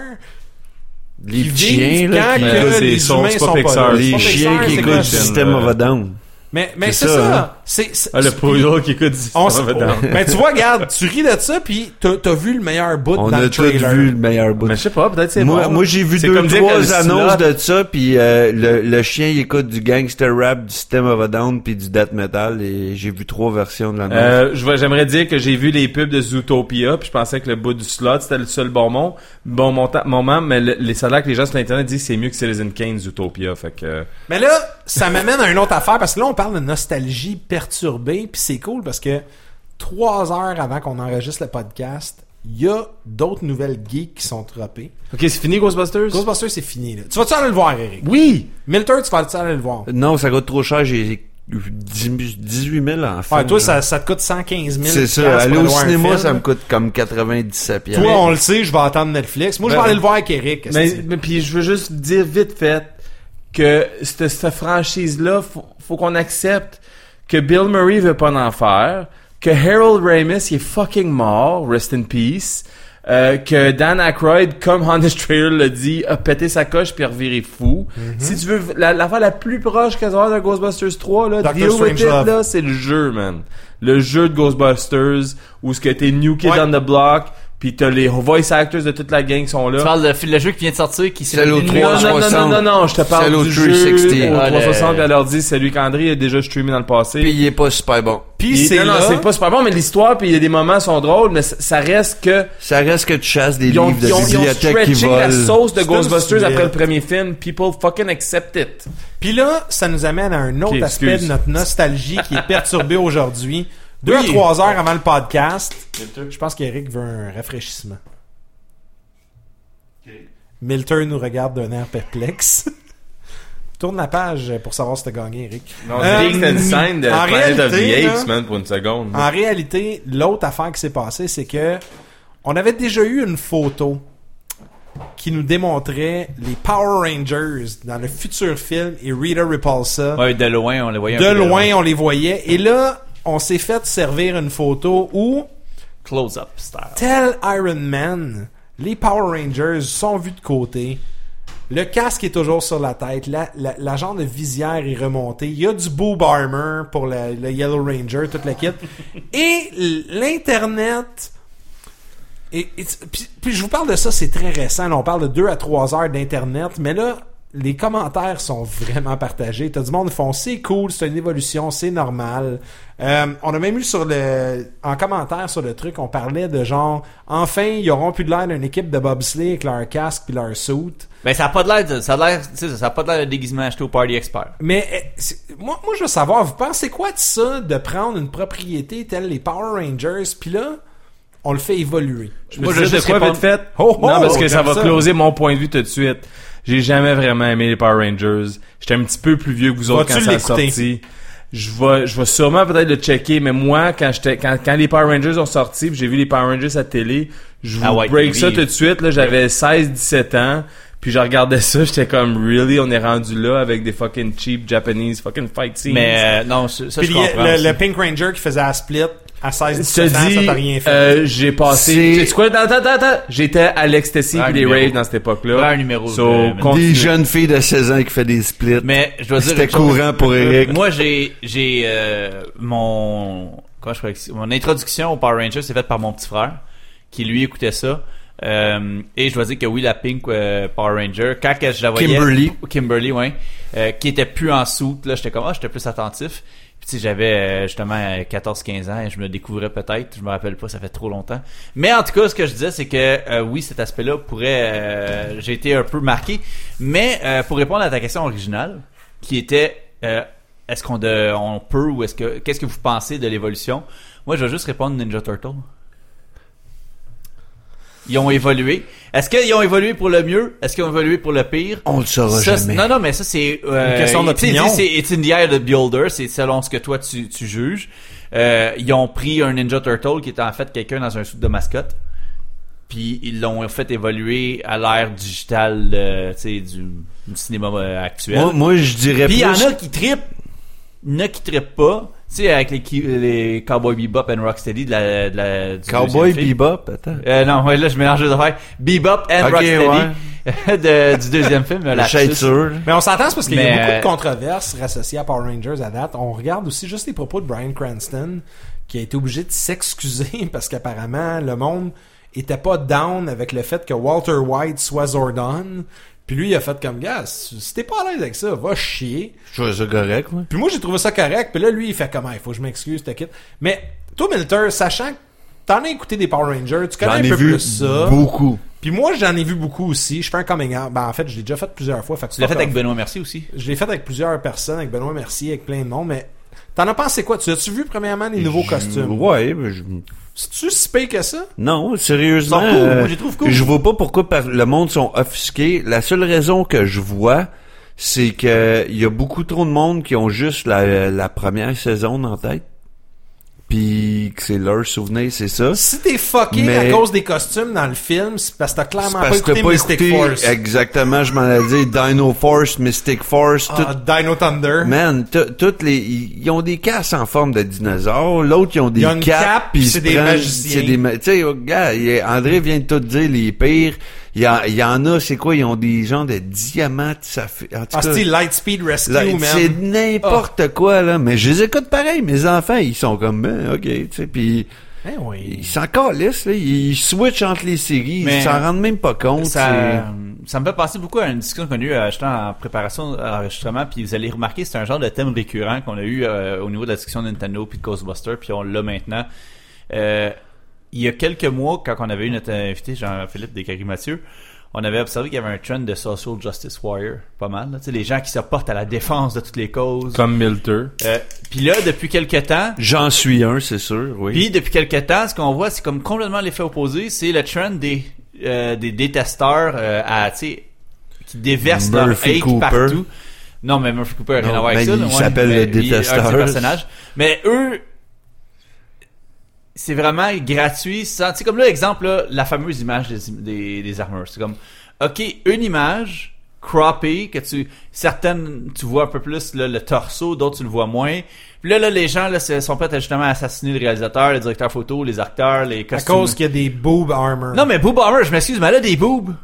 D: les
B: qui vivent
D: chiens, là,
B: quand
D: qui-
A: qui-
B: que
A: Là, c'est-
B: les
A: sont-
B: humains
A: c'est pas
B: sont pas
A: Pixar,
B: là.
A: c'est
D: les
B: Pas
D: chiens
B: Pixar,
D: qui
B: c'est
D: écoutent
B: quoi?
D: le système of a Down.
B: Mais, mais c'est
D: C'est
B: ça.
D: ça, hein?
B: C'est, c'est-
A: Ah, le poudre qui coûte
B: on s-
A: 10 dedans.
B: Ben, tu vois, regarde, tu ris de ça, puis t'as, t'as vu le meilleur bout
D: On
B: dans
D: a
B: le
D: tous
B: trailer.
D: vu le meilleur bout.
A: Mais je sais pas, peut-être c'est
D: Moi,
A: bon.
D: moi j'ai vu
A: C'est
D: deux
A: comme dire que
D: trois
A: le
D: annonces
A: slot-
D: de ça, puis euh, le, le chien il écoute du gangster rap, du system of a Down, puis du death metal, et j'ai vu trois versions de l'annonce.
A: Euh, je vais- j'aimerais dire que j'ai vu les pubs de Zootopia, puis je pensais que le bout du slot c'était le seul bon moment. Bon monta- moment, mais le- les salaires que les gens sur internet disent c'est mieux que Citizen Kane Zootopia, fait que euh,
B: Mais là, ça m'amène à une autre affaire, parce que là, on parle de nostalgie perturbée, puis c'est cool, parce que trois heures avant qu'on enregistre le podcast, il y a d'autres nouvelles geeks qui sont droppées.
A: OK, c'est fini Ghostbusters
B: Ghostbusters, c'est fini, là. Tu vas-tu aller le voir, Eric?
A: Oui.
B: Milter, tu vas-tu aller le voir?
D: Non, ça coûte trop cher, j'ai eu 10 18 000 en fait.
B: Ouais, toi, ça, ça te coûte 115 000
D: C'est ça,
B: piastres pour
D: aller au
B: voir un
D: cinéma,
B: film.
D: ça me coûte comme 97 piastres.
B: Toi, on le sait, je vais attendre Netflix. Moi, je vais
A: Ben-
B: aller le voir avec Eric.
A: Mais,
B: esti.
A: mais puis je veux juste dire vite fait que cette, cette franchise-là, faut, faut qu'on accepte que Bill Murray veut pas en faire, que Harold Ramis il est fucking mort, rest in peace, euh, que Dan Aykroyd, comme Honest Trailer le dit, a pété sa coche puis a reviré fou. Si tu veux la, l'affaire la plus proche que ça va de Ghostbusters 3, là,
B: Dr.
A: deal with it,
B: Strangelove.
A: là, c'est le jeu, man. Le jeu de Ghostbusters, où ce que t'es New Kid
B: Ouais.
A: on the Block, puis t'as les voice actors de toute la gang qui sont là.
C: Tu parles de le jeu qui vient de sortir, qui
D: Salut aux
A: Non, non,
D: trois.
A: non, non,
D: 360.
A: non, non, je te parle
D: Celle au
A: du
D: 360.
A: jeu au
C: Ah, le-
A: 360 puis à l'ordi, celui qu'André a déjà streamé dans le passé.
D: Puis il est pas super bon.
A: Il-
B: Puis c'est
A: non, non,
B: là-
A: c'est pas super bon, mais l'histoire, puis il y a des moments qui sont drôles, mais c- ça reste que
D: Ça reste que tu chasses des
A: ils ont,
D: livres de
A: ils ont, ils ont
D: bibliothèque qui
A: stretché la
D: volent.
A: sauce de
B: C'est
A: Ghostbusters
B: une
A: après le
B: bibliothèque.
A: premier film. People fucking accept it.
B: Puis là, ça nous amène à un autre
A: Ok,
B: aspect de
A: excuse.
B: notre nostalgie qui est perturbée aujourd'hui. Deux à trois heures avant le podcast, je pense qu'Eric veut un rafraîchissement. Milter nous regarde d'un air perplexe. Tourne la page pour savoir si t'as gagné, Eric.
A: Non,
B: Euh,
A: c'est une scène de
B: en
A: Planet of the
B: réalité,
A: Apes,
B: là-
A: man, pour une seconde.
B: En réalité, l'autre affaire qui s'est passée, c'est que on avait déjà eu une photo qui nous démontrait les Power Rangers dans le futur film et Rita Repulsa.
C: Ouais, de loin, on le voyait. un
B: de
C: peu
B: loin, on les voyait. Et là, on s'est fait servir une photo où
C: Close-up, style.
B: tel Iron Man Les Power Rangers sont vus de côté. Le casque est toujours sur la tête. La, la, la genre de visière est remontée. Il y a du boob armor pour la- le Yellow Ranger, toute la kit. Et l'Internet... Et, et- puis, puis je vous parle de ça, c'est très récent. Là, on parle de 2 à 3 heures d'Internet, mais là, les commentaires sont vraiment partagés. T'as du monde qui font c'est cool, c'est une évolution, c'est normal. Euh, on a même eu sur le en commentaire sur le truc, on parlait de genre enfin ils auront plus de l'air d'une équipe de bobsleigh avec leur casque puis leur suit.
C: Ben, ça a pas de l'air, de- ça a l'air, tu sais, ça a pas de l'air de déguisement acheté au Party Expert.
B: Mais euh, c'est- moi, moi, je veux savoir, vous pensez quoi de ça, de prendre une propriété telle les Power Rangers, puis là, on le fait évoluer.
A: Je Moi,
C: Moi,
A: je
C: je
A: juste
C: vais juste
A: quoi
C: répondre-
A: vite fait.
B: Oh, oh,
A: non, parce que
B: j'aime
A: ça va
B: ça.
A: closer mon point de vue tout de suite. J'ai jamais vraiment aimé les Power Rangers. J'étais un petit peu plus vieux que vous autres quand
B: Vas-tu
A: ça a
B: l'écouter?
A: sorti. Je vais, je vais sûrement peut-être le checker, mais moi, quand j'étais, quand, quand les Power Rangers ont sorti, puis j'ai vu les Power Rangers à télé, je vous
C: Ah ouais,
A: break
C: oui.
A: ça tout de suite, là, j'avais 16, 17 ans, puis je regardais ça, j'étais comme, really, on est rendu là avec des fucking cheap Japanese fucking fight scenes.
C: Mais, euh, non, ça, ça,
B: Puis
C: je
B: il y a
C: comprends.
B: le,
C: aussi.
B: le Pink Ranger qui faisait la split à 16
A: se
B: 17 ans, ça
A: dit,
B: t'a rien fait.
A: euh, j'ai passé.
D: C'est-
A: Tu sais quoi? Attends, attends, attends. J'étais à l'ecstasy
C: Prends
A: puis
C: un
A: les
C: numéro.
A: raves dans cette époque-là.
C: Prends un numéro,
A: So,
C: euh,
A: continue.
D: Des jeunes filles de 16 ans qui fait des splits.
C: Mais, je dois dire.
D: C'était
C: une chose.
D: courant pour Eric.
C: Moi, j'ai, j'ai, euh, mon, comment je pourrais expliquer- mon introduction au Power Rangers, c'est faite par mon petit frère, qui lui écoutait ça. Euh, et je dois dire que oui, la Pink euh, Power Ranger, quand que je la voyais.
D: Kimberly.
C: Kimberly, ouais. euh, qui était plus en soute, là, j'étais comme, ah, j'étais plus attentif. Puis, tu sais, j'avais euh, justement euh, 14-15 ans et je me découvrais peut-être, je me rappelle pas, ça fait trop longtemps. Mais en tout cas, ce que je disais, c'est que euh, oui, cet aspect-là pourrait... euh, J'ai été un peu marqué. Mais euh, pour répondre à ta question originale, qui était, euh, est-ce qu'on de- on peut ou est-ce que... Qu'est-ce que vous pensez de l'évolution? Moi, je vais juste répondre Ninja Turtle. Ils ont évolué. Est-ce qu'ils ont évolué pour le mieux? Est-ce qu'ils ont évolué pour le pire?
D: On le saura
C: Ça,
D: jamais.
C: c'est- Non, non, mais ça, c'est... euh,
B: Une question
C: tu sais,
B: d'opinion.
C: dis, C'est It's in the Eye of the Builder, c'est selon ce que toi, tu, tu juges. Euh, ils ont pris un Ninja Turtle qui était en fait quelqu'un dans un soupe de mascotte. Puis ils l'ont fait évoluer à l'ère digitale, euh, tu sais, du, du cinéma euh, actuel.
D: Moi, moi, je dirais
C: Puis il
D: plus...
C: y en a qui trippent, il y en a qui trippent pas. Tu sais, avec les, qui- les Cowboy Bebop and Rocksteady de la, de la du
D: Cowboy
C: deuxième film.
D: Bebop, attends.
C: Euh, non, ouais, là, je mélange les affaires. Bebop and
D: Ok,
C: Rocksteady de- du deuxième film.
D: La
C: lapsus.
D: chaîne sûre.
B: mais on s'entend c'est parce qu'il y a
C: mais-
B: beaucoup de controverses associées à Power Rangers à date. On regarde aussi juste les propos de Brian Cranston qui a été obligé de s'excuser parce qu'apparemment le monde était pas down avec le fait que Walter White soit Zordon. Puis lui, il a fait comme gars, si t'es pas à l'aise avec ça, va chier.
D: Je trouve ça correct, moi.
B: Puis moi, j'ai trouvé ça correct. Puis là, lui, il fait comment? Il faut que je m'excuse, t'inquiète. Mais toi, Milter, sachant que t'en as écouté des Power Rangers, tu connais
D: J'en
B: un
D: ai
B: peu
D: vu
B: plus ça.
D: beaucoup.
B: Puis moi, j'en ai vu beaucoup aussi. Je fais un coming out. Ben, en fait, je l'ai déjà fait plusieurs fois. Fait que
C: Tu l'as fait
B: fuck off.
C: avec Benoît Mercier aussi.
B: Je l'ai fait avec plusieurs personnes, avec Benoît Mercier, avec plein de monde, mais t'en as pensé quoi? Tu as-tu vu, premièrement, les nouveaux costumes?
D: Ouais, mais je-
B: C'est-tu si pire que ça?
D: non, sérieusement.
C: Ils sont cool,
D: euh,
C: moi, je les trouve cool.
D: Je vois pas pourquoi par- le monde sont offusqués. La seule raison que je vois, c'est que il y a beaucoup trop de monde qui ont juste la, la première saison en tête. Puis que c'est leur souvenir, c'est ça.
B: Si t'es fucké
D: Mais-
B: à cause des costumes dans le film, c'est parce que t'as
D: C'est
B: clairement pas
D: parce que
B: écouté
D: t'as pas
B: Mystic
D: écouté
B: Force.
D: exactement, je m'en ai dit, Dino Force, Mystic Force, tout,
B: Ah, Dino Thunder.
D: Man, t- toutes les, ils ils ont des casses en forme de dinosaures. L'autre, ils ont des
B: Ils ont une
D: capes.
B: cape,
D: puis ils
B: c'est
D: se
B: des
D: prennent-
B: magiciens.
D: c'est des ma- Tu sais, oh, gars, il y a- André vient de tout dire les pires. Il y, en- il y en a, c'est quoi Ils ont des gens de diamants. Ça fait. En tout
B: Ah,
D: cas,
B: c'est Lightspeed Rescue,
D: là,
B: man. Ah.
D: c'est n'importe quoi là. Mais je les écoute pareil. Mes enfants, ils sont comme, Ben, ok, tu sais, puis
B: Eh oui.
D: ils s'en calissent, là. Ils switchent entre les séries.
C: Mais
D: ils s'en rendent même pas compte.
C: Ça, ça me fait penser beaucoup à une discussion qu'on a eue euh, j'étais en préparation à l'enregistrement, puis vous allez remarquer, c'est un genre de thème récurrent qu'on a eu euh, au niveau de la discussion de Nintendo puis de Ghostbusters, puis on l'a maintenant. Euh, il y a quelques mois, quand on avait eu notre invité, Jean-Philippe Descaries-Mathieu, on avait observé qu'il y avait un trend de social justice warrior, pas mal. là. Tu sais, les gens qui se portent à la défense de toutes les causes.
A: Comme Milter.
C: Euh, puis là, depuis quelques temps,
D: c'est- J'en suis un, c'est sûr. Oui.
C: puis depuis quelques temps, ce qu'on voit, c'est comme complètement l'effet opposé, c'est le trend des euh, des détesteurs euh, à tu sais qui déversent leur
D: Murphy
C: hate
D: Cooper.
C: partout. Non, mais Murphy Cooper a rien
D: Non,
C: à voir avec
D: mais
C: ça.
D: il
C: là. Ouais,
D: s'appelle
C: mais
D: le
C: il est un de ses
D: détesteur.
C: personnages. Mais eux, c'est vraiment gratuit. sans- Tu sais, comme là, exemple, là, la fameuse image des, des, des armures. C'est comme, OK, une image croppé que tu certaines tu vois un peu plus là, le torso d'autres tu le vois moins puis là, là les gens là se- sont prêts à justement assassiner le réalisateur le directeur photo les acteurs les
B: À
C: costumes
B: cause qu'il y a des boob armor.
C: non mais boob armor je m'excuse mais elle a des boobs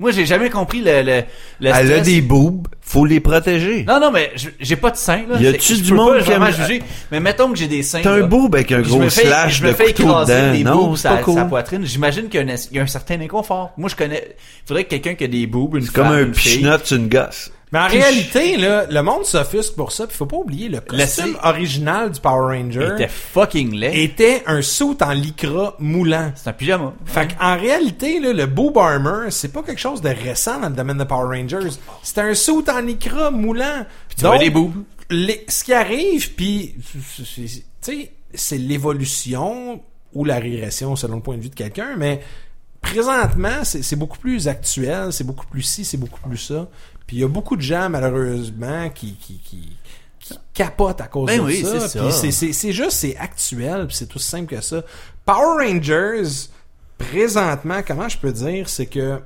C: moi j'ai jamais compris le le, le
D: Elle a
C: stress.
D: des boobs, faut les protéger.
C: non non mais je- j'ai pas de seins là
D: Y a-tu
C: C'est- je
D: du
C: peux
D: monde
C: pas
D: qui
C: vraiment
D: aime-
C: juger mais mettons que j'ai des seins
D: T'as un
C: là.
D: boob avec un
C: Je
D: gros
C: me fais-
D: slash
C: je me
D: de
C: fais
D: couteau
C: écraser
D: dedans.
C: des
D: Non,
C: boobs
D: c'est
C: sa,
D: pas
C: sa
D: cool.
C: poitrine. J'imagine qu'il y, a un es- il y a un certain inconfort. Moi, je connais. faudrait que quelqu'un qui a des boobs, une
D: C'est comme
C: femme,
D: un
C: une fille.
D: pichenot sur une gosse.
B: Mais en
C: Puis
B: réalité, là, le monde s'offusque pour ça. Puis faut pas oublier, le costume
C: Laissez-
B: original du Power Ranger
C: était
B: était,
C: fucking laid.
B: un suit en lycra moulant.
C: C'est un pyjama.
B: Fait qu'en réalité, là, le boob armor, c'est pas quelque chose de récent dans le domaine de Power Rangers. C'est un suit en lycra moulant.
C: Tu vois des boobs.
B: les- ce qui arrive, puis c'est- c'est- tu sais, c'est l'évolution ou la régression selon le point de vue de quelqu'un, mais présentement, c'est c'est beaucoup plus actuel, c'est beaucoup plus ci, c'est beaucoup plus ça. Puis il y a beaucoup de gens, malheureusement, qui, qui, qui, qui capotent à cause
C: Ben
B: de
C: oui,
B: ça.
C: c'est
B: Puis
C: ça.
B: c'est- c'est- C'est juste, c'est actuel, puis c'est tout simple que ça. Power Rangers, présentement, comment je peux dire, c'est que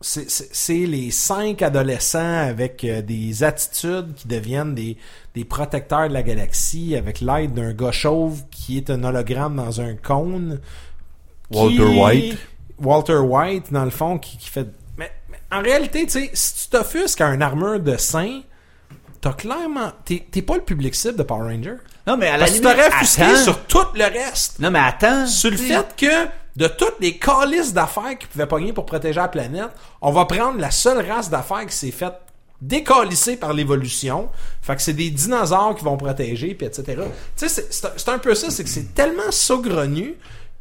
B: c'est- c'est c'est les cinq adolescents avec euh, des attitudes qui deviennent des, des protecteurs de la galaxie avec l'aide d'un gars chauve qui est un hologramme dans un cône. qui-
D: Walter White.
B: Walter White, dans le fond, qui, qui fait... Mais, mais en réalité, tu sais, si tu t'offusques à une armure de saint, t'as clairement... T'es t'es pas le public cible de Power Ranger.
C: Non, mais à la
B: Parce que tu
C: limite,
B: t'aurais offusqué
C: attends.
B: sur tout le reste.
C: Non, mais attends.
B: Sur le
C: Tu-
B: fait que de toutes les calices d'affaires qui pouvaient pogner pour protéger la planète, on va prendre la seule race d'affaires qui s'est faite décalisser par l'évolution. Fait que c'est des dinosaures qui vont protéger, puis etc. Tu sais, c'est- c'est un- c'est un peu ça, c'est que c'est tellement saugrenu.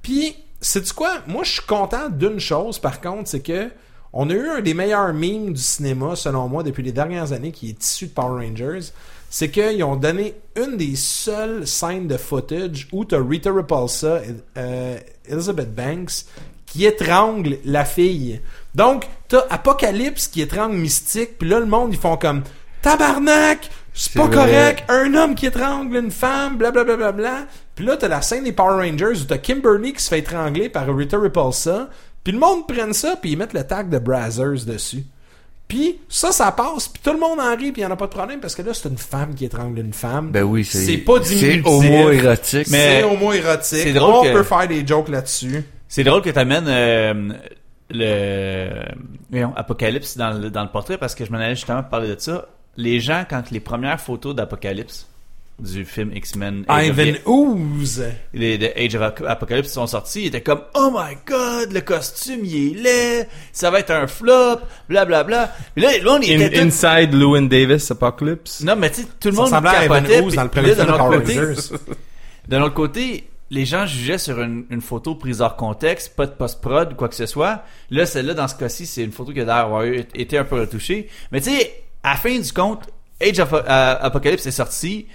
B: Puis, sais-tu quoi? Moi, je suis content d'une chose, par contre, c'est que on a eu un des meilleurs mimes du cinéma, selon moi, depuis les dernières années, qui est issu de Power Rangers. C'est qu'ils ont donné une des seules scènes de footage où t'as Rita Repulsa, et, euh, Elizabeth Banks, qui étrangle la fille. Donc, t'as Apocalypse qui étrangle Mystique, puis là, le monde, ils font comme Tabarnak! C'est
D: C'est
B: pas
D: vrai.
B: correct! Un homme qui étrangle une femme, blablabla. Bla, bla, bla. Puis là, t'as la scène des Power Rangers où t'as Kimberly qui se fait étrangler par Rita Repulsa. Puis le monde prenne ça, puis ils mettent le tag de Brazzers dessus. Puis ça, ça passe, puis tout le monde en rit, puis il en a pas de problème parce que là, c'est une femme qui étrangle une femme.
D: Ben oui, c'est.
B: C'est pas
D: C'est
B: diminutif.
D: homo-érotique.
C: Mais-
B: c'est homo-érotique.
C: c'est drôle
B: On
C: que-
B: peut faire des jokes là-dessus.
C: C'est drôle que t'amènes euh, le voyons, Apocalypse dans le, dans le portrait parce que je m'en allais justement parler de ça. Les gens, quand les premières photos d'Apocalypse du film X-Men
B: Ah,
C: Age of-
B: Ivan Ooze.
C: les de Age of Ap- Apocalypse sont sortis, ils étaient comme Oh my god, le costume il est laid, ça va être un flop, blablabla. Bla, bla. Puis là, là, on
A: In-
C: était tous-
A: Inside Lewin Davis Apocalypse.
C: Non, mais tu sais, tout le
B: Ça
C: monde
B: ressemblait à Ivan
C: capotait.
B: Ooze
C: puis
B: dans le premier
C: là,
B: film
C: d'un
B: de
C: autre
B: Power
C: côté-
B: Rangers.
C: D'un autre côté, les gens jugeaient sur une, une photo prise hors contexte, pas de post-prod, quoi que ce soit. Là, celle-là, dans ce cas-ci, c'est une photo qui a l'air avoir eu- été un peu retouchée. Mais tu sais, à la fin du compte, Age of euh, Apocalypse est sorti.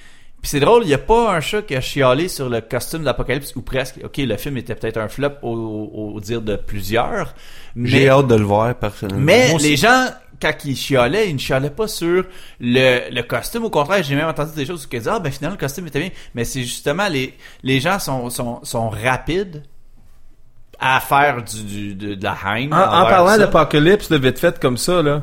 C: Puis c'est drôle, il n'y a pas un chat qui a chialé sur le costume d'Apocalypse, ou presque. OK, le film était peut-être un flop au, au- au dire de plusieurs.
D: J'ai
C: Mais,
D: hâte de le voir,
A: Mm-hmm.
D: personnellement.
C: mais
D: Moi aussi.
C: les gens, quand ils chialaient, ils ne chialaient pas sur le, le costume. Au contraire, j'ai même entendu des choses qui disaient « Ah, ben finalement, le costume était bien. » Mais c'est justement, les, les gens sont, sont, sont rapides à faire du, du- de, de la haine.
A: En, en
C: envers
A: parlant
C: Ah, ça.
A: d'Apocalypse, là, vite fait comme ça, là,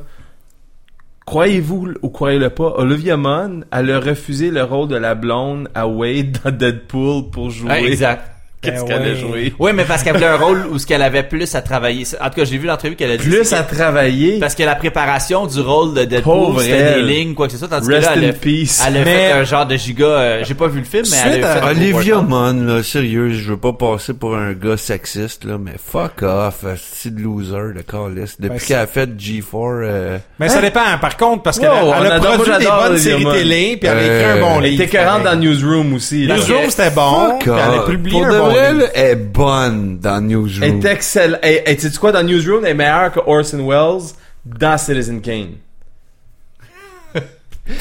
A: croyez-vous l- ou croyez-le pas, Olivia Munn, elle a refusé le rôle de la blonde à Wade dans Deadpool pour jouer.
C: Ouais, exact.
A: Qu'est-ce
B: Ben
A: qu'elle a
B: ouais.
A: joué?
C: Oui, mais parce qu'elle voulait un rôle où ce qu'elle avait plus à travailler. En tout cas, j'ai vu l'entrevue qu'elle a dit.
A: Plus à travailler.
C: Parce que la préparation du rôle de Deadpool,
A: Pauvre
C: c'était des
A: elle.
C: lignes, quoi que ce soit, tandis que
A: Rest
C: là, elle a,
A: in peace.
C: elle
B: Mais-
C: a fait un genre de giga, euh, j'ai pas vu le film, mais elle
B: Suite
C: a fait
B: à-
C: un gros
D: Olivia
C: workout.
D: Munn, là, sérieux, je veux pas passer pour un gars sexiste, là, mais fuck off, c'est de loser, le Callis. Depuis
B: Ben, c'est-
D: qu'elle a fait G4, euh,
B: Mais ça dépend, par contre, parce
A: Wow,
B: qu'elle a-
A: on
B: elle a
A: adore-
B: produit
A: moi,
B: des
A: j'adore
B: bonnes
A: Olivia
B: séries
A: Munn.
B: télé, puis elle a écrit un
D: Euh,
B: bon
A: Elle
B: livre.
A: était 40 dans Newsroom aussi. là.
B: Newsroom, c'était bon.
D: fuck
B: puis Elle a
D: off.
B: publié
D: Pour
B: un
D: de
B: bon livre.
D: vrai, là, elle est bonne dans
A: Elle
D: Newsroom.
A: est excellente. Et, et tu quoi, dans Newsroom, elle est meilleure que Orson Welles dans Citizen Kane.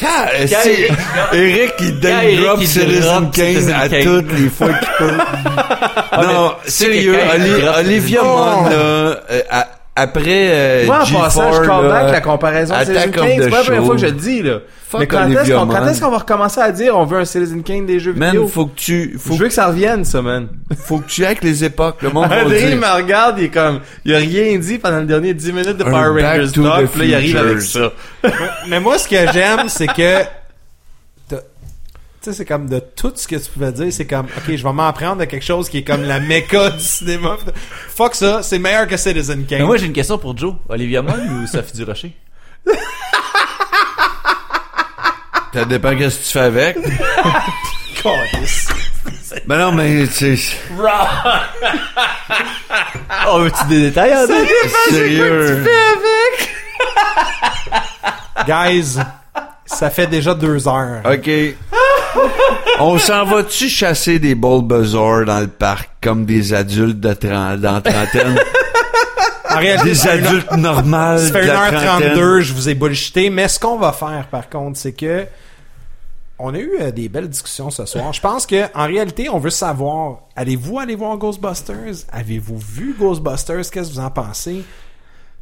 D: Quand, euh, c'est- Eric, il
C: Quand
D: donne
C: Eric,
D: drop
C: il
D: Citizen
C: drop
D: Kane
C: Citizen
D: à
C: Kane.
D: toutes les fois qu'il peut. Ah, non,
C: mais tu sais que
D: sérieux,
C: quand il
D: Oli-
C: drop
D: Olivia
B: Citizen Kane-
D: Munn, là, euh, elle- après euh,
E: Moi, en
D: G4,
E: passant, je call
D: là,
E: back la comparaison de
D: Attack
E: Citizen
D: of
E: Kane.
D: the
E: C'est pas la première
D: Show.
E: fois que je le dis, là.
D: Fuck
E: Mais quand est-ce
D: Olivia
E: qu'on quand
D: Munn.
E: est-ce qu'on va recommencer à dire on veut un Citizen Kane des jeux
D: Man,
E: vidéo?
D: faut que tu faut,
E: Je veux que ça revienne, ça, man.
D: faut que tu ailles avec les époques, le monde va
E: André, il
D: dire.
E: me regarde, il est comme, il a rien dit pendant les dernières 10 minutes de
D: Un
E: Power
D: Back
E: Rangers
D: to
E: Doc,
D: the
E: puis là, il arrive avec
D: Futures.
E: ça.
B: Mais moi, ce que j'aime, c'est que. t'as- Tu sais, c'est comme de tout ce que tu pouvais dire, c'est comme, ok, je vais m'en prendre de quelque chose qui est comme la méca du cinéma. Fuck ça, c'est meilleur que Citizen Kane.
C: Mais moi, j'ai une question pour Joe. Olivia Munn ou Sophie Durocher?
D: Ça dépend qu'est-ce que tu fais avec. ben non, mais tu sais,
C: Oh, veux-tu des détails, André?
D: sérieux.
B: Guys, ça fait déjà deux heures.
D: OK. On s'en va-tu chasser des balls buzzers dans le parc comme des adultes de tren- dans trentaine?
B: En réalité,
D: des adultes normales
B: Ça fait
D: de la
B: 1h32, je vous ai bullshité, mais ce qu'on va faire par contre, c'est que on a eu euh, des belles discussions ce soir. Je pense que en réalité, on veut savoir allez-vous aller voir Ghostbusters Avez-vous vu Ghostbusters Qu'est-ce que vous en pensez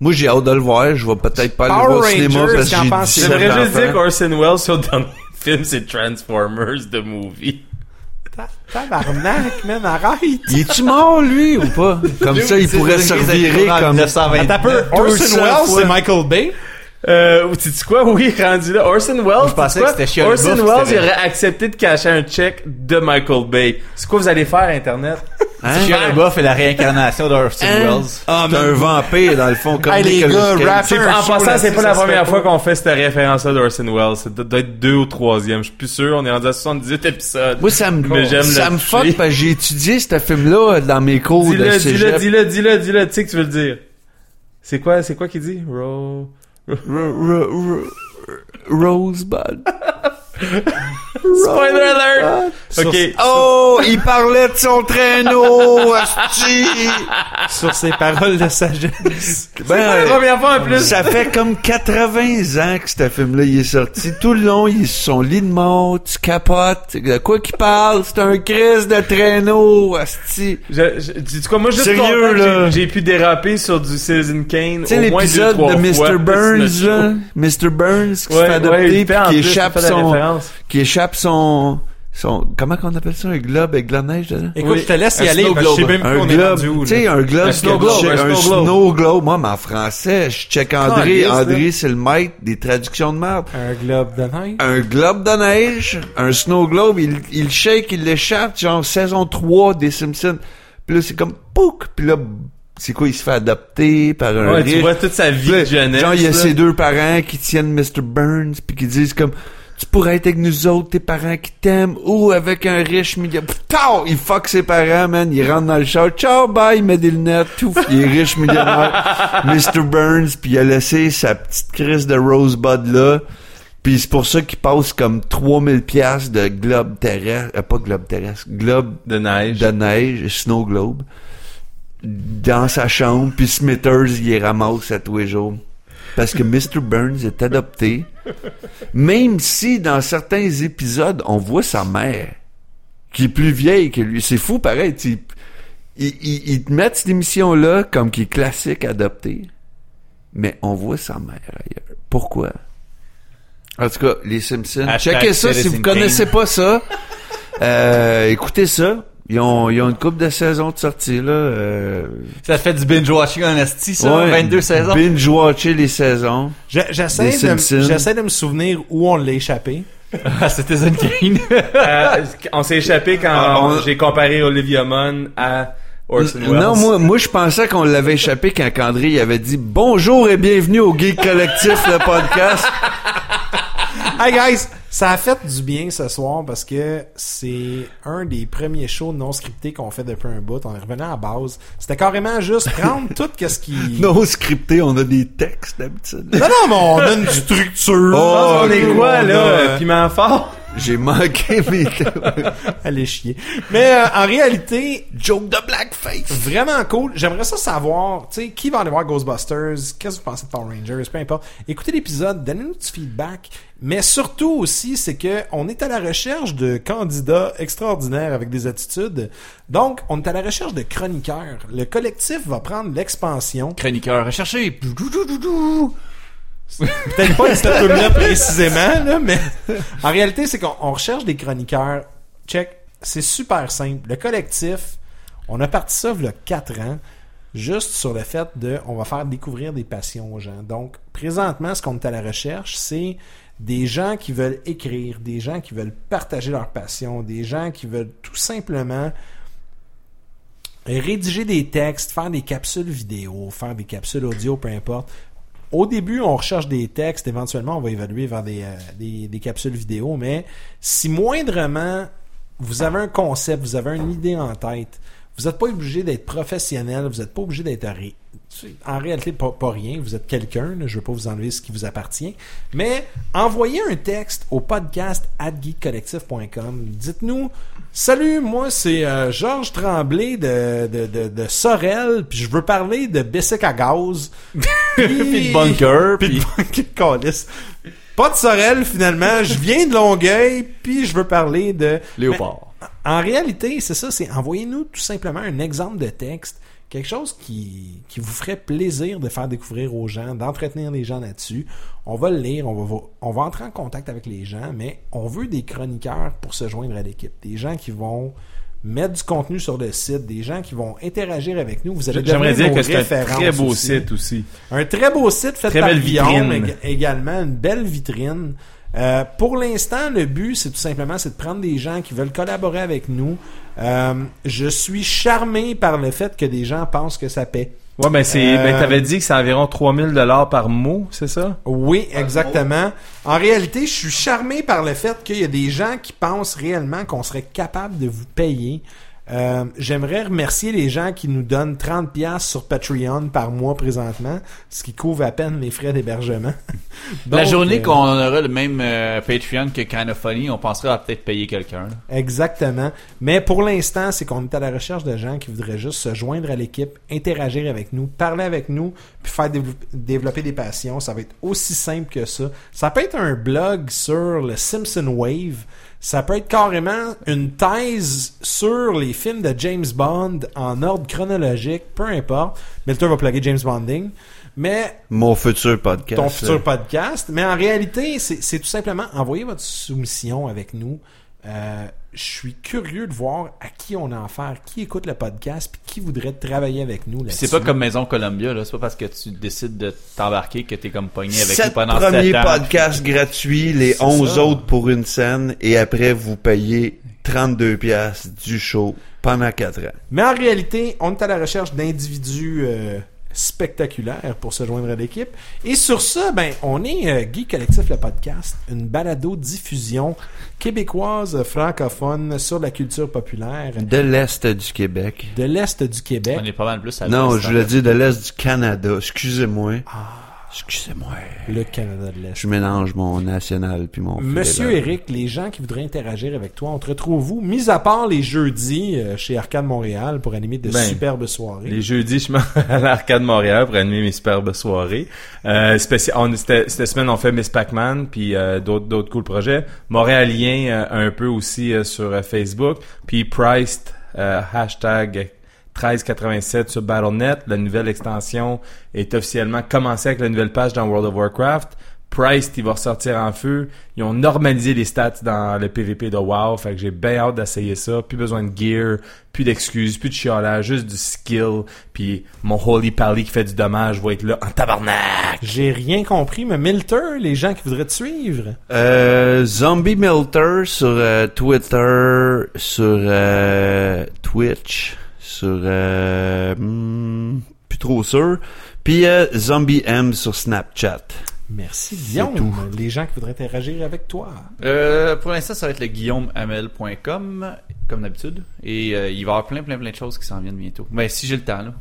D: Moi, j'ai hâte de le voir. Je vais peut-être pas
B: Power
D: aller voir au cinéma
B: Rangers,
D: parce que
B: qu'en
D: j'ai
B: pensez-vous?
D: dix-sept
A: J'aimerais juste
D: enfants.
A: dire qu'Orson Welles, son dernier film, c'est Transformers The Movie.
B: Ta- Tabarnak, man, arrête
D: Il est-tu mort, lui, ou pas? Comme ça, il pourrait se revirer comme...
B: T'as peur Orson
D: 200
B: Welles,
D: fois.
B: c'est Michael Bay
A: Euh, tu dis quoi? Oui, rendu là. Orson Welles,
C: je
A: sais-tu
C: pensais
A: quoi?
C: que c'était Shia
A: Orson
C: LaBeouf,
A: Welles, il
C: c'était-
A: aurait accepté de cacher un check de Michael Bay. C'est quoi vous allez faire, Internet?
D: Hein?
C: Shia LaBeouf est la réincarnation d'Orson
A: Hein?
C: Welles.
D: Ah, mais- C'est un vampire, dans le fond, comme
B: Hey, les
D: Nicolas
B: gars,
D: Cage.
B: rap-
A: C'est-
B: un
A: en
B: show
A: passant,
B: là-dessus,
A: c'est pas
B: ça
A: la
B: se fait
A: première
B: pas.
A: fois qu'on fait cette référence-là d'Orson Welles. Ça doit- doit être deux ou troisième. Je suis plus sûr. On est rendu à 78 épisodes.
D: Moi, ça me,
A: Mais j'aime
D: ça
A: le
D: me fuck
A: tuer.
D: parce que j'ai étudié ce film-là euh, dans mes cours de
A: Dis-le, dis-le,
D: cégep.
A: dis-le, dis-le, dis-le. Tu sais que tu veux le dire. C'est quoi, c'est quoi qu'il dit? Roll.
D: Ro- ro- ro- Rosebud.
A: Spoiler alert!
B: Sur-
A: Ok.
D: Oh, il parlait de son traîneau, asti.
B: sur ses paroles de sagesse.
A: C'est Ah, la première fois en plus.
D: Ben, Ah, ça fait comme 80 ans que ce film-là il est sorti. Tout le long, il est sur son lit de mort, tu capotes. De quoi qu'il parle? C'est un crise de traîneau, asti.
A: Je, je, dis quoi, moi, juste
D: Sérieux,
A: content que
D: là.
A: j'ai- j'ai pu déraper sur du Citizen Kane.
D: Tu sais,
A: au moins deux,
D: l'épisode
A: trois
D: de
A: fois.
D: Mr. Burns,
A: C'est notre
D: là.
A: show.
D: Mr. Burns qui se
A: Ouais,
D: fait
A: ouais,
D: adopter
A: il fait en
D: puis qui
A: plus,
D: échappe
A: il fait la
D: son,
A: référence.
D: qui échappe son, son, comment qu'on appelle ça? Un globe avec de la neige dedans?
B: Écoute,
A: Oui.
B: je te laisse
C: Un
B: y aller
C: snow
A: ben,
B: parce que je sais
C: globe.
B: même plus
D: un
B: on est rendu
D: globe,
B: où.
D: tu sais,
B: là.
D: un globe,
A: Un snow globe,
D: je-
A: un
D: un
A: snow globe.
D: snow globe. Moi, mais en français, je check André.
A: Caliste, là.
D: André, c'est le maître des traductions de merde.
B: Un globe de neige.
D: Un globe de neige, un snow globe, il, il shake, il l'échappe, genre saison 3 des Simpsons. Puis là, c'est comme pouc, puis là, c'est quoi, il se fait adopter par un
A: Ouais,
D: riche.
A: tu vois toute sa vie
D: Puis là,
A: de jeunesse.
D: Genre, il y a
A: là.
D: ses deux parents qui tiennent Mr. Burns, puis qui disent comme, tu pourrais être avec nous autres, tes parents qui t'aiment, ou avec un riche milliardaire. Putain! Il fuck ses parents, man. Il rentre dans le char. Ciao, bye, il met des lunettes, tout. Il est riche millionnaire. Mr. Burns, puis il a laissé sa petite crise de Rosebud là. Puis c'est pour ça qu'il passe comme 3000 pièces de globe terrestre, euh, pas globe terrestre, globe
A: De neige.
D: de neige, snow globe, dans sa chambre, puis Smithers, il les ramasse à tous les jours. Parce que Mr. Burns est adopté, même si dans certains épisodes, on voit sa mère, qui est plus vieille que lui. C'est fou, pareil. tu- Ils, ils, ils te mettent cette émission-là comme qui est classique adopté, mais on voit sa mère ailleurs. Pourquoi? En tout cas, les Simpsons.
C: Hashtag
D: Checkez ça si vous
C: Citizen Kane.
D: connaissez pas ça. Euh, écoutez ça. Ils ont, ils ont une coupe de saison de sortie, là. Euh,
C: Ça fait du binge-watching en asti, ça.
D: ouais,
C: 22 saisons.
D: Binge-watcher les saisons.
B: Je- J'essaie
D: Des
B: de, m-
D: Simpsons.
B: j'essaie de me souvenir où on l'a échappé.
C: Ah, c'était Zen Kane.
A: Euh, on s'est échappé quand
D: Ah, on-
A: j'ai comparé Olivia Munn à Orson Welles.
D: Non, moi, moi je pensais qu'on l'avait échappé quand André il avait dit « Bonjour et bienvenue au Geek Collectif, le podcast.
B: Hey guys, ça a fait du bien ce soir parce que c'est un des premiers shows non scriptés qu'on fait depuis un bout. On est revenu à la base. C'était carrément juste prendre tout ce qui. »
D: Non scripté, on a des textes d'habitude.
B: non, non, mais on donne du structure.
D: Oh,
A: on est quoi,
B: On a-
A: là? Piment fort?
D: J'ai manqué mes...
B: Allez chier. Mais euh, en réalité,
D: Joke de blackface!
B: vraiment cool. J'aimerais ça savoir, tu sais, qui va aller voir Ghostbusters, qu'est-ce que vous pensez de Power Rangers, peu importe. Écoutez l'épisode, donnez-nous du feedback. Mais surtout aussi, c'est que on est à la recherche de candidats extraordinaires avec des attitudes. Donc, on est à la recherche de chroniqueurs. Le collectif va prendre l'expansion.
C: Chroniqueur recherché. Doudoudoudoudou.
B: Peut-être pas cette tune-là précisément, là, mais en réalité, c'est qu'on on recherche des chroniqueurs. Check. C'est super simple. Le collectif, on a parti ça il y a 4 ans, juste sur le fait de on va faire découvrir des passions aux gens. Donc, présentement, ce qu'on est à la recherche, c'est des gens qui veulent écrire, des gens qui veulent partager leur passion, des gens qui veulent tout simplement rédiger des textes, faire des capsules vidéo, faire des capsules audio, peu importe. Au début, on recherche des textes, éventuellement, on va évaluer vers des, euh, des, des capsules vidéo, mais si moindrement vous avez un concept, vous avez une idée en tête, vous n'êtes pas obligé d'être professionnel, vous n'êtes pas obligé d'être ré- tu sais, en réalité pas, pas rien, vous êtes quelqu'un, là, je ne veux pas vous enlever ce qui vous appartient, mais envoyez un texte au podcast geekcollectif.com. Dites-nous Salut, moi c'est euh, Georges Tremblay de, de, de, de Sorel, puis je veux parler de Bessic à gaz.
C: Puis de bunker.
B: Puis
C: Puis
B: de Bunker, câlisse. Pas de Sorel finalement, je viens de Longueuil, puis je veux parler de
C: Léopard.
B: en réalité, c'est ça, c'est envoyez-nous tout simplement un exemple de texte, quelque chose qui, qui vous ferait plaisir de faire découvrir aux gens, d'entretenir les gens là-dessus. On va le lire, on va, vo- on va entrer en contact avec les gens, mais on veut des chroniqueurs pour se joindre à l'équipe, des gens qui vont mettre du contenu sur le site, des gens qui vont interagir avec nous. Vous allez
A: J'aimerais
B: devenir
A: dire que
B: nos
A: c'est un très
B: références
A: beau
B: aussi.
A: site aussi.
B: Un très beau site fait
A: Très
B: par
A: belle
B: Guillaume
A: vitrine.
B: ég- également, une belle vitrine. Euh, pour l'instant, le but, c'est tout simplement c'est de prendre des gens qui veulent collaborer avec nous. Euh, je suis charmé par le fait que des gens pensent que ça paie.
A: Ouais, ben c'est, ben
B: Euh,
A: t'avais dit que c'est environ 3000 dollars par mot, c'est ça?
B: Oui, exactement. En réalité, je suis charmé par le fait qu'il y a des gens qui pensent réellement qu'on serait capable de vous payer. Euh, J'aimerais remercier les gens qui nous donnent 30 pièces sur Patreon par mois présentement, ce qui couvre à peine mes frais d'hébergement.
C: La
B: Donc,
C: journée
B: euh,
C: qu'on aura le même euh, Patreon que Kind of Funny, on pensera à peut-être payer quelqu'un. là.
B: Exactement. Mais pour l'instant, c'est qu'on est à la recherche de gens qui voudraient juste se joindre à l'équipe, interagir avec nous, parler avec nous, puis faire dévelop- développer des passions. Ça va être aussi simple que ça. Ça peut être un blog sur le Simpson Wave. Ça peut être carrément une thèse sur les films de James Bond en ordre chronologique, peu importe. Milton va plugger James Bonding. Mais
D: Mon futur podcast. Euh,
B: ton futur podcast. Mais en réalité, c'est c'est tout simplement envoyer votre soumission avec nous. Euh, je suis curieux de voir à qui on a affaire, qui écoute le podcast, puis qui voudrait travailler avec nous.
C: Puis
B: là-dessus.
C: C'est pas comme Maison Columbia, là. C'est pas parce que tu décides de t'embarquer que t'es comme pogné avec nous
D: Sept
C: pendant
D: premiers
C: sept ans.
D: podcasts gratuits, les
B: C'est
D: 11
B: ça.
D: autres pour une scène, et après, vous payez 32 piastres du show pendant 4 ans.
B: Mais en réalité, on est à la recherche d'individus euh, spectaculaires pour se joindre à l'équipe. Et sur ça, ben, on est euh, Guy Collectif le podcast, une balado diffusion québécoise euh, francophone sur la culture populaire
D: De l'Est du Québec.
B: de l'est du Québec.
C: On est pas mal plus à
D: Non,
C: l'ouest,
D: je
C: hein.
D: voulais dire de l'Est du Canada. Excusez-moi. Ah, Excusez-moi.
B: Le Canada de l'est.
D: Je mélange mon national puis mon
B: Monsieur
D: fédéral.
B: Eric, les gens qui voudraient interagir avec toi, on te retrouve où? Mis à part les jeudis euh, chez Arcade Montréal pour animer de
A: Ben,
B: superbes soirées.
A: Les jeudis, je m'en vais à l'arcade Montréal pour animer mes superbes soirées. Euh, spéci- on, c'était- cette semaine, on fait Miss Pac-Man, puis euh, d'autres, d'autres cool projets. Montréalien euh, un peu aussi euh, sur euh, Facebook. Puis Priced, euh, hashtag 1387 sur BattleNet. La nouvelle extension est officiellement commencée avec la nouvelle page dans World of Warcraft. Priced, il va ressortir en feu. Ils ont normalisé les stats dans le PVP de WoW. Fait que j'ai bien hâte d'essayer ça. Plus besoin de gear, plus d'excuses, plus de chiolage, juste du skill. Puis mon Holy Pally qui fait du dommage va être là en tabarnak.
B: J'ai rien compris, mais Milter, les gens qui voudraient te suivre.
D: Euh, Zombie Milter sur euh, Twitter, sur euh, Twitch, sur euh, hmm, plus trop sûr. Puis euh, Zombie M sur Snapchat.
B: Merci Guillaume. Les gens qui voudraient interagir avec toi.
C: Euh, pour l'instant, ça va être le guillaumehamel.com, Ben, comme d'habitude. Et euh, il va y avoir plein, plein, plein de choses qui s'en viennent bientôt. Mais si j'ai le temps, là.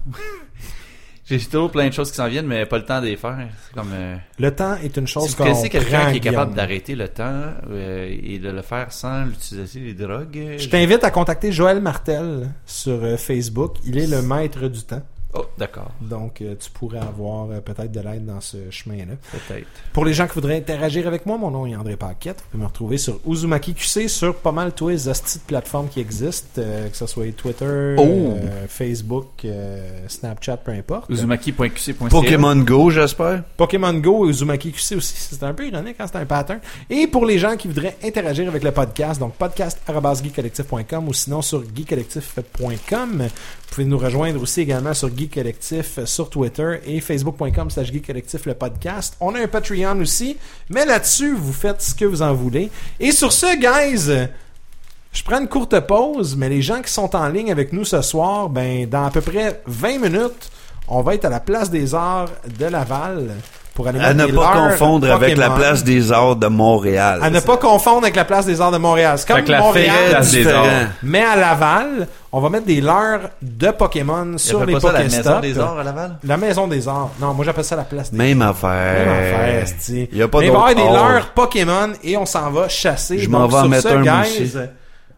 C: J'ai toujours plein de choses qui s'en viennent, mais pas le temps de les faire. C'est comme. euh,
B: Le temps est une chose
C: si
B: qu'on
C: vous connaissez quelqu'un
B: prend,
C: qui est capable
B: Guillaume.
C: d'arrêter le temps euh, et de le faire sans l'utilisation des drogues. euh,
B: Je t'invite à contacter Joël Martel sur euh, Facebook. Il est le maître du temps.
C: Oh, d'accord,
B: Donc, euh, tu pourrais avoir euh, peut-être de l'aide dans ce chemin-là.
C: peut-être.
B: Pour les gens qui voudraient interagir avec moi, mon nom est André Paquette. Vous pouvez me retrouver sur Uzumaki QC, sur pas mal tous les hosties de plateformes qui existent, euh, que ce soit Twitter,
D: Oh.
B: euh, Facebook, euh, Snapchat, peu importe.
C: Uzumaki.qc.ca
D: Pokémon Go, j'espère.
B: Pokémon Go et Uzumaki QC aussi. C'est un peu ironique quand c'est un pattern. Et pour les gens qui voudraient interagir avec le podcast, donc podcast.geekcollectif.com ou sinon sur geekcollectif.com. Vous pouvez nous rejoindre aussi également sur Geek Collectif euh, sur Twitter et facebook.com slash Geek Collectif le podcast. On a un Patreon aussi, mais là-dessus, vous faites ce que vous en voulez. Et sur ce, guys, euh, je prends une courte pause, mais les gens qui sont en ligne avec nous ce soir, ben, dans à peu près 20 minutes, on va être à la place des arts de Laval pour aller
D: À
B: mettre
D: ne
B: des
D: pas
B: leurs
D: confondre avec la
B: Pokémon.
D: place des arts de Montréal.
B: À ne pas confondre avec la place des arts de Montréal. C'est
A: Fait
B: comme
A: que la
B: Montréal,
A: fête, place des
D: différent.
A: arts.
B: mais à Laval, on va mettre des leurres de Pokémon
C: Il y avait
B: sur les
C: pas ça, la
B: Pokéstops.
C: maison des arts à Laval?
B: La maison des arts. Non, moi j'appelle ça la place des
D: Même
B: Même
D: affaire.
B: affaire, c'ti.
D: euh, Il y a pas
B: Mais il va y avoir
D: d'autre
B: des
D: art.
B: leurres Pokémon et on s'en va chasser.
D: Je
B: Donc,
D: m'en vais en
B: sur
D: mettre
B: ce,
D: un, moi
B: guys,
D: aussi.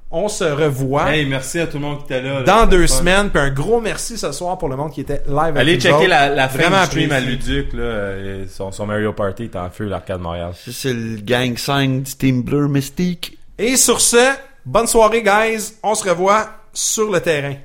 B: On se revoit
A: Hey, merci à tout le monde qui était là. là.
B: Hein? dans
A: C'était
B: deux
A: fun.
B: semaines. Puis un gros merci ce soir pour le monde qui était live avec
A: Allez
B: nous
A: checker
B: autres.
A: la, la fin
B: Vraiment
A: du stream à
B: apprécié.
A: Luduc, là. euh, Son, son Mario Party est en feu, l'arcade Montréal.
D: Ça, C'est le gang 5 du Team Bleu Mystique.
B: Et sur ce, bonne soirée, guys. On se revoit sur le terrain.